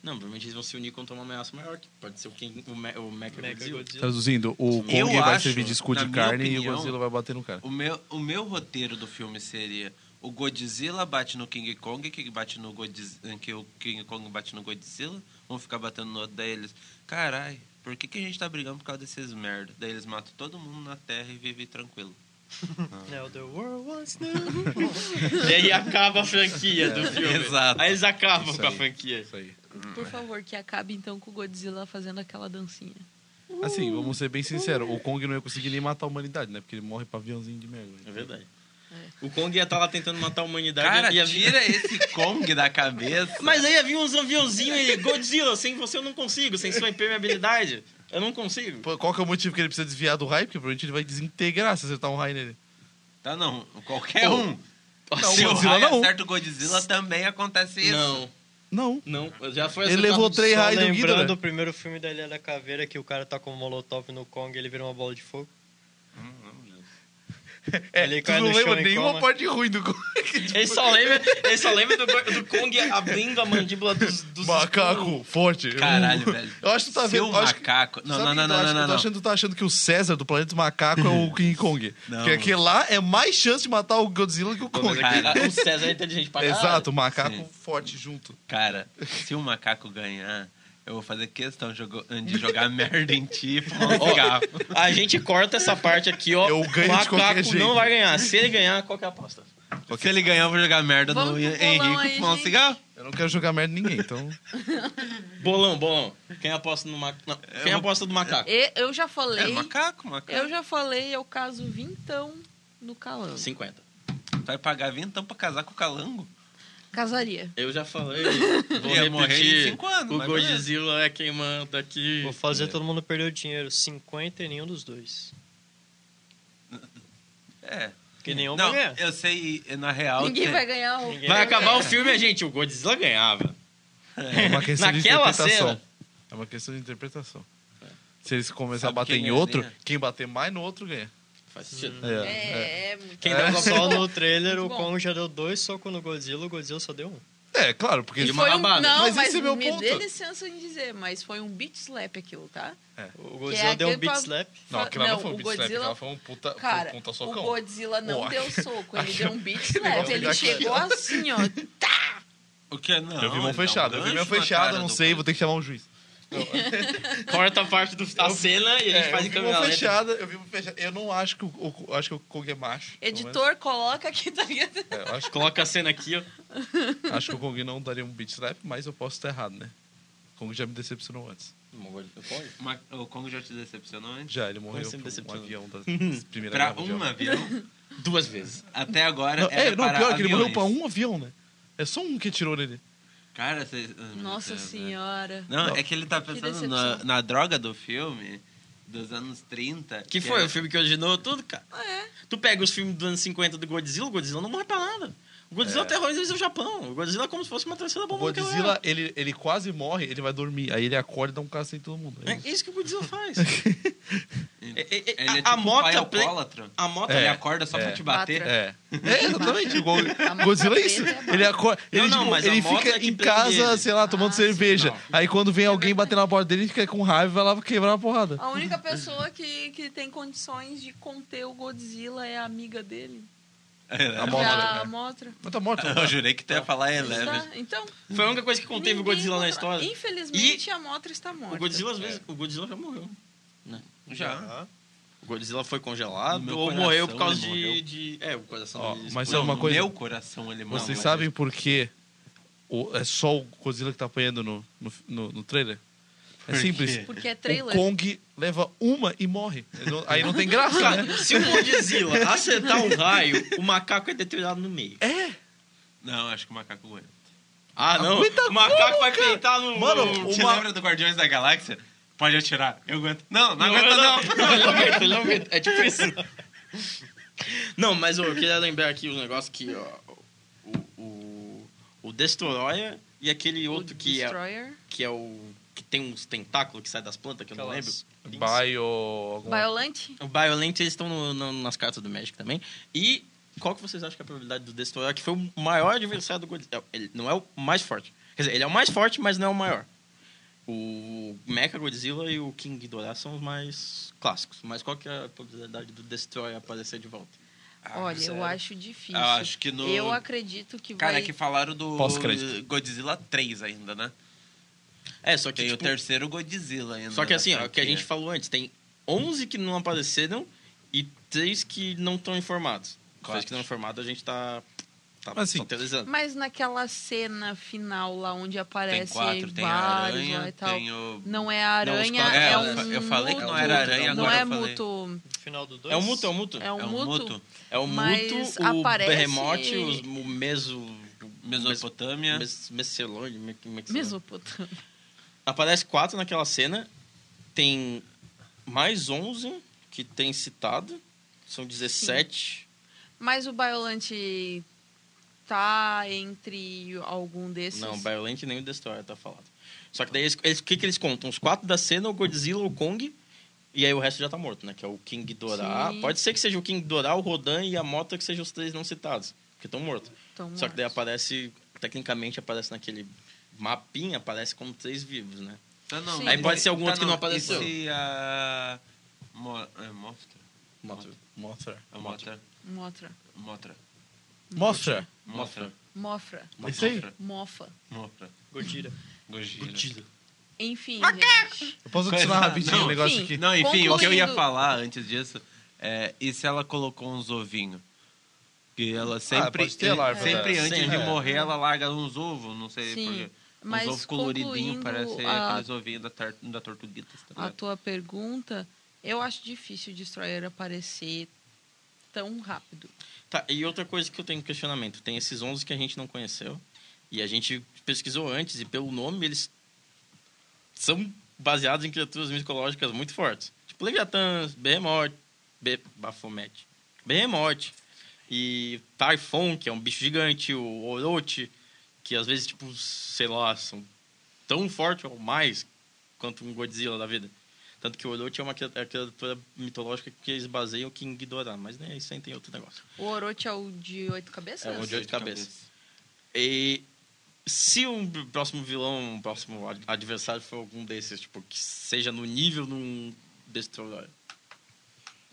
Não, provavelmente eles vão se unir contra uma ameaça maior, que pode ser o, King, o, Me, o Mecha Mega Godzilla. Godzilla. Traduzindo, o Kong Eu vai acho, servir de escudo na de minha carne e o opinião, Godzilla vai bater no cara. O meu, o meu roteiro do filme seria o Godzilla bate no King Kong, que bate no Godzilla, que o King Kong bate no Godzilla, vão ficar batendo no outro, daí eles, carai, por que, que a gente tá brigando por causa desses merda? Daí eles matam todo mundo na Terra e vivem tranquilo. Now the world wants new. E aí acaba a franquia do filme. Exato. Aí eles acabam É. Isso com a aí. franquia. Isso aí. Por favor, que acabe então com o Godzilla fazendo aquela dancinha. Assim, vamos ser bem sinceros, o Kong não ia conseguir nem matar a humanidade, né? Porque ele morre pra aviãozinho de merda. né? É verdade. É. O Kong ia estar lá tentando matar a humanidade. Cara, ia vir- tira esse Kong da cabeça. Mas aí havia uns aviãozinhos e ele, Godzilla, sem você eu não consigo, sem sua impermeabilidade. Eu não consigo. Pô, Qual que é o motivo que ele precisa desviar do raio? Porque provavelmente ele vai desintegrar se acertar um raio nele. Tá não, qualquer um. Não, Se o Godzilla raio não. acerta o Godzilla, também acontece isso. Não, Não. não. Já foi Ele acertado. levou três Só raios do Ghidorah. lembrando do primeiro filme da Ilha da Caveira, que o cara tá com um molotov no Kong e ele vira uma bola de fogo. É, Ele tu cai não no lembra chão em nenhuma coma. parte ruim do Kong. Ele só lembra, ele só lembra do, do Kong abrindo a mandíbula dos, dos Macaco forte. Caralho, Eu- velho. Eu acho que tu tá Seu vendo. eu acho que- macaco. Não, sabe não, o que não, eu não, acho? não, Eu tô não. achando, tu tá achando que o César do Planeta Macaco é o King Kong. Não. Porque aquele lá é mais chance de matar o Godzilla que o Pô, mas Kong. é que O César é inteligente pra caralho. Exato, macaco Sim. forte junto. Cara, se o macaco ganhar, eu vou fazer questão de jogo- de jogar merda em ti e fumar um Ó, cigarro. a gente corta essa parte aqui, ó. Eu ganho de o macaco qualquer jeito. não vai ganhar. Se ele ganhar, qual que é a aposta? Se ele ganhar, eu vou jogar merda no Vamos pro bolão Henrique e aí, fumar um gente. cigarro. Eu não quero jogar merda em ninguém, então. Bolão, bolão. Quem aposta no macaco? Quem Eu- aposta do macaco? E- eu já É, falei. macaco, macaco. eu já falei, eu caso vintão no calango. 50. Vai pagar vintão pra casar com o calango? Casaria. Eu já falei. Vou Ia morrer em repetir. cinco anos, o mas beleza. Godzilla é quem manda aqui. Vou fazer todo mundo perder o dinheiro. 50 e nenhum dos dois. É. Porque Então, nenhum Não, é. vai ganhar. eu sei, na real. Ninguém tem- vai ganhar o. Ninguém Vai acabar o filme, gente. O Godzilla ganhava. É uma questão Naquela de interpretação. cena. É uma questão de interpretação. Se eles começarem a Sabe bater quem em ganha? outro, quem bater mais no outro ganha. Faz sentido. É. É, é, muito Quem bom. dá É. uma Só bola no trailer o Muito bom. Kong já deu dois socos no Godzilla, o Godzilla só deu um. É, claro, porque. E eles uma Foi um, rabada. não, Mas mas, esse é meu me ponto. dê licença em dizer, mas foi um beat slap aquilo, tá? O Godzilla deu aquele um beat pa- slap. Não, aquilo lá não, Não, foi um o beat slap, Godzilla- aquilo lá foi um puta, foi um Cara, puta o socão. Godzilla não Pô, deu soco, ele acho- deu um beat Nossa, slap. já Ele que- chegou assim, ó. Tá! O que? Não. eu vi ele mão dá um fechada, eu vi mão gancho na fechada, cara não do sei, cara. vou ter que chamar um juiz. Corta a parte do- da cena e a gente É, faz em eu vi câmera mão lenta. fechada, eu vi mão fechada. Eu não acho que o, o- acho que o Kong é macho. pelo menos. Editor, coloca aqui, tá ligado? É, eu acho, Coloca a cena aqui, ó. acho que o Kong não daria um beat slap, mas eu posso estar errado, né? O Kong já me decepcionou antes. Ma- O Kong já te decepcionou antes? Já, ele morreu sempre por um decepciona. avião da Primeira Pra Guerra Mundial. um avião? Duas vezes. Até agora. Não, é, era não, para pior que ele morreu aviões. pra um avião, né? É só um que atirou nele. Cara, vocês. ah, meu Nossa Deus, né? senhora. Não, Não. é que ele tá Que pensando decepção. na, na droga do filme dos anos 30. Que foi é- o filme que originou tudo, cara. Tu pega os filmes dos anos 50 do Godzilla, o Godzilla não morre pra nada. O Godzilla terroriza o Japão. O Godzilla é como se fosse uma terceira O bomba nuclear. Godzilla, ele, ele quase morre, ele vai dormir. Aí ele acorda e dá um cacete em todo mundo. É isso. É isso que o Godzilla faz. Ele é a- a tipo um moto pai play- alcoólatra. A moto É. Ele acorda só pra É. te bater. Patra. É. É, exatamente. igual- Godzilla é isso. preta é a Ele acorda. Ele, Não, não, tipo, mas a ele moto fica é que em prende casa, ele. sei lá, tomando Ah, sim. cerveja. Não. Aí quando vem alguém bater na porta dele, ele fica com raiva e vai lá quebrar a porrada. A única pessoa que, que tem condições de conter o Godzilla é a amiga dele. A que é a Mothra, né? Mothra. Mas tá morto. Eu jurei que tu ia falar Eleven. Está- Então, Foi a única coisa que conteve o ninguém Godzilla na contra- história. Infelizmente, a Mothra está morta. O Godzilla, às vezes, o Godzilla já morreu. né? Já. O Godzilla foi congelado Meu ou coração, morreu por causa ele de, morreu. de- É, o coração Ó, dele mas explodiu. é uma no coisa- Meu coração ele morreu. Vocês sabem por que o- é só o Godzilla que tá apanhando no, no, no, no trailer? É Por simples. quê? Porque é O trailer. Kong leva uma e morre. Ele não- aí não tem graça, né? Se o Godzilla acertar um raio, o macaco é deteriorado no meio. É, Não, acho que o macaco ganha. Ah, não. o macaco vai peitar no. Mano, no- o Te ma- lembra do Guardiões da Galáxia? Pode atirar. Eu aguento. Não, não, Não, aguenta eu não. não. Não, ele aguenta, ele aguenta. É tipo isso. Não, mas ô, eu queria lembrar aqui um negócio que, ó. O, o, o Destroyer e aquele outro que é, Destroyer. que é o. que tem uns tentáculos que sai das plantas, que eu não lembro. Aquelas- Bio. alguma- Violent. O Violent, eles estão no- no- nas cartas do Magic também. E qual que vocês acham que é a probabilidade do Destroyer, que foi o maior adversário do Godzilla? Ele não é o mais forte. Quer dizer, ele é o mais forte, mas não é o maior. O Mecha Godzilla e o King Ghidorah são os mais clássicos. Mas qual que é a probabilidade do Destroyer aparecer de volta? Olha, sério? eu acho difícil. Eu acho que no- Eu acredito que Cara, é vai... que falaram do Pós-crédito. Godzilla 3 ainda, né? É, só que, Tem o tipo, terceiro Godzilla ainda. né? só que da assim, ó, o que a franquia. gente falou antes, tem 11 que não apareceram e 3 que não estão informados. Os Quatro. três que não informados a gente tá, tá Mas, assim, totalizando. Mas naquela cena final lá onde Tem aparece quatro, tem a vários lá aranha, e tal. tem o... Não é a Não, os aranha, quatro- é, é, eu fa- um eu falei que muto. não era aranha, Não agora é eu falei. muto. No final do 2. É um muto, é um muto. É um É um muto. moto? É o Mas Muto, aparece- o Berremote, os, o Meso... Mesopotâmia. Mes, Mescelone, me- como é que se chama? Mesopotâmia. Aparece quatro naquela cena. Tem mais 11 que tem citado. São 17. Mas o Biolante tá entre algum desses. Não, Violent nem o Destroyer tá falado. Só que daí, eles- eles- o que, que eles contam? Os quatro da cena, o Godzilla, o Kong... E aí o resto já tá morto, né? Que é o King Dorá. Sim. Pode ser que seja o King Dorá, o Rodan e a Mota que sejam os três não citados. Porque estão mortos. Então, Só que daí aparece, tecnicamente aparece naquele mapinha, aparece como três vivos, né? Tá, não, Sim. mas Aí pode ser algum tá, outro que não apareceu. E se a... Mo... é, Mostra? Mothra. Mothra. A Motra. Mothra. Motra. Mostra. Mostra. Mofra. Isso aí. Mofa. Mostra. Godira. Gojira. Enfim, gente. Eu posso adicionar Coisa- rapidinho Não, um negócio aqui. Não, enfim, o que eu ia Concluindo- falar antes disso é e se ela colocou uns ovinhos? Que ela sempre, pode ter larva, sempre né? antes Sim, de é. morrer, ela larga uns ovos, não sei Sim, porquê. Uns Mas ovos coloridinhos, concluindo parece a, aqueles ovinhos da, tar, da tortuguita. tá a é. ligado? tua pergunta, eu acho difícil o Destroyer aparecer tão rápido. Tá, e outra coisa que eu tenho questionamento, tem esses 11 que a gente não conheceu e a gente pesquisou antes e pelo nome eles são baseados em criaturas mitológicas muito fortes. Tipo Leviatã, Behemoth, Be Baphomet, Behemoth e Typhon, que é um bicho gigante, o Orochi, que às vezes, tipo, sei lá, são tão fortes ou mais quanto um Godzilla da vida. Tanto que o Orochi é uma cri- é a criatura mitológica que eles baseiam que em Ghidorah, mas né, isso aí tem outro negócio. O Orochi é o de oito cabeças? É o de oito cabeças. E se um próximo vilão, um próximo ad- adversário for algum desses, tipo, que seja no nível de um Destroyer.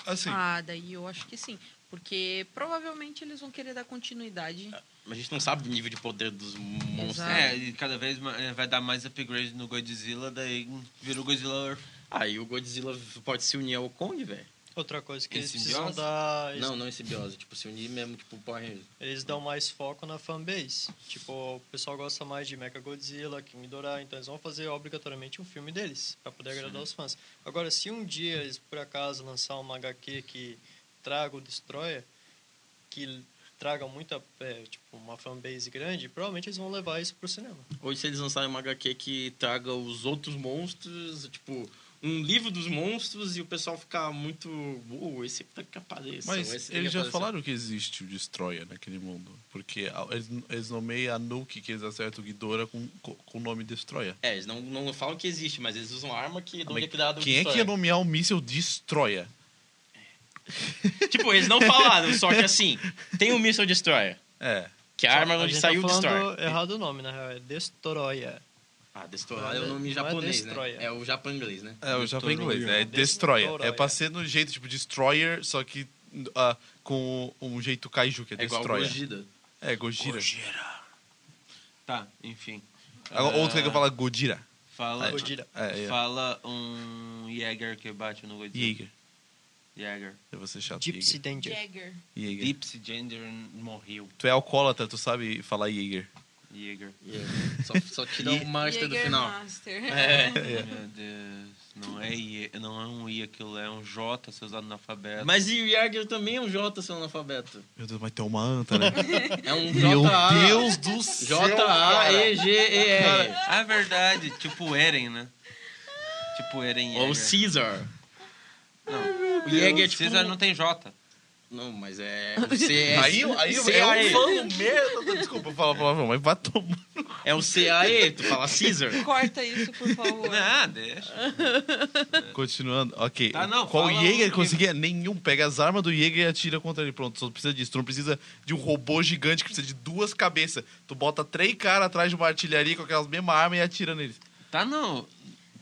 Assim, Ah, daí eu acho que sim. Porque provavelmente eles vão querer dar continuidade. Mas a gente não sabe o nível de poder dos monstros. Exato. né? É, e cada vez ma- é, vai dar mais upgrade no Godzilla, daí vira o Godzilla Earth. Aí o Godzilla pode se unir ao Kong, velho. Outra coisa que Em eles precisam simbiose? dar. Eles, Não, não em simbiose. Tipo, se unir mesmo, tipo, Power Rangers. eles dão mais foco na fanbase. Tipo, o pessoal gosta mais de Mecha Godzilla, King Dora, então eles vão fazer obrigatoriamente um filme deles, pra poder agradar os fãs. Agora, se um dia eles por acaso lançar uma HQ que traga o Destroyer, que traga muita, é, tipo, uma fanbase grande, provavelmente eles vão levar isso pro cinema. Ou se eles lançarem uma HQ que traga os outros monstros, tipo, um livro dos monstros e o pessoal ficar muito. Uou, esse aqui tá que apareça. Mas esse é tem que eles já aparecer." falaram que existe o Destroyer naquele mundo. Porque a- eles, eles nomeiam a Nuke, que eles acertam o Ghidorah com, com, com o nome Destroyer. É, eles não, não falam que existe, mas eles usam arma que não Mas é criado. Quem é que ia história. nomear um míssil Destroyer? Tipo, eles não falaram, só que assim, tem o Missile Destroyer, É. que é a arma onde gente saiu tá o Destroyer. falando errado o nome, na real. É Destoroia. Ah, Destroyer é o Não é- nome não é japonês, Destroyer. né? É o japão inglês, né? É, eu já falei em inglês. É Destroyer. Destroyer. É pra ser no jeito, tipo, Destroyer, só que ah, com um jeito kaiju, que é, É igual Destroyer. Gogida. É, Gojira. Tá, enfim. Agora, Outro que Ah, fala Godira. Fala, Godira. É, é. fala um Jäger que bate no Godzilla. Jäger. Jäger. Eu vou ser chato. Gypsy Jäger. Danger. Jagger. Jäger. Dipsy Gender morreu. Tu é alcoólatra, tu sabe falar Jäger. Jäger. Só, só tira o Master do Jäger final. Master. É. Meu Deus. Não é, I, não é um I aquilo, é um J ser usado na alfabeto. Mas e o Jäger também é um J, seu analfabeto. Meu Deus, mas tem uma anta, né? É um Meu J-A. Deus do céu. é. J-A-E-G-E-R. A Ah, é verdade, tipo Eren, né? Tipo Eren Jäger. Ou Caesar. Não, O Jäger é tipo... um- Caesar não tem J. Não, mas é... o C- Aí, aí C- eu é um A- E. falo merda. Desculpa falar palavrão, mas vai tomar. É o C-A-E, tu fala Caesar. Corta isso, por favor. Ah, deixa. Continuando, ok. Tá, não, Qual fala Jäger um conseguia? Nenhum. Pega as armas do Jäger e atira contra ele. Pronto, só precisa disso. Tu não precisa de um robô gigante que precisa de duas cabeças. Tu bota três caras atrás de uma artilharia com aquelas mesmas armas e atira neles. Tá, não.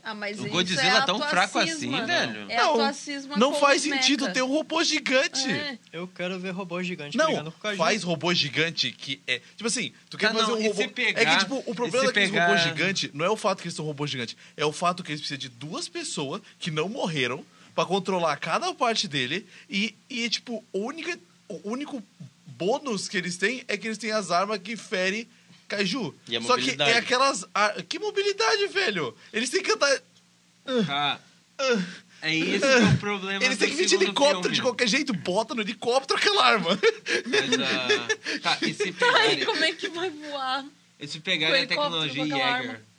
Ah, mas O isso Godzilla é tão atuacismo, fraco assim, né? velho. É Não, atuacismo não com faz os mecha. sentido ter um robô gigante. É. Eu quero ver robô Tá gigante brigando Não, com o Caju. faz robô gigante que é. Tipo assim, tu quer Ah, fazer não, um e robô. se pegar- é que, tipo, o e problema se daqueles pegar- robôs gigantes não é o fato que eles são robôs gigantes, é o fato que eles precisam de duas pessoas que não morreram pra controlar cada parte dele. E, e tipo, a única, o único bônus que eles têm é que eles têm as armas que ferem Kaiju. E a Só que é mobilidade. aquelas. ar- Que mobilidade, velho! Eles têm que É, andar. Tá. É esse que é o problema Eles têm do que vir de segundo helicóptero filme. de qualquer jeito, bota no helicóptero aquela arma. Mas, ah, Tá, e se Ai, pegarem, como é que vai voar? e se Com pegarem a helicóptero, tecnologia com aquela Jäger?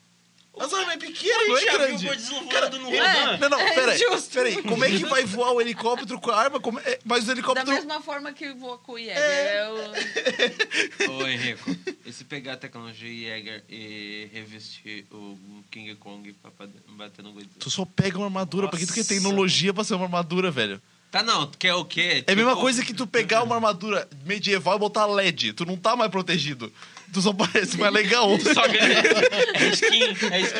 As armas é pequena, não é Já viu o grande. Godzilla voando no É. Rodan? Não, não, É peraí. justo. Peraí, como é que vai voar o helicóptero com a arma? Como é- Mas o Da helicóptero. mesma forma que voa com o Jäger. é o- Ô, Henrico, e se pegar a tecnologia Jäger e revestir o King Kong pra pade- bater no Godzilla? Tu só pega uma armadura, pra que tu quer tecnologia pra ser uma armadura, velho? Tá, não, tu quer o quê? É a mesma Tipo, coisa que tu pegar uma armadura medieval e botar LED. Tu não tá mais protegido. Tu só parece mais legal. Só que é skin, é skin.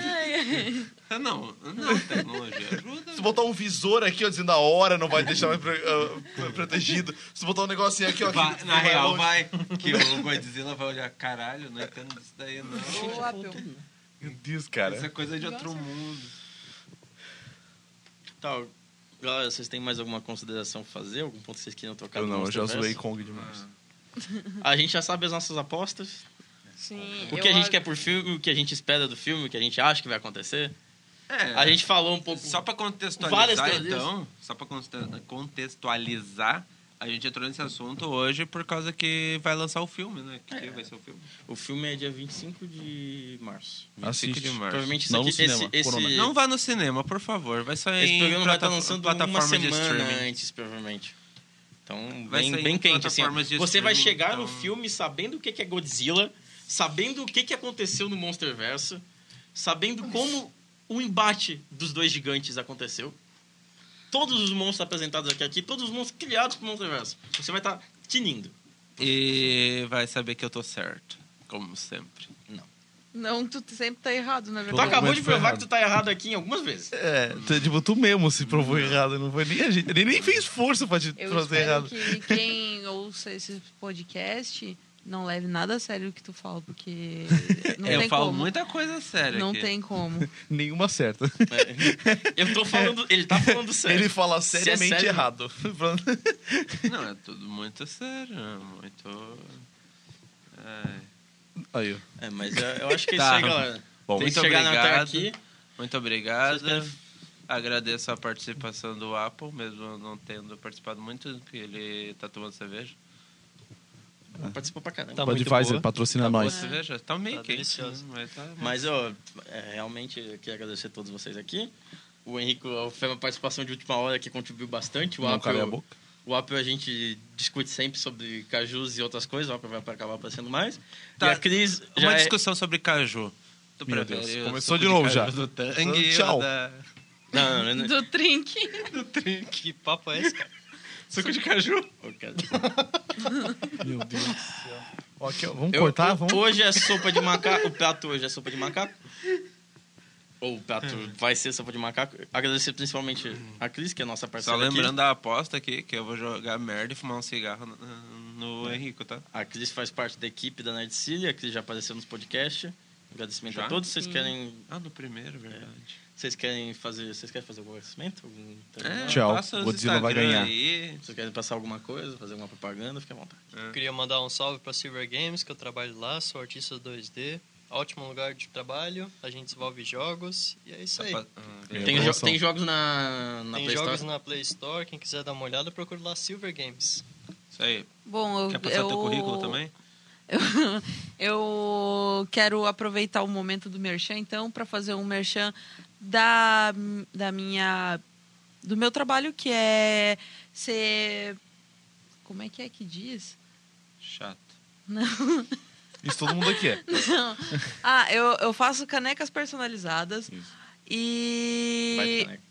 Ai, ai. Tá, não, não, tecnologia ajuda. Se tu botar um visor aqui, ó, dizendo a hora, não vai deixar mais pro- ah, protegido. Se tu botar um negocinho aqui, ó. que Vai- na vai real, longe. vai. Que o Godzilla vai olhar, caralho, não entendo isso daí, não. O Apple. Meu Deus, cara. Isso é coisa de outro mundo. Tá, galera, vocês têm mais alguma consideração pra fazer? Algum ponto que vocês queriam tocar? Eu no não, eu já Monsterverse? zoei Kong demais. A gente já sabe as nossas apostas. Sim, O eu que a gente acho- quer por filme, o que a gente espera do filme, o que a gente acha que vai acontecer. É, A gente falou um pouco... Só pra Várias contextualizar, teorias. então, só pra conte- contextualizar, a gente entrou nesse assunto hoje por causa que vai lançar o filme, né? Que dia vai ser o filme? O filme é dia 25 de março. 25 de Assiste. março. Provavelmente isso Não aqui, no cinema, esse, esse, Corona. Não vá no cinema, por favor. Vai sair esse em programa vai estar plata- lançando plataforma uma de semana streaming. antes, provavelmente. Então, Vai bem, sair bem em quente, assim. ó. plataformas de Você vai streaming, chegar no então. filme sabendo o que que é Godzilla, sabendo o que que aconteceu no Monsterverso, sabendo como o embate dos dois gigantes aconteceu. Todos os monstros apresentados aqui, aqui todos os monstros criados pro Monsterverso. Você vai estar tinindo. E vai saber que eu tô certo, como sempre. Não, tu sempre tá errado, na Tu verdade. acabou argumento de foi provar errado. que tu tá errado aqui em algumas vezes. É, tu- tipo, tu mesmo se provou errado, não foi nem a gente. Ele nem fez força pra te Eu fazer espero errado. que quem ouça esse podcast não leve nada a sério o que tu fala, porque não eu tem falo como. muita coisa séria não aqui. Né? tem como. Nenhuma certa. Eu tô falando... Ele tá falando sério. Ele fala Se é seriamente sério, errado. Pronto. Não, é tudo muito sério, é muito... é. Ai. Aí, ó. É, mas eu, eu acho que é isso Tá. aí, galera. Bom, Tem que muito chegar na até obrigado. aqui. Muito obrigado. Agradeço a participação do Apple, mesmo não tendo participado muito, que ele tá tomando cerveja. Ah, participa pra caramba. Tá Pode muito fazer, boa. patrocina Tá nós. Você veja, tá meio Tá quente, delicioso. né? mas tá... Mas eu é, realmente eu queria agradecer a todos vocês aqui. O Henrico fez uma participação de última hora que contribuiu bastante. O Não cabe a Apple, boca. o Apple a gente discute sempre sobre cajus e outras coisas. O Apple vai acabar aparecendo mais. Tá, E a Cris já Uma é- discussão sobre caju. Tu Meu prefere Deus, o começou suco de novo caju já. Do tangue Tchau. ou da- Não, não, não, não. Do Trink. Que papo é esse, cara? Suco de caju? Ô, cara. Meu Deus do céu. Ó, aqui, ó, vamos Eu- cortar? eu- Vamos... Hoje é sopa de macaco. O prato hoje é sopa de macaco. Ou o prato É. vai ser sopa de macaco. Agradecer principalmente a Cris, que é a nossa Só parceira lembrando aqui. da aposta aqui, que eu vou jogar merda e fumar um cigarro no, no Henrico, tá? A Cris faz parte da equipe da Nerd City. A Cris já apareceu nos podcasts. Agradecimento Já? a todos. Vocês Sim. querem, Ah, no primeiro, verdade. vocês querem fazer, vocês querem fazer algum agradecimento? Algum- É. É. Tchau, passa os Godzilla vai Instagram ganhar. aí. Vocês querem passar alguma coisa, fazer alguma propaganda? Fique à vontade. Eu queria mandar um salve para Silver Games, que eu trabalho lá, sou artista 2D. Ótimo lugar de trabalho, a gente desenvolve jogos e é isso aí. Só pa- ah, É, Tem, jo- promoção. tem jogos Tá na, na Tem Play jogos Store? na Play Store, quem quiser dar uma olhada, procura lá Silver Games. Isso aí. Bom, eu. Quer passar eu, teu currículo também? Eu, eu quero aproveitar o momento do merchan, então, para fazer um merchan da, da minha. do meu trabalho, que é ser. Como é que é que diz? Chato. Isso todo mundo aqui é. Não. Ah, eu, eu faço canecas personalizadas. Isso. E. Vai, Caneco.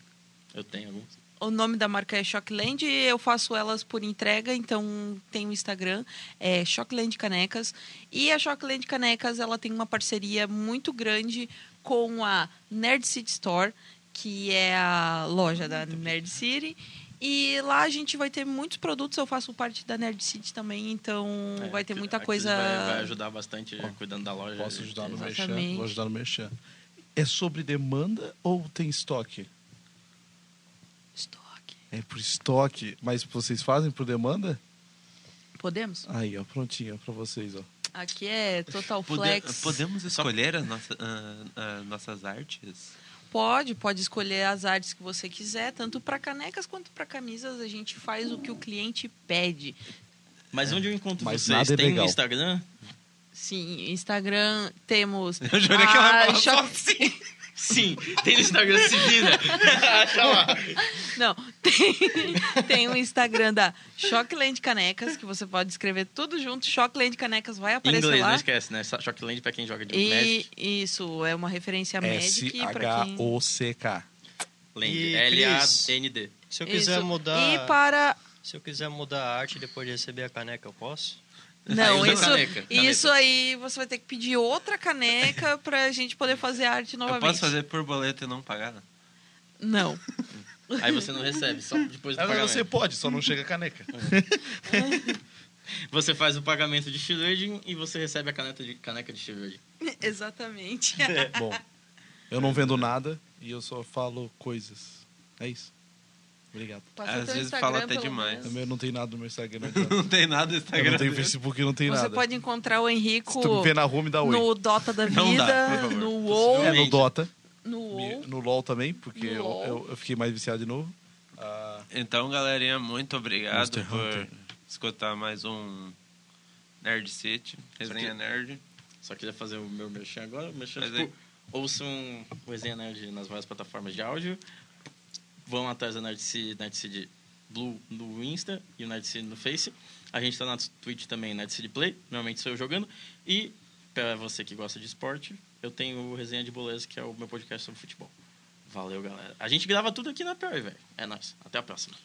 Eu tenho alguns. O nome da marca é Shockland e eu faço elas por entrega, então tem o Instagram, é Shockland Canecas. E a Shockland Canecas, ela tem uma parceria muito grande com a Nerd City Store, que é a loja da Nerd City. E lá a gente vai ter muitos produtos, eu faço parte da Nerd City também, então É, vai ter a muita Cris coisa... Vai, vai ajudar bastante cuidando da loja. Posso ajudar no Exatamente. merchan? Vou ajudar no merchan. É sobre demanda ou tem estoque? Estoque. É por estoque, mas vocês fazem por demanda? Podemos? Aí, ó, prontinho pra vocês, ó. Aqui é Total Pode- Flex. podemos escolher as nossa- ah, ah, nossas artes? Pode, pode escolher as artes que você quiser, tanto para canecas quanto para camisas. A gente faz o que o cliente pede. Mas onde eu encontro Mas vocês? nada é tem legal. Instagram? Sim, Instagram temos. Eu jurei que ela a ia falar só Shop- assim. Sim, tem no Instagram, se vira. Acha lá. Não, tem, tem o Instagram da Shockland Canecas, que você pode escrever tudo junto. Shockland Canecas vai Em aparecer inglês, não lá. esquece, né? Shockland pra quem joga de E Magic. isso é uma referência a Magic para quem. S-H-O-C-K. Land. E, L-A-N-D. Se eu quiser Isso. mudar, E para se eu quiser mudar a arte depois de receber a caneca, eu posso? Não, Aí usa isso, caneca, caneca. isso aí você vai ter que pedir outra caneca pra gente poder fazer a arte Eu novamente. posso fazer por boleto e não pagar? né? Não. Aí você não recebe, só depois do pagamento. Você Você... pode, só não chega a caneca. faz o pagamento de shielding e você recebe a caneta de, caneca de shielding. Exatamente. É, Bom, eu não vendo nada e eu só falo coisas. É isso. Obrigado. Passa Às teu vezes Instagram, fala até pelo demais. menos. Também eu não tenho nada no meu Instagram. Não adianta. Não tem nada no eu Instagram. não tenho Facebook, não tenho Você nada. pode encontrar o Henrico Se tu me vê na rua, me dá oi. no Dota da Não Vida, dá, por favor. no WoW, É, no Dota. no WoW. No LOL também, porque No eu, LOL. eu- eu fiquei mais viciado de novo. Ah, Então, galerinha, muito obrigado Monster por Hunter. escutar mais um Nerd City, Resenha Nerd. Só queria fazer o meu merchan agora. O merchan, Mas tipo, ouçam o Resenha Nerd nas várias plataformas de áudio. Vão atrás da Nerd Seed, Nerd Seed Blue no Insta e o Nerd Seed no Face. A gente tá na Twitch também, Nerd Seed Play. Normalmente sou eu jogando. E, pra você que gosta de esporte, eu tenho o Resenha de Boleza, que é o meu podcast sobre futebol. Valeu, galera. A gente grava tudo aqui na Perry, velho. É nóis. Até a próxima.